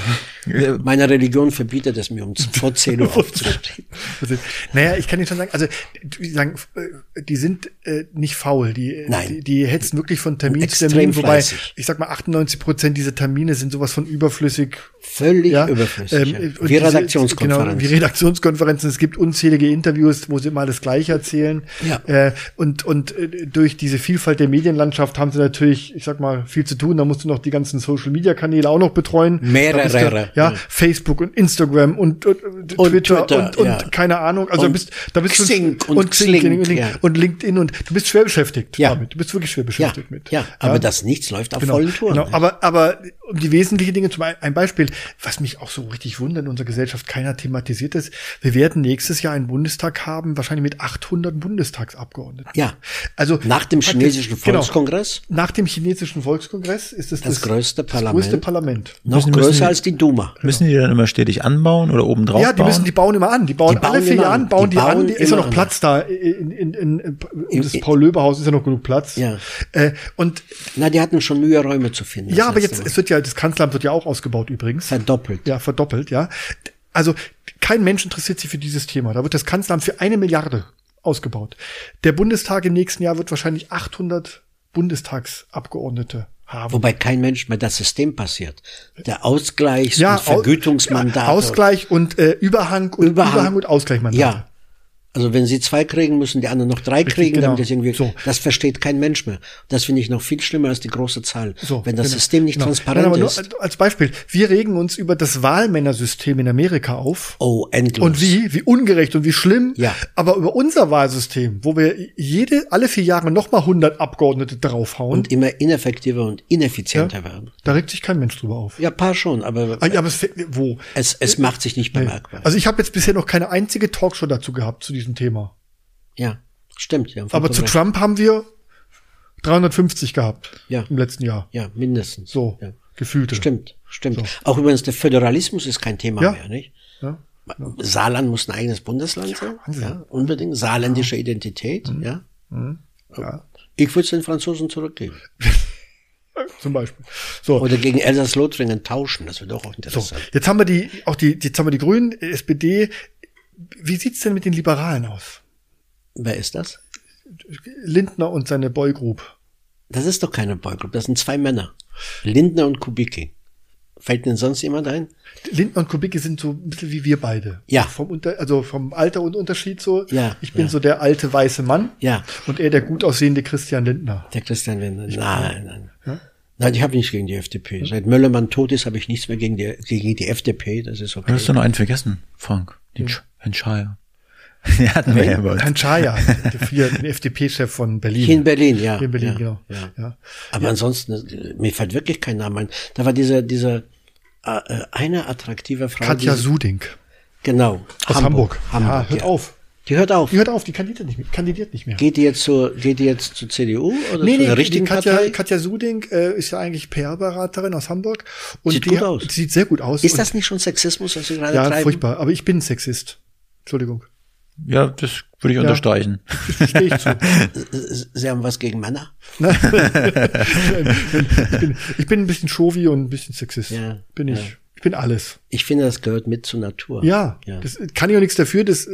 Äh,
Meine Religion verbietet es mir, um vor 10 Uhr aufzustehen.
also, naja, ich kann Ihnen schon sagen, also die, sagen, äh, die sind äh, nicht faul, die, äh,
Nein.
die, die hetzen wirklich von Termin zu
Extrem
Termin, wobei
fleißig.
ich sag mal 98 Prozent dieser Termine sind sowas von überflüssig.
Völlig
ja,
überflüssig. ja.
ähm, und
Wie
diese-
Redaktionskonferenz.
Genau, wie Redaktionskonferenzen. Es gibt unzählige Interviews, wo sie immer das Gleiche erzählen.
Ja.
Äh, und und äh, durch diese Vielfalt der Medienlandschaft haben sie natürlich, ich sag mal, viel zu tun. Da musst du noch die ganzen Social Media Kanäle auch noch betreuen. Da bist du,
Mehrere.
ja, Facebook und Instagram und, und, und
Und
Twitter,
Twitter,
und, und
ja.
keine Ahnung. Also
Und
bist, da bist
Xing
du
und Xing,
und, Xing
ja.
und LinkedIn und du bist schwer beschäftigt
Ja.
damit. Du bist wirklich schwer
Ja,
beschäftigt mit.
ja, aber das Nichts läuft auf vollen Touren.
Genau, aber, aber um die wesentlichen Dinge, zum ein ein Beispiel, was mich auch so richtig wundert in unserer Gesellschaft, keiner thematisiert ist, wir werden nächstes Jahr einen Bundestag haben, wahrscheinlich mit 800 Bundestagsabgeordneten.
Ja.
Also
Nach dem
praktisch-
chinesischen
genau.
Volkskongress,
Nach dem chinesischen Volkskongress ist es
Das größte Parlament.
Das größte Parlament.
noch größer als die Duma.
Müssen die dann immer stetig anbauen oder oben drauf
Ja, die
bauen?
müssen, die bauen immer an. Die bauen,
Die bauen
alle vier
immer
Jahre
an.
an, bauen
Die
die, an.
bauen
Die, ist ja
immer
noch
an.
Platz da. In, in, in, in, um das
Im-
Paul-Löbe-Haus ist ja noch genug Platz.
Ja.
Äh, und
Na, die hatten schon Mühe, Räume zu finden.
ja,
das
aber
letzte
jetzt,
Mal.
es wird ja, das Kanzleramt wird ja auch ausgebaut übrigens.
verdoppelt.
Ja, verdoppelt, ja. Also kein Mensch interessiert sich für dieses Thema. Da wird das Kanzleramt für eine Milliarde ausgebaut. Der Bundestag im nächsten Jahr wird wahrscheinlich 800 Bundestagsabgeordnete haben.
Wobei kein Mensch mehr das System passiert. Der Ausgleichs- und
au-
Vergütungsmandat.
ja, Ausgleich und äh, Überhang und Überhang, und Ausgleichmandat.
Ja. Also wenn sie zwei kriegen, müssen die anderen noch drei kriegen,
genau.
damit das irgendwie.
So.
Das versteht kein Mensch mehr. Das finde ich noch viel schlimmer als die große Zahl.
So,
wenn das
genau,
System nicht
genau.
transparent
Nein, aber
ist.
Nur als Beispiel, wir regen uns über das Wahlmännersystem in Amerika auf.
Oh, endlos.
Und wie, wie ungerecht und wie schlimm.
Ja.
Aber über unser Wahlsystem, wo wir jede, alle vier Jahre nochmal 100 Abgeordnete draufhauen,
Und immer ineffektiver und ineffizienter werden.
da regt sich kein Mensch drüber auf.
Ja, paar schon, aber
Ah, Ja, aber es, fe- wo?
es, es macht sich nicht bemerkbar.
Also ich habe jetzt bisher noch keine einzige Talkshow dazu gehabt, zu diesem Thema.
ja, stimmt. Ja,
Aber zu
vollkommen recht.
Trump haben wir 350 gehabt
Ja.
im letzten Jahr.
Ja, mindestens.
So,
Ja.
gefühlte.
Stimmt, stimmt. Auch übrigens der Föderalismus ist kein Thema
Ja.
mehr, nicht?
Ja.
Saarland muss ein eigenes Bundesland sein. Ja, unbedingt. Saarländische Identität,
Mhm.
ja.
Ja.
Ich würde es den Franzosen zurückgeben.
Zum Beispiel. So.
Oder gegen Elsass-Lothringen tauschen. Das wäre doch auch
So,
interessant.
jetzt haben wir die, auch die, jetzt haben wir die Grünen, äh, SPD. Wie sieht's denn mit den Liberalen aus?
Wer ist das?
Lindner und seine Boygroup.
Das ist doch keine Boygroup. Das sind zwei Männer. Lindner und Kubicki. Fällt denn sonst jemand ein?
Lindner und Kubicki sind so ein bisschen wie wir beide.
Ja.
Vom Unter, also vom Alter und Unterschied so.
Ja,
Ich bin
ja.
so der alte weiße Mann.
Ja.
Und er der gut aussehende Christian Lindner.
Der Christian Lindner. Nein, nein. Nein, ich habe nichts gegen die FDP. Seit Möllermann tot ist, habe ich nichts mehr gegen die, gegen die FDP. Das ist
Du
okay.
hast doch noch einen vergessen, Frank. Den Sch- Herrn Schaier. Den hatten wir ja bei uns.
Hm. Herrn Schaier, der früher den FDP-Chef von Berlin.
Hier in Berlin, ja.
Hier in Berlin,
ja,
genau.
Ja.
Ja.
Aber ansonsten, äh, mir fällt wirklich kein Name ein. Da war dieser, dieser äh, äh, eine attraktive Frau.
Katja
die-
Suding
Genau.
aus Hamburg. ja, hört
ja.
auf.
Die hört auf.
Die hört auf, die kandidiert nicht mehr. Kandidiert nicht mehr.
Geht die jetzt zur, geht die jetzt zur CDU oder zu einer richtigen
die Katja,
Partei?
Katja Suding äh, ist ja eigentlich PR-Beraterin aus Hamburg. Und
Sieht
die,
gut aus.
Sieht sehr gut aus.
ist
Und-
das nicht schon Sexismus, was Sie gerade
Ja,
treiben?
furchtbar. Aber ich bin Sexist. Entschuldigung.
Ja, das würde ich unterstreichen.
Verstehe ich zu.
Äh, Sie haben um was gegen Männer?
ich, bin, ich bin ein bisschen Chauvi und ein bisschen Sexist.
Ja,
bin ich. Ich bin alles.
Ich finde, das gehört mit zur Natur.
Ja,
ja.
Das kann ich auch nichts dafür. Das äh,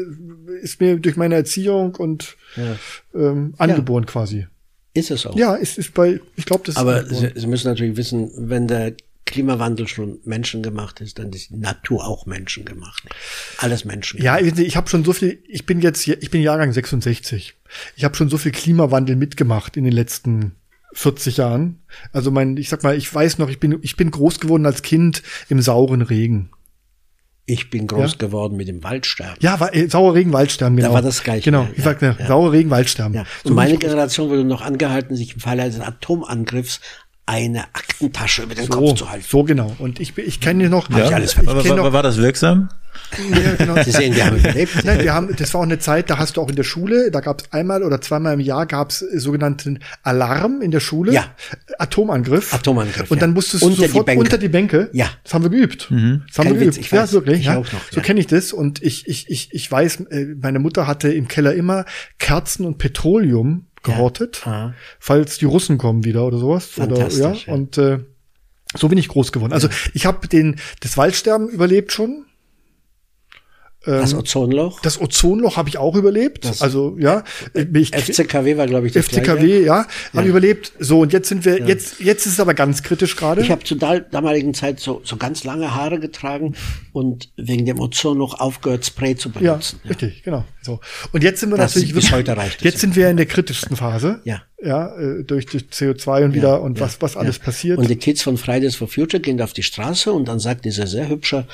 ist mir durch meine Erziehung und
Ja.
ähm, angeboren quasi.
Ist es auch.
Ja, es ist bei, ich glaube, das
Aber
ist
Sie,
angeboren.
Sie müssen natürlich wissen, wenn der Klimawandel schon menschengemacht ist, dann ist die Natur auch menschengemacht. Alles Menschen.
Ja, ich, ich habe schon so viel, ich bin jetzt, ich bin Jahrgang 66. Ich habe schon so viel Klimawandel mitgemacht in den letzten 40 Jahren. Also mein, ich sag mal, ich weiß noch, ich bin, ich bin groß geworden als Kind im sauren Regen.
Ich bin groß
Ja.
geworden mit dem Waldsterben.
Ja, war, äh, sauer Regen, Waldsterben, genau.
war das Gleiche,
Genau,
ja,
ich sag, ne,
ja.
sauer Regen, Waldsterben.
Ja.
So
Und
bin
meine
ich-
Generation wurde noch angehalten, sich im Falle eines Atomangriffs eine Aktentasche über den Kopf zu
so,
halten.
so genau. Und ich, bin- ich kenne noch,
Ja.
ich,
alles
ich
aber,
kenne
war,
noch,
war das wirksam?
genau,
Sie sehen, wir haben überlebt.
Nein, wir haben, das war auch eine Zeit, da hast du auch in der Schule, da gab es einmal oder zweimal im Jahr gab es sogenannten Alarm in der Schule.
Ja.
Atomangriff.
Atomangriff,
Und dann
ja.
musstest du
Unter die
sofort
Bänke.
unter die Bänke.
Ja.
Das haben wir geübt. Das haben
Kein
wir geübt.
Witz, ich
ja,
weiß.
wirklich.
Ich
ja.
auch noch,
So
ja.
kenne ich das. Und ich, ich, ich, ich weiß, äh, meine Mutter hatte im Keller immer Kerzen und Petroleum gehortet,
Ah.
falls die Russen kommen wieder oder sowas. Oder,
Fantastisch,
ja.
ja.
Und äh, so bin ich groß geworden. Also ich habe den das Waldsterben überlebt schon.
das Ozonloch.
Das Ozonloch habe ich auch überlebt.
Das-
also ja, ich
FCKW war, glaube ich, das gleiche.
FCKW, ja, habe überlebt. So und jetzt sind wir jetzt jetzt ist es aber ganz kritisch gerade.
Ich habe zu da- damaligen Zeit so, so ganz lange Haare getragen und wegen dem Ozonloch aufgehört, Spray zu
ja,
benutzen.
richtig, genau. So. Und jetzt sind wir
Das
natürlich
bis heute reicht es
Jetzt
ja.
sind wir in der kritischsten Phase.
Ja.
Ja, äh, durch das CO2 und wieder und was was alles passiert.
Und die Kids von Fridays for Future gehen auf die Straße und dann sagt diese sehr hübsche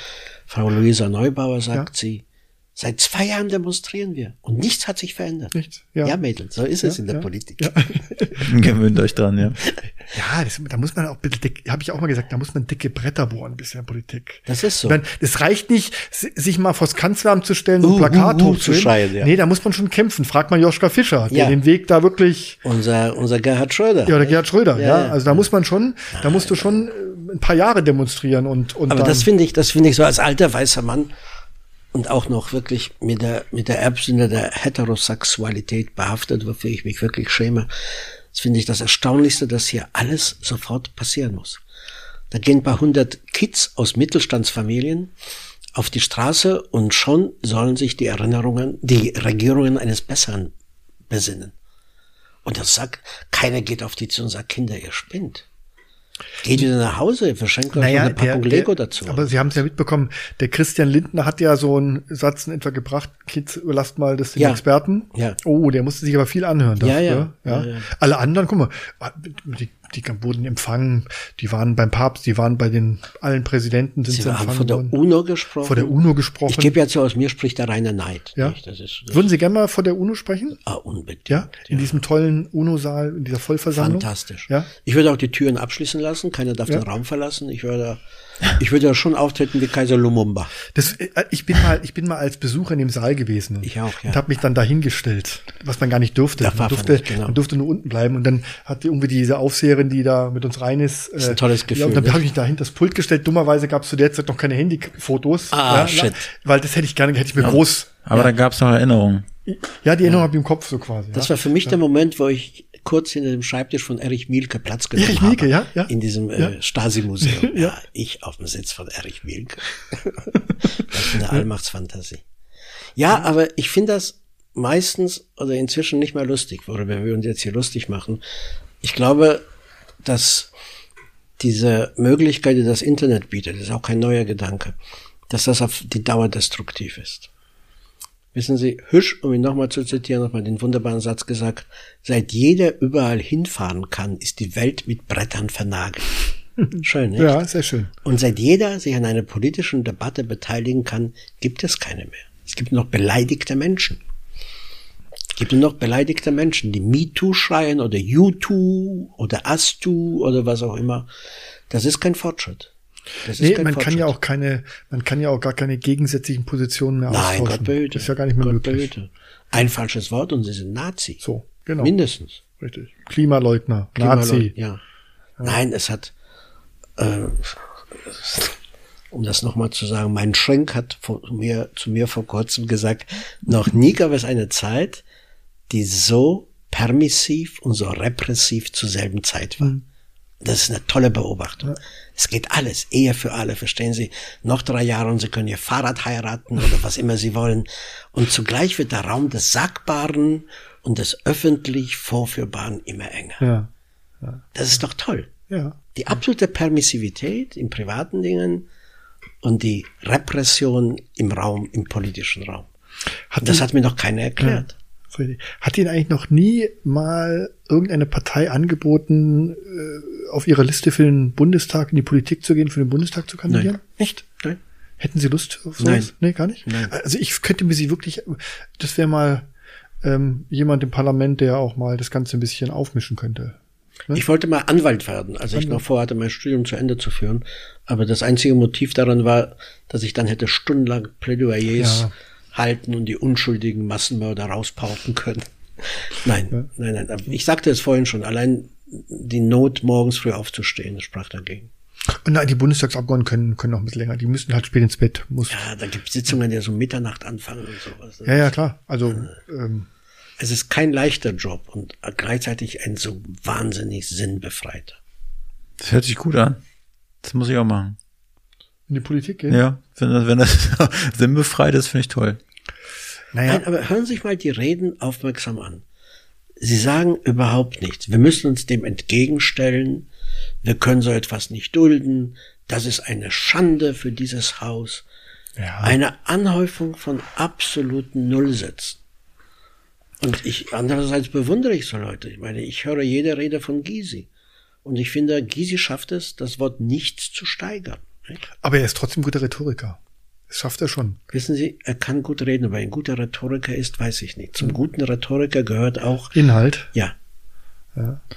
Frau Luisa Neubauer, sagt sie, seit zwei Jahren demonstrieren wir und nichts hat sich verändert.
Nichts, ja.
Ja, Mädels, so ist es in der Politik.
Gewöhnt euch dran, ja.
Ja, das, da muss man auch ein bisschen dick, habe ich auch mal gesagt, da muss man dicke Bretter bohren, bisschen Politik.
Das ist so.
Man, das reicht nicht, si- sich mal vors Kanzleramt zu stellen
Uh,
und ein Plakat
uh, uh,
hochzuheben.
zu schreien, ja.
Nee, da muss man schon kämpfen. Frag mal Joschka Fischer, der
Ja.
den Weg da wirklich,
Unser, unser Gerhard Schröder.
ja, oder Gerhard Schröder, ja.
ja.
Also da muss man schon, da musst du schon äh, ein paar Jahre demonstrieren und, und
Aber
dann,
das finde ich, das finde ich so als alter weißer Mann und auch noch wirklich mit der, mit der Erbsünde der Heterosexualität behaftet, wofür ich mich wirklich schäme. Das finde ich das Erstaunlichste, dass hier alles sofort passieren muss. Da gehen ein paar hundert Kids aus Mittelstandsfamilien auf die Straße und schon sollen sich die Erinnerungen, die Regierungen eines Besseren besinnen. Und das sagt, keiner geht auf die zu und sagt, Kinder, ihr spinnt. Geht wieder nach Hause, ihr verschenkt euch noch eine
der-
Packung
der-
Lego dazu.
Aber Sie haben es ja mitbekommen, der Christian Lindner hat ja so einen Satz in etwa gebracht, Kids, überlasst mal das den
Ja.
Experten.
Ja.
Oh, der musste sich aber viel anhören
Ja,
dafür.
ja.
Ja.
Ja, ja.
Alle anderen, guck mal, ah, die, die wurden empfangen, die waren beim Papst, die waren bei den allen Präsidenten, sind
Sie haben
empfangen
von der
worden.
UNO gesprochen.
Vor der UNO gesprochen.
Ich gebe ja zu, aus mir spricht der reine Neid.
Ja.
nicht? Das ist das
Würden Sie gerne mal vor der UNO sprechen?
ah, unbedingt.
Ja, in diesem tollen UNO-Saal, in dieser Vollversammlung.
Fantastisch.
Ja,
Ich würde auch die Türen abschließen lassen. Keiner darf den Raum verlassen. Ich würde, ich würde schon auftreten wie Kaiser Lumumba.
Das, äh, ich, bin mal, ich bin mal als Besucher in dem Saal gewesen und,
Ich auch, ja.
und habe mich dann dahingestellt, was man gar nicht durfte.
Darf
man,
man
durfte
nicht, genau.
man durfte nur unten bleiben und dann hat die- irgendwie diese Aufseherin, die da mit uns rein ist, ist
ein tolles
Ja, und
Gefühl,
dann
ne?
habe ich mich dahinter das Pult gestellt. Dummerweise gab es zu der Zeit noch keine Handyfotos.
Ah,
ja,
shit.
Weil das hätte ich gerne, hätte ich mir groß.
Aber da gab es noch Erinnerungen.
Ja, die Erinnerung hab ich im Kopf so quasi.
Das
ja.
war für mich der Moment, wo ich kurz hinter dem Schreibtisch von Erich Mielke Platz genommen
Erich
habe.
Mielke, ja, ja.
In diesem
Ja.
äh, Stasi-Museum. ja. ich auf dem Sitz von Erich Mielke. das ist eine Allmachtsfantasie. Ja, aber ich finde das meistens oder inzwischen nicht mehr lustig, worüber wir uns jetzt hier lustig machen. Ich glaube, dass diese Möglichkeit, die das Internet bietet, ist auch kein neuer Gedanke, dass das auf die Dauer destruktiv ist. Wissen Sie, Hüsch, um ihn nochmal zu zitieren, nochmal den wunderbaren Satz gesagt, seit jeder überall hinfahren kann, ist die Welt mit Brettern vernagelt. Schön, nicht?
ja, sehr schön.
Und seit jeder sich an einer politischen Debatte beteiligen kann, gibt es keine mehr. Es gibt nur noch beleidigte Menschen. Es gibt nur noch beleidigte Menschen, die MeToo schreien oder U2 oder ASTU oder was auch immer. Das ist kein Fortschritt. Das ist
Nee,
kein
man kann ja
Fortschritt.
auch keine, man kann ja auch gar keine gegensätzlichen Positionen mehr
Nein,
austauschen.
Gott behüte.
Das ist ja gar nicht mehr
Gott
möglich.
Behüte. Ein falsches Wort und sie sind Nazi.
So, genau.
Mindestens.
Richtig. Klimaleugner, Nazi.
Klimaleug- Ja. Nein, es hat, äh, um das nochmal zu sagen, mein Schränk hat vor, mir, zu mir vor kurzem gesagt, noch nie gab es eine Zeit, die so permissiv und so repressiv zur selben Zeit war. Das ist eine tolle Beobachtung. Es geht alles, Ehe für alle, verstehen Sie? Noch drei Jahre und Sie können Ihr Fahrrad heiraten oder was immer Sie wollen. Und zugleich wird der Raum des Sagbaren und des öffentlich Vorführbaren immer enger.
Ja.
Das ist doch toll.
Ja.
Die absolute Permissivität in privaten Dingen und die Repression im Raum, im politischen Raum.
Hat
Das hat mir noch keiner erklärt.
Hm. So eine Idee. Hat Ihnen eigentlich noch nie mal irgendeine Partei angeboten, äh, auf ihrer Liste für den Bundestag in die Politik zu gehen, für den Bundestag zu kandidieren?
Nein.
Nicht?
Nein.
Hätten Sie Lust auf sowas?
Nein.
Nee, gar nicht?
Nein.
Also ich könnte mir sie wirklich, das wäre mal ähm, jemand im Parlament, der auch mal das Ganze ein bisschen aufmischen könnte.
Ich wollte mal Anwalt werden, als ich noch vorhatte, mein Studium zu Ende zu führen. Aber das einzige Motiv daran war, dass ich dann hätte stundenlang Plädoyers
Ja.
halten und die unschuldigen Massenmörder rauspauken können. Nein, nein, nein. Aber Ich sagte es vorhin schon, allein die Not, morgens früh aufzustehen, das sprach dagegen.
Und nein, die Bundestagsabgeordneten können, können noch ein bisschen länger. Die müssen halt spät ins Bett. Muss. Ja,
Ja, da gibt es Sitzungen, die so Mitternacht anfangen und sowas.
ja, klar. Also, ähm,
Es ist kein leichter Job und gleichzeitig ein so wahnsinnig sinnbefreiter.
Das hört sich gut an. Das muss ich auch machen.
in die Politik gehen.
Ja, wenn das, wenn das sinnbefreit ist, finde ich toll.
Naja,
Nein, aber hören Sie sich mal die Reden aufmerksam an. Sie sagen überhaupt nichts. Wir müssen uns dem entgegenstellen. Wir können so etwas nicht dulden. Das ist eine Schande für dieses Haus. Eine Anhäufung von absoluten Nullsätzen. Und ich, andererseits bewundere ich so Leute. Ich meine, ich höre jede Rede von Gysi. Und ich finde, Gysi schafft es, das Wort nichts zu steigern. Nicht?
aber er ist trotzdem guter Rhetoriker. Das schafft er schon.
Wissen Sie, er kann gut reden, aber ein guter Rhetoriker ist, weiß ich nicht. Zum guten Rhetoriker gehört auch,
Inhalt.
ja.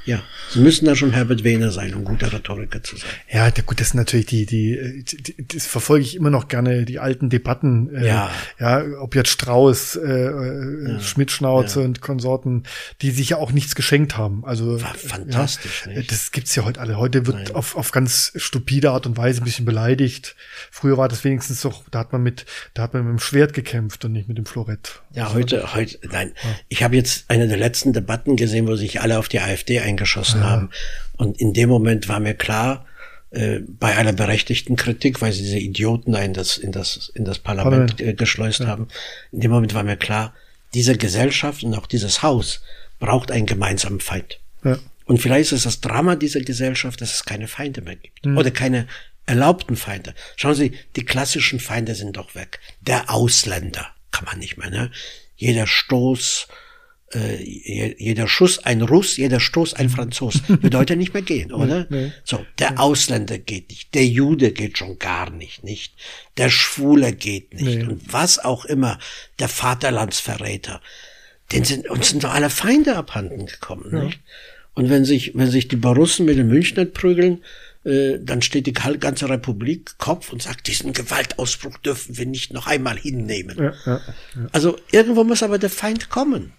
Ja. Sie müssen da schon Herbert Wehner sein, um guter Rhetoriker zu sein.
Ja, da- gut, das sind natürlich die, die, äh, die, das verfolge ich immer noch gerne, die alten Debatten. Äh,
Ja.
ja. Ob jetzt Strauß, äh, äh, Schmidt-Schnauze und Konsorten, die sich ja auch nichts geschenkt haben. Also,
War
äh,
fantastisch,
Ja,
nicht?
Das gibt's ja heute alle. Heute wird auf, auf ganz stupide Art und Weise ein bisschen beleidigt. Früher war das wenigstens doch, da hat man mit, da hat man mit dem Schwert gekämpft und nicht mit dem Florett.
Ja, heute, heute, nein. Ich habe jetzt eine der letzten Debatten gesehen, wo sich alle auf die AfD eingeschossen haben. Und in dem Moment war mir klar, äh, bei aller berechtigten Kritik, weil sie diese Idioten da in das, in das, in das Parlament
Parlament.
äh, geschleust haben, in dem Moment war mir klar, diese Gesellschaft und auch dieses Haus braucht einen gemeinsamen Feind.
Ja.
Und vielleicht ist das Drama dieser Gesellschaft, dass es keine Feinde mehr gibt. Oder keine erlaubten Feinde. Schauen Sie, die klassischen Feinde sind doch weg. Der Ausländer kann man nicht mehr, ne? Jeder Stoß, äh, je- jeder Schuss ein Russ, jeder Stoß ein Franzos. Bedeutet nicht mehr gehen, oder? So, der Ausländer geht nicht, der Jude geht schon gar nicht, nicht? Der Schwule geht nicht. Und was auch immer, der Vaterlandsverräter. Den sind, uns sind doch alle Feinde abhanden gekommen, nicht? Und wenn sich, wenn sich die Borussen mit den Münchnern prügeln, äh, dann steht die kal- ganze Republik Kopf und sagt, diesen Gewaltausbruch dürfen wir nicht noch einmal hinnehmen. Also irgendwo muss aber der Feind kommen.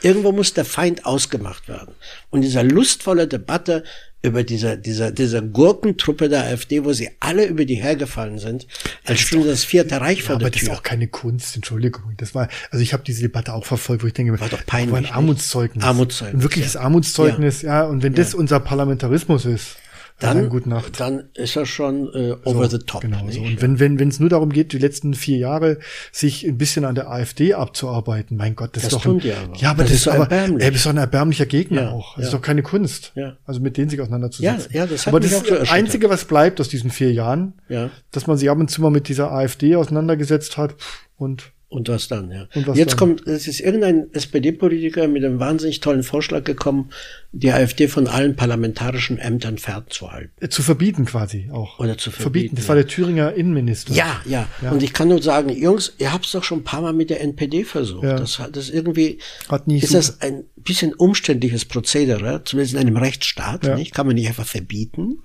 Irgendwo muss der Feind ausgemacht werden. Und dieser lustvolle Debatte über dieser, dieser, dieser Gurkentruppe der AfD, wo sie alle über die hergefallen sind, als stünde das Vierte Reich vor
Aber
der
das ist
Tür.
auch keine Kunst, Entschuldigung. Das war, also ich habe diese Debatte auch verfolgt, wo ich denke,
War doch peinlich,
war ein
nicht?
Armutszeugnis.
Armutszeugnis,
Ein wirkliches
ja.
Armutszeugnis, ja. Und wenn das unser Parlamentarismus ist,
Dann,
gute Nacht.
dann ist er schon äh, over the top.
Genau so.
nicht?
Und wenn wenn wenn es nur darum geht, die letzten vier Jahre sich ein bisschen an der AfD abzuarbeiten, mein Gott, das,
Das
ist doch ein,
tun die aber.
ja, aber
Das
das,
ist
ist
so
aber
erbärmlich.
er ist doch ein erbärmlicher Gegner
Ja,
auch. Das ist
ja.
doch keine Kunst.
Ja.
Also mit denen sich auseinanderzusetzen.
Ja, ja, das hat
aber
mich
das
auch
ist
so
das
erschüttert.
Einzige, was bleibt aus diesen vier Jahren,
Ja.
dass man sich ab und zu mal mit dieser AfD auseinandergesetzt hat Pff, und
Und was dann, ja.
Und was
Jetzt
dann?
kommt, es ist irgendein SPD-Politiker mit einem wahnsinnig tollen Vorschlag gekommen, die AfD von allen parlamentarischen Ämtern fernzuhalten.
äh, zu verbieten quasi auch.
Oder zu verbieten,
Das
ja.
war der Thüringer Innenminister.
Ja, ja, Und ich kann nur sagen, Jungs, ihr habt's doch schon ein paar Mal mit der NPD versucht.
Ja.
Das, hat- das irgendwie
Hat nie
ist
so-
das ein bisschen umständliches Prozedere, zumindest in einem Rechtsstaat.
Ja.
Nicht? Kann man nicht einfach verbieten.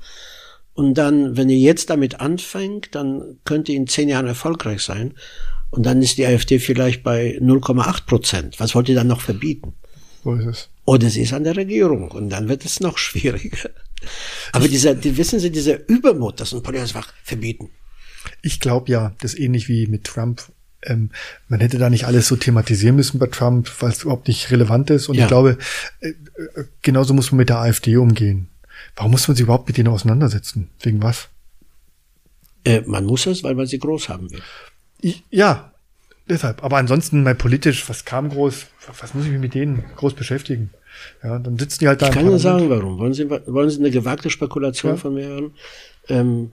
Und dann, wenn ihr jetzt damit anfängt, dann könnt ihr in zehn Jahren erfolgreich sein. Und dann ist die AfD vielleicht bei 0,8 Prozent. Was wollt ihr dann noch verbieten?
So ist es.
Oder sie ist an der Regierung und dann wird es noch schwieriger. Aber dieser, die, wissen Sie, dieser Übermut, dass ein Politiker sagt, verbieten.
Ich glaube ja, das ist ähnlich wie mit Trump. Ähm, man hätte da nicht alles so thematisieren müssen bei Trump, weil es überhaupt nicht relevant ist. Und
Ja.
ich glaube, äh, äh, genauso muss man mit der AfD umgehen. Warum muss man sich überhaupt mit denen auseinandersetzen? Wegen was?
Äh, man muss es, weil man sie groß haben will.
Ich, ja, deshalb. Aber ansonsten mal politisch, was kam groß? Was muss ich mich mit denen groß beschäftigen? Ja, dann sitzen die halt da
Ich
im
kann Ihnen
Parlament.
sagen, warum. Wollen Sie, wollen Sie eine gewagte Spekulation
Ja.
von mir hören? Ähm,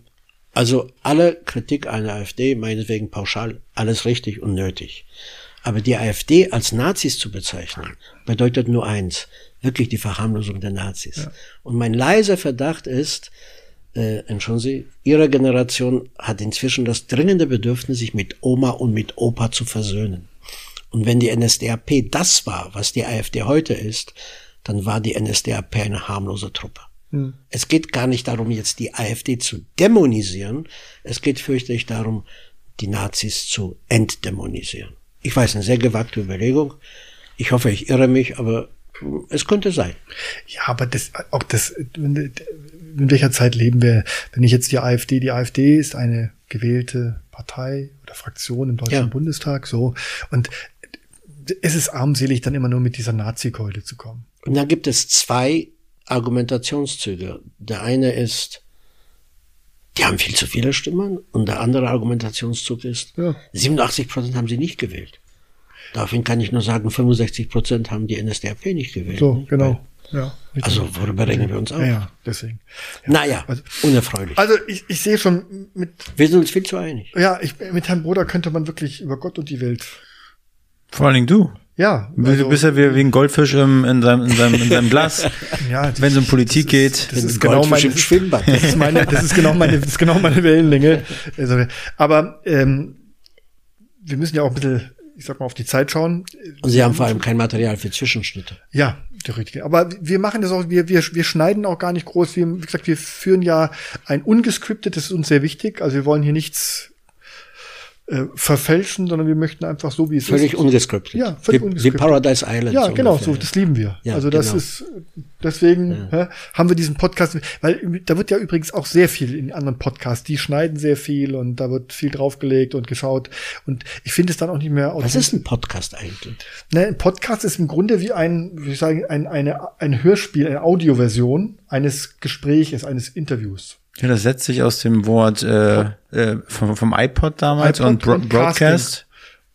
also alle Kritik an der AfD, meinetwegen pauschal, alles richtig und nötig. Aber die AfD als Nazis zu bezeichnen, bedeutet nur eins, wirklich die Verharmlosung der Nazis. Und mein leiser Verdacht ist, äh, entschuldigen Sie, Ihre Generation hat inzwischen das dringende Bedürfnis, sich mit Oma und mit Opa zu versöhnen. Und wenn die NSDAP das war, was die AfD heute ist, dann war die NSDAP eine harmlose Truppe. Es geht gar nicht darum, jetzt die AfD zu dämonisieren. Es geht fürchterlich darum, die Nazis zu entdämonisieren. Ich weiß, eine sehr gewagte Überlegung. Ich hoffe, ich irre mich, aber hm, es könnte sein.
Ja, aber das, auch das, in welcher Zeit leben wir? Wenn ich jetzt die AfD, die AfD ist eine gewählte Partei oder Fraktion im Deutschen
Ja.
Bundestag, so. Und es ist armselig, dann immer nur mit dieser Nazi-Keule zu kommen.
Und dann gibt es zwei Argumentationszüge. Der eine ist, Die haben viel zu viele Stimmen und der andere Argumentationszug ist,
Ja.
87 Prozent haben sie nicht gewählt. Daraufhin kann ich nur sagen, 65 Prozent haben die NSDAP nicht gewählt.
So,
ne?
genau. Ja,
Also worüber regen wir uns auf?
ja, ja, deswegen.
Naja, unerfreulich.
Also ich, ich sehe schon, mit,
wir sind uns viel zu einig.
ja, ich, mit Herrn Broder könnte man wirklich über Gott und die Welt.
Vor allen Dingen du.
Ja, also
Du bist ja wieder wie ein Goldfisch im, in, seinem, in, seinem, in seinem Glas.
ja,
Wenn es um Politik geht.
das
Wenn
ist
ein
genau
Goldfisch
mein,
im Schwimmbad.
Das ist meine, das ist genau meine, das ist genau meine Wellenlänge. Also, aber ähm, wir müssen ja auch ein bisschen, ich sag mal, auf die Zeit schauen.
Und sie haben vor allem kein Material für Zwischenschnitte.
Ja, der richtige. Aber wir machen das auch, wir, wir, wir schneiden auch gar nicht groß. Wir, wie gesagt, wir führen ja ein ungescriptetes, das ist uns sehr wichtig. Also wir wollen hier nichts äh, verfälschen, sondern wir möchten einfach so, wie es
Völlig
ist.
ungescriptet.
Ja, völlig
wie, wie
ungescriptet.
Paradise Island.
Ja, genau, so, das lieben wir.
Ja,
also das
genau.
ist, deswegen hä, haben wir diesen Podcast, weil da wird ja übrigens auch sehr viel in anderen Podcasts, die schneiden sehr viel und da wird viel draufgelegt und geschaut und ich finde es dann auch nicht mehr
Was ist ein Podcast eigentlich?
Ne, ein Podcast ist im Grunde wie ein, wie ich sagen, ein, eine, ein Hörspiel, eine Audioversion eines Gespräches, eines Interviews.
Ja, das setzt sich aus dem Wort äh, äh, vom, vom iPod damals
iPod
und, Bro
und
Broadcast.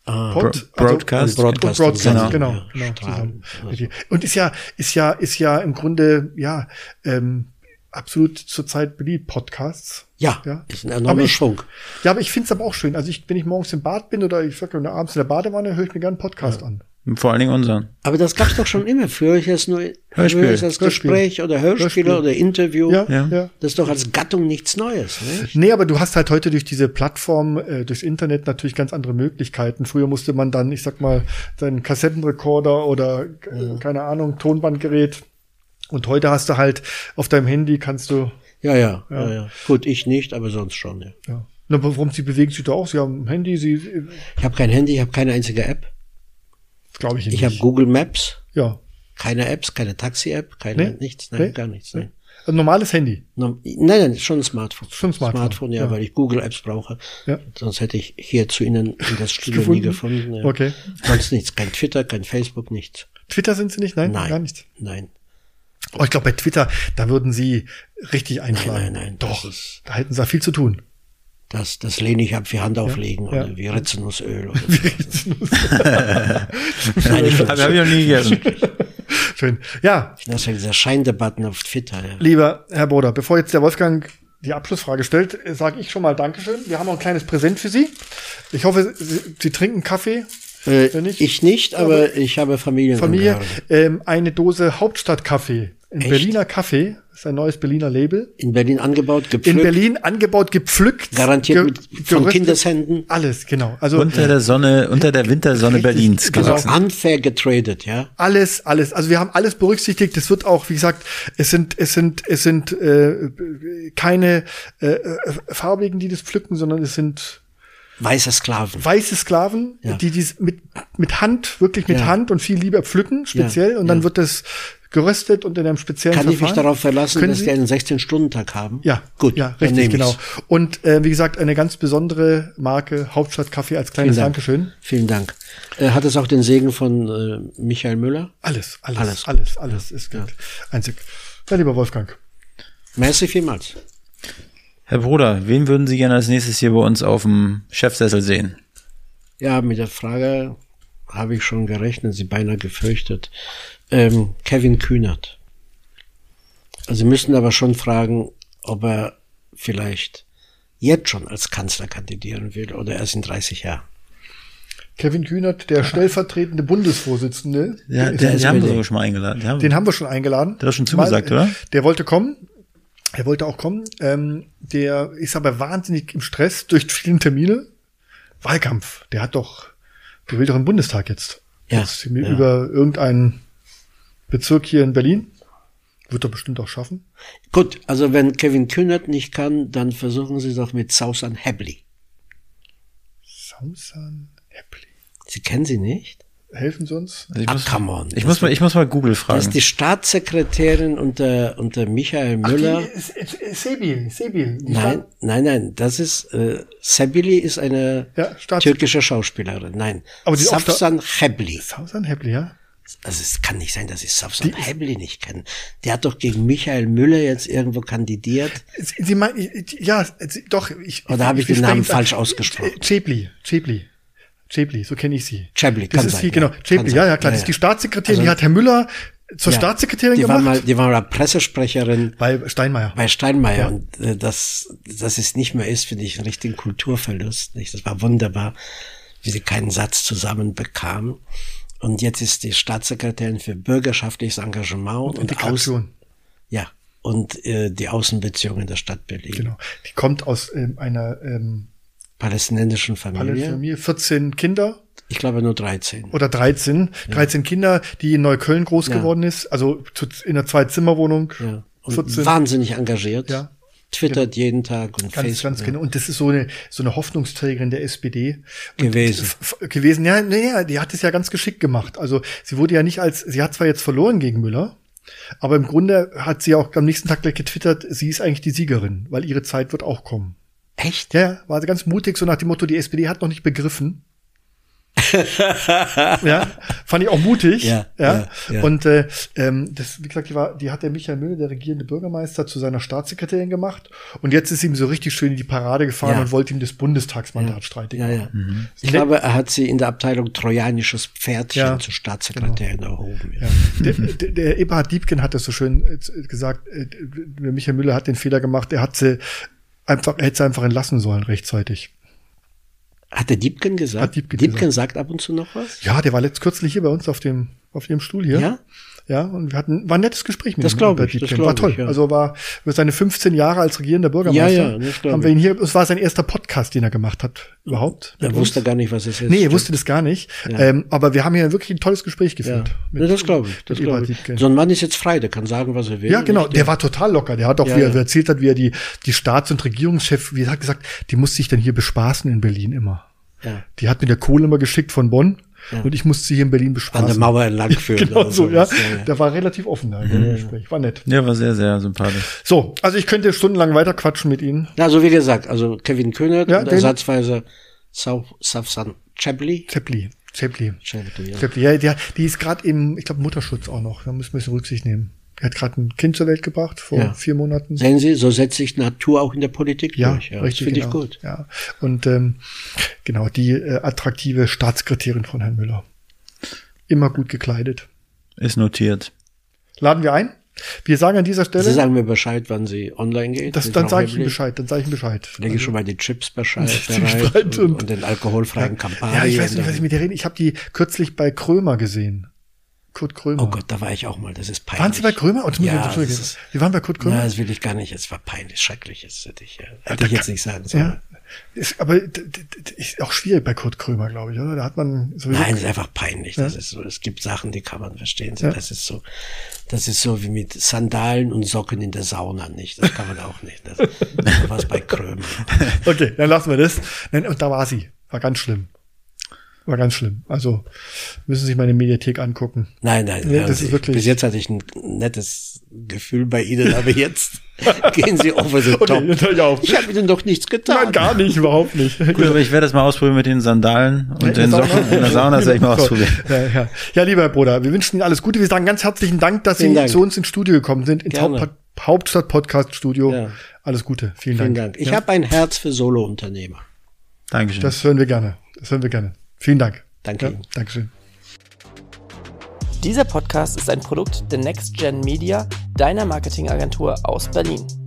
Pod, also
Bro- Broadcast.
und Broadcast, genau.
Und Ah, Broadcast,
genau,
ja,
genau,
Strahlen.
zusammen. Richtig. Und ist ja, ist ja, ist ja im Grunde, ja, ähm, absolut zurzeit beliebt, Podcasts.
Ja,
Ja.
ist ein
Aber
enormer
ich-
Schwung.
Ja, aber ich finde es aber auch schön. Also ich, wenn ich morgens im Bad bin oder ich sag, mal, abends in der Badewanne, höre ich mir gerne einen Podcast an.
Vor allen Dingen unseren.
Aber das gab's doch schon immer. Früher ist es nur
Hörspiel.
früher ist das
Hörspiel.
Gespräch oder Hörspiel,
Hörspiel.
oder Interview.
Ja, ja.
Ja.
Das ist doch als Gattung nichts Neues. Ne?
Nee, aber du hast halt heute durch diese Plattform, äh, durchs Internet natürlich ganz andere Möglichkeiten. Früher musste man dann, ich sag mal, seinen Kassettenrekorder oder äh, keine Ahnung, Tonbandgerät. Und heute hast du halt auf deinem Handy kannst du,
Ja, ja, ja, ja, Gut, ich nicht, aber sonst schon. Ja.
ja. Na, aber warum sie bewegen sich da auch? Sie haben ein Handy, sie, äh,
Ich habe kein Handy, ich habe keine einzige App.
glaube ich nicht.
Ich habe Google Maps,
ja.
keine Apps, keine Taxi-App, keine
Nee.
nichts, nein,
Nee.
gar nichts. Nein.
Ein normales Handy.
No- Nein, nein, schon ein Smartphone.
Schon ein Smartphone,
ja,
ja.
weil ich Google Apps brauche.
Ja.
Sonst hätte ich hier zu Ihnen in das Studio nie gefunden. Ja.
Okay.
Sonst nichts, kein Twitter, kein Facebook, nichts.
Twitter sind sie nicht? Nein,
Nein,
gar nicht.
nein.
Oh, ich glaube, bei Twitter, da würden sie richtig einschlagen.
nein, nein,
Doch,
das ist-
da hätten sie ja viel zu tun.
Das, das lehne ich ab wie Hand auflegen
ja.
oder wie Rizinusöl. Oder nein, ich
Hab, hab ich noch nie gegessen.
Schön. Ja,
das sind diese Scheindebatten auf Twitter. Ja.
Lieber Herr Boder, bevor jetzt der Wolfgang die Abschlussfrage stellt, sage ich schon mal Dankeschön. Wir haben noch ein kleines Präsent für Sie. Ich hoffe, Sie, Sie trinken Kaffee.
Äh,
Wenn nicht-
ich nicht, aber ich habe Familien.
Familie, ähm, eine Dose Hauptstadtkaffee. Ein
Echt?
Berliner Kaffee. Das ist ein neues Berliner Label.
In Berlin angebaut,
In
gepflückt,
Berlin angebaut, gepflückt.
Garantiert mit- von
geröstet.
Kindeshänden.
Alles, genau. Also
Unter der Sonne, unter der Wintersonne Berlins
also
gewachsen.
unfair getradet, ja.
alles, alles. Also wir haben alles berücksichtigt. Es wird auch, wie gesagt, es sind, es sind, es sind äh, keine äh, äh, Farbigen, die das pflücken, sondern es sind
Weiße Sklaven.
weiße Sklaven,
Ja.
die dies mit, mit Hand, wirklich mit
Ja.
Hand und viel lieber pflücken, speziell,
Ja,
und dann
ja.
wird das geröstet und in einem speziellen
Kann ich
Verfahren.
mich darauf verlassen,
Können
dass
Sie-
wir einen 16-Stunden-Tag haben?
ja,
Gut,
ja,
dann
richtig,
nehme
genau.
ich's.
Und äh, wie gesagt, eine ganz besondere Marke Hauptstadtkaffee als kleines
Vielen Dank.
Dankeschön.
Vielen Dank. Äh, hat es auch den Segen von äh, Michael Müller?
Alles, alles,
Alles.
alles, alles, ist gut. einzig. Ja, lieber Wolfgang.
Merci vielmals.
Herr Bruder, wen würden Sie gerne als nächstes hier bei uns auf dem Chefsessel sehen?
Ja, mit der Frage habe ich schon gerechnet, sie beinahe gefürchtet. Ähm, Kevin Kühnert. Also Sie müssen aber schon fragen, ob er vielleicht jetzt schon als Kanzler kandidieren will oder erst in 30 Jahren.
Kevin Kühnert, der stellvertretende Bundesvorsitzende,
Ja,
ist
den,
ist
den haben wir
mir
sogar schon mal eingeladen. Den haben
Den haben wir schon eingeladen.
Der hat schon zugesagt,
Mal, äh,
oder?
Der wollte kommen. Er wollte auch kommen. Ähm, der ist aber wahnsinnig im Stress durch viele Termine. Wahlkampf. Der hat doch, der will doch im Bundestag jetzt.
Ja,
jetzt
ja.
Über irgendeinen Bezirk hier in Berlin. Wird er bestimmt auch schaffen.
Gut, also wenn Kevin Kühnert nicht kann, dann versuchen Sie es doch mit Sausan Hebley.
Samson Hepley.
Sie kennen sie nicht?
Helfen Sie uns?
also ich
Ah,
muss,
come on.
Ich muss, mal, ich muss mal Google
Das
fragen.
ist die Staatssekretärin unter, unter Michael Müller.
Sebil, Sebil.
Nein, nein, nein, das ist, äh, Sebili ist eine
Ja, Staats-
türkische Schauspielerin. Nein,
Aber die ist auch
Safsan Hebli.
Samson Hepley, ja?
Also es kann nicht sein, dass ich Safsan Heibli nicht kenne. Der hat doch gegen Michael Müller jetzt irgendwo kandidiert.
Sie, sie meinen, ja, sie, doch. Ich,
Oder habe ich den
spreche
Namen
jetzt-
falsch ausgesprochen?
Chebli, Chebli. Chebli, so kenne ich sie.
Chebli,
das
kann
ist
sein,
sie,
ja.
genau.
Kann
Chebli,
sein.
ja, ja, klar.
Ja,
Das ist die
ja.
Staatssekretärin,
Also-
die hat Herr Müller zur
Ja.
Staatssekretärin
die
gemacht.
War mal, die war mal Pressesprecherin
bei Steinmeier.
bei Steinmeier und äh, dass, dass es nicht mehr ist, finde ich einen richtigen Kulturverlust. Nicht? Das war wunderbar, wie sie keinen Satz zusammen bekam. Und jetzt ist die Staatssekretärin für bürgerschaftliches Engagement und, Außen.
Integration.
Ja, und äh, die Außenbeziehungen der Stadt Berlin.
Genau. Die kommt aus ähm, einer ähm,
Palästinensischen Familie.
Palästinenser 14 Kinder
Ich glaube nur 13.
oder 13. 13 Kinder, die in Neukölln groß
Ja.
geworden ist. Also zu, in einer Zwei-Zimmer-Wohnung.
Ja. Und
14.
wahnsinnig engagiert.
Ja. Genau.
Twittert jeden Tag und
Ganz,
Facebook ne?
ganz genau. Und das ist so eine, so eine Hoffnungsträgerin der SPD.
gewesen.
f- f- gewesen. Ja, naja, die hat es ja ganz geschickt gemacht. Also sie wurde ja nicht als, sie hat zwar jetzt verloren gegen Müller, aber im Grunde hat sie auch am nächsten Tag gleich getwittert, sie ist eigentlich die Siegerin, weil ihre Zeit wird auch kommen.
Echt?
Ja, Ja, war sie ganz mutig, so nach dem Motto, die SPD hat noch nicht begriffen. ja, fand ich auch mutig.
Ja,
ja.
ja, ja.
Und äh, ähm, das, wie gesagt, die, war, die hat der Michael Müller, der regierende Bürgermeister, zu seiner Staatssekretärin gemacht. Und jetzt ist ihm so richtig schön in die Parade gefahren
Ja.
und wollte ihm das Bundestagsmandat streitig
Ja,
machen.
ja. Ich glaube, er hat sie in der Abteilung Trojanisches Pferdchen
Ja, Genau.
zur Staatssekretärin erhoben. Ja.
Ja. Der, der, der Eberhard Diebken hat das so schön äh, z- gesagt. äh, der Michael Müller hat den Fehler gemacht. Er hat sie einfach, er hätte sie einfach entlassen sollen rechtzeitig.
Hat der Diebken
Hat
gesagt?
Diebken
sagt ab und zu noch was?
Ja, der war letzt kürzlich hier bei uns auf dem auf dem Stuhl hier.
Ja?
Ja, und wir hatten, war ein nettes Gespräch mit
Das
ihm.
glaub
Eberhard
ich, das
Diebken.
glaub
war toll.
ich, ja.
Also war über seine 15 Jahre als regierender Bürgermeister.
Ja, ja, das glaub
haben wir ihn hier, es war sein erster Podcast, den er gemacht hat überhaupt.
Er
mit
wusste
uns.
gar nicht, was es ist.
Nee, er wusste das gar nicht.
Ja.
Ähm, aber wir haben hier wirklich ein tolles Gespräch
ja.
geführt.
Ja, das glaube ich. Das
mit Eberhard
glaub ich.
Diebken.
So ein Mann ist jetzt frei, der kann sagen, was er will.
Ja, genau.
nicht?
Der war total locker. Der hat auch,
Ja,
wie er
ja.
erzählt hat, wie er die, die Staats- und Regierungschef, wie er hat gesagt, die musste ich dann hier bespaßen in Berlin immer.
Ja.
Die hat mir der Kohle immer geschickt von Bonn und ich musste sie hier in Berlin bespaßen.
An der Mauer entlang führen.
Genau
oder
so, ja.
Also sowas. Mhm.
Der war relativ offen da in dem Gespräch. War nett.
Ja, war sehr, sehr sympathisch.
So, also ich könnte stundenlang weiter quatschen mit Ihnen.
Ja, Also wie gesagt, also Kevin Kühnert
Ja,
und
den-
ersatzweise Sau- Safsan Chebli.
Zeppli. Zeppli.
Chebli, ja.
Zeppli. Ja, der, die ist gerade im, ich glaube, Mutterschutz auch noch. Da müssen wir ein bisschen Rücksicht nehmen. Er hat gerade ein Kind zur Welt gebracht, vor
Ja.
vier Monaten.
Sehen Sie, so setzt sich Natur auch in der Politik
Ja,
durch. Ja,
richtig.
das finde
genau.
ich gut.
Ja. Und ähm, genau, die äh, attraktive Staatssekretärin von Herrn Müller. Immer gut gekleidet.
Ist notiert.
Laden wir ein. Wir sagen an dieser
Sie
Stelle,
sagen mir Bescheid, wann Sie online geht.
ne? das,
mit
dann
Frau
sage ich Ihnen
Heimlich.
Bescheid, dann sage ich Ihnen Bescheid. Also,
Lege ich schon mal die Chips bereit,
Chips
bereit
bereit
und,
und-
und, den alkoholfreien Campari.
Ja, ich weiß nicht,
und
was ich mit der rede. Ich habe die kürzlich bei Krömer gesehen. Kurt Krömer.
Oh Gott, da war ich auch mal. Das ist peinlich.
Waren Sie bei Krömer? Oh, Entschuldigung,
Ja,
Entschuldigung.
das ist-
Wir waren bei Kurt Krömer.
Na, das will ich gar nicht. Es war peinlich, schrecklich. Das hätte ich, ja, hätte
da
ich jetzt
kann-
nicht sagen sollen.
ja. Ist, aber d- d- d- ist auch schwierig bei Kurt Krömer, glaube ich, oder? Da hat man sowieso.
Nein, es ist einfach peinlich. Das ist so. Es gibt Sachen, die kann man verstehen.
Ja.
Das ist so, das ist so wie mit Sandalen und Socken in der Sauna nicht. Das kann man auch nicht. Das, so was bei Krömer.
Okay, dann lassen wir das. Nein, und da war sie. War ganz schlimm. War ganz schlimm. Also müssen Sie sich meine Mediathek angucken.
Nein, nein,
Nee,
nein.
das ist wirklich-
Bis jetzt hatte ich ein nettes Gefühl bei Ihnen, aber jetzt gehen Sie over the
Okay,
top.
jetzt hör ich auf.
Ich habe Ihnen doch nichts getan.
Oh, Nein, gar nicht, überhaupt nicht.
Gut, aber ich werde das mal ausprobieren mit den Sandalen und
In der
den
Sauna?
Socken in der Sauna. Das werde ich mal
So.
ausprobieren.
Ja, ja. ja, lieber Herr Bruder, wir wünschen Ihnen alles Gute. Wir sagen ganz herzlichen Dank, dass
Vielen
Sie
Dank.
zu uns ins Studio gekommen sind, ins
Gerne.
Hauptpa- Hauptstadt-Podcast-Studio.
Ja.
Alles Gute. Vielen Dank.
Vielen Dank. Ich habe ein Herz für Solo-Unternehmer.
Dankeschön.
Das hören wir gerne. Das hören wir gerne. Vielen Dank.
Danke Ihnen.
Dankeschön.
Dieser Podcast ist ein Produkt der Next Gen Media, deiner Marketingagentur aus Berlin.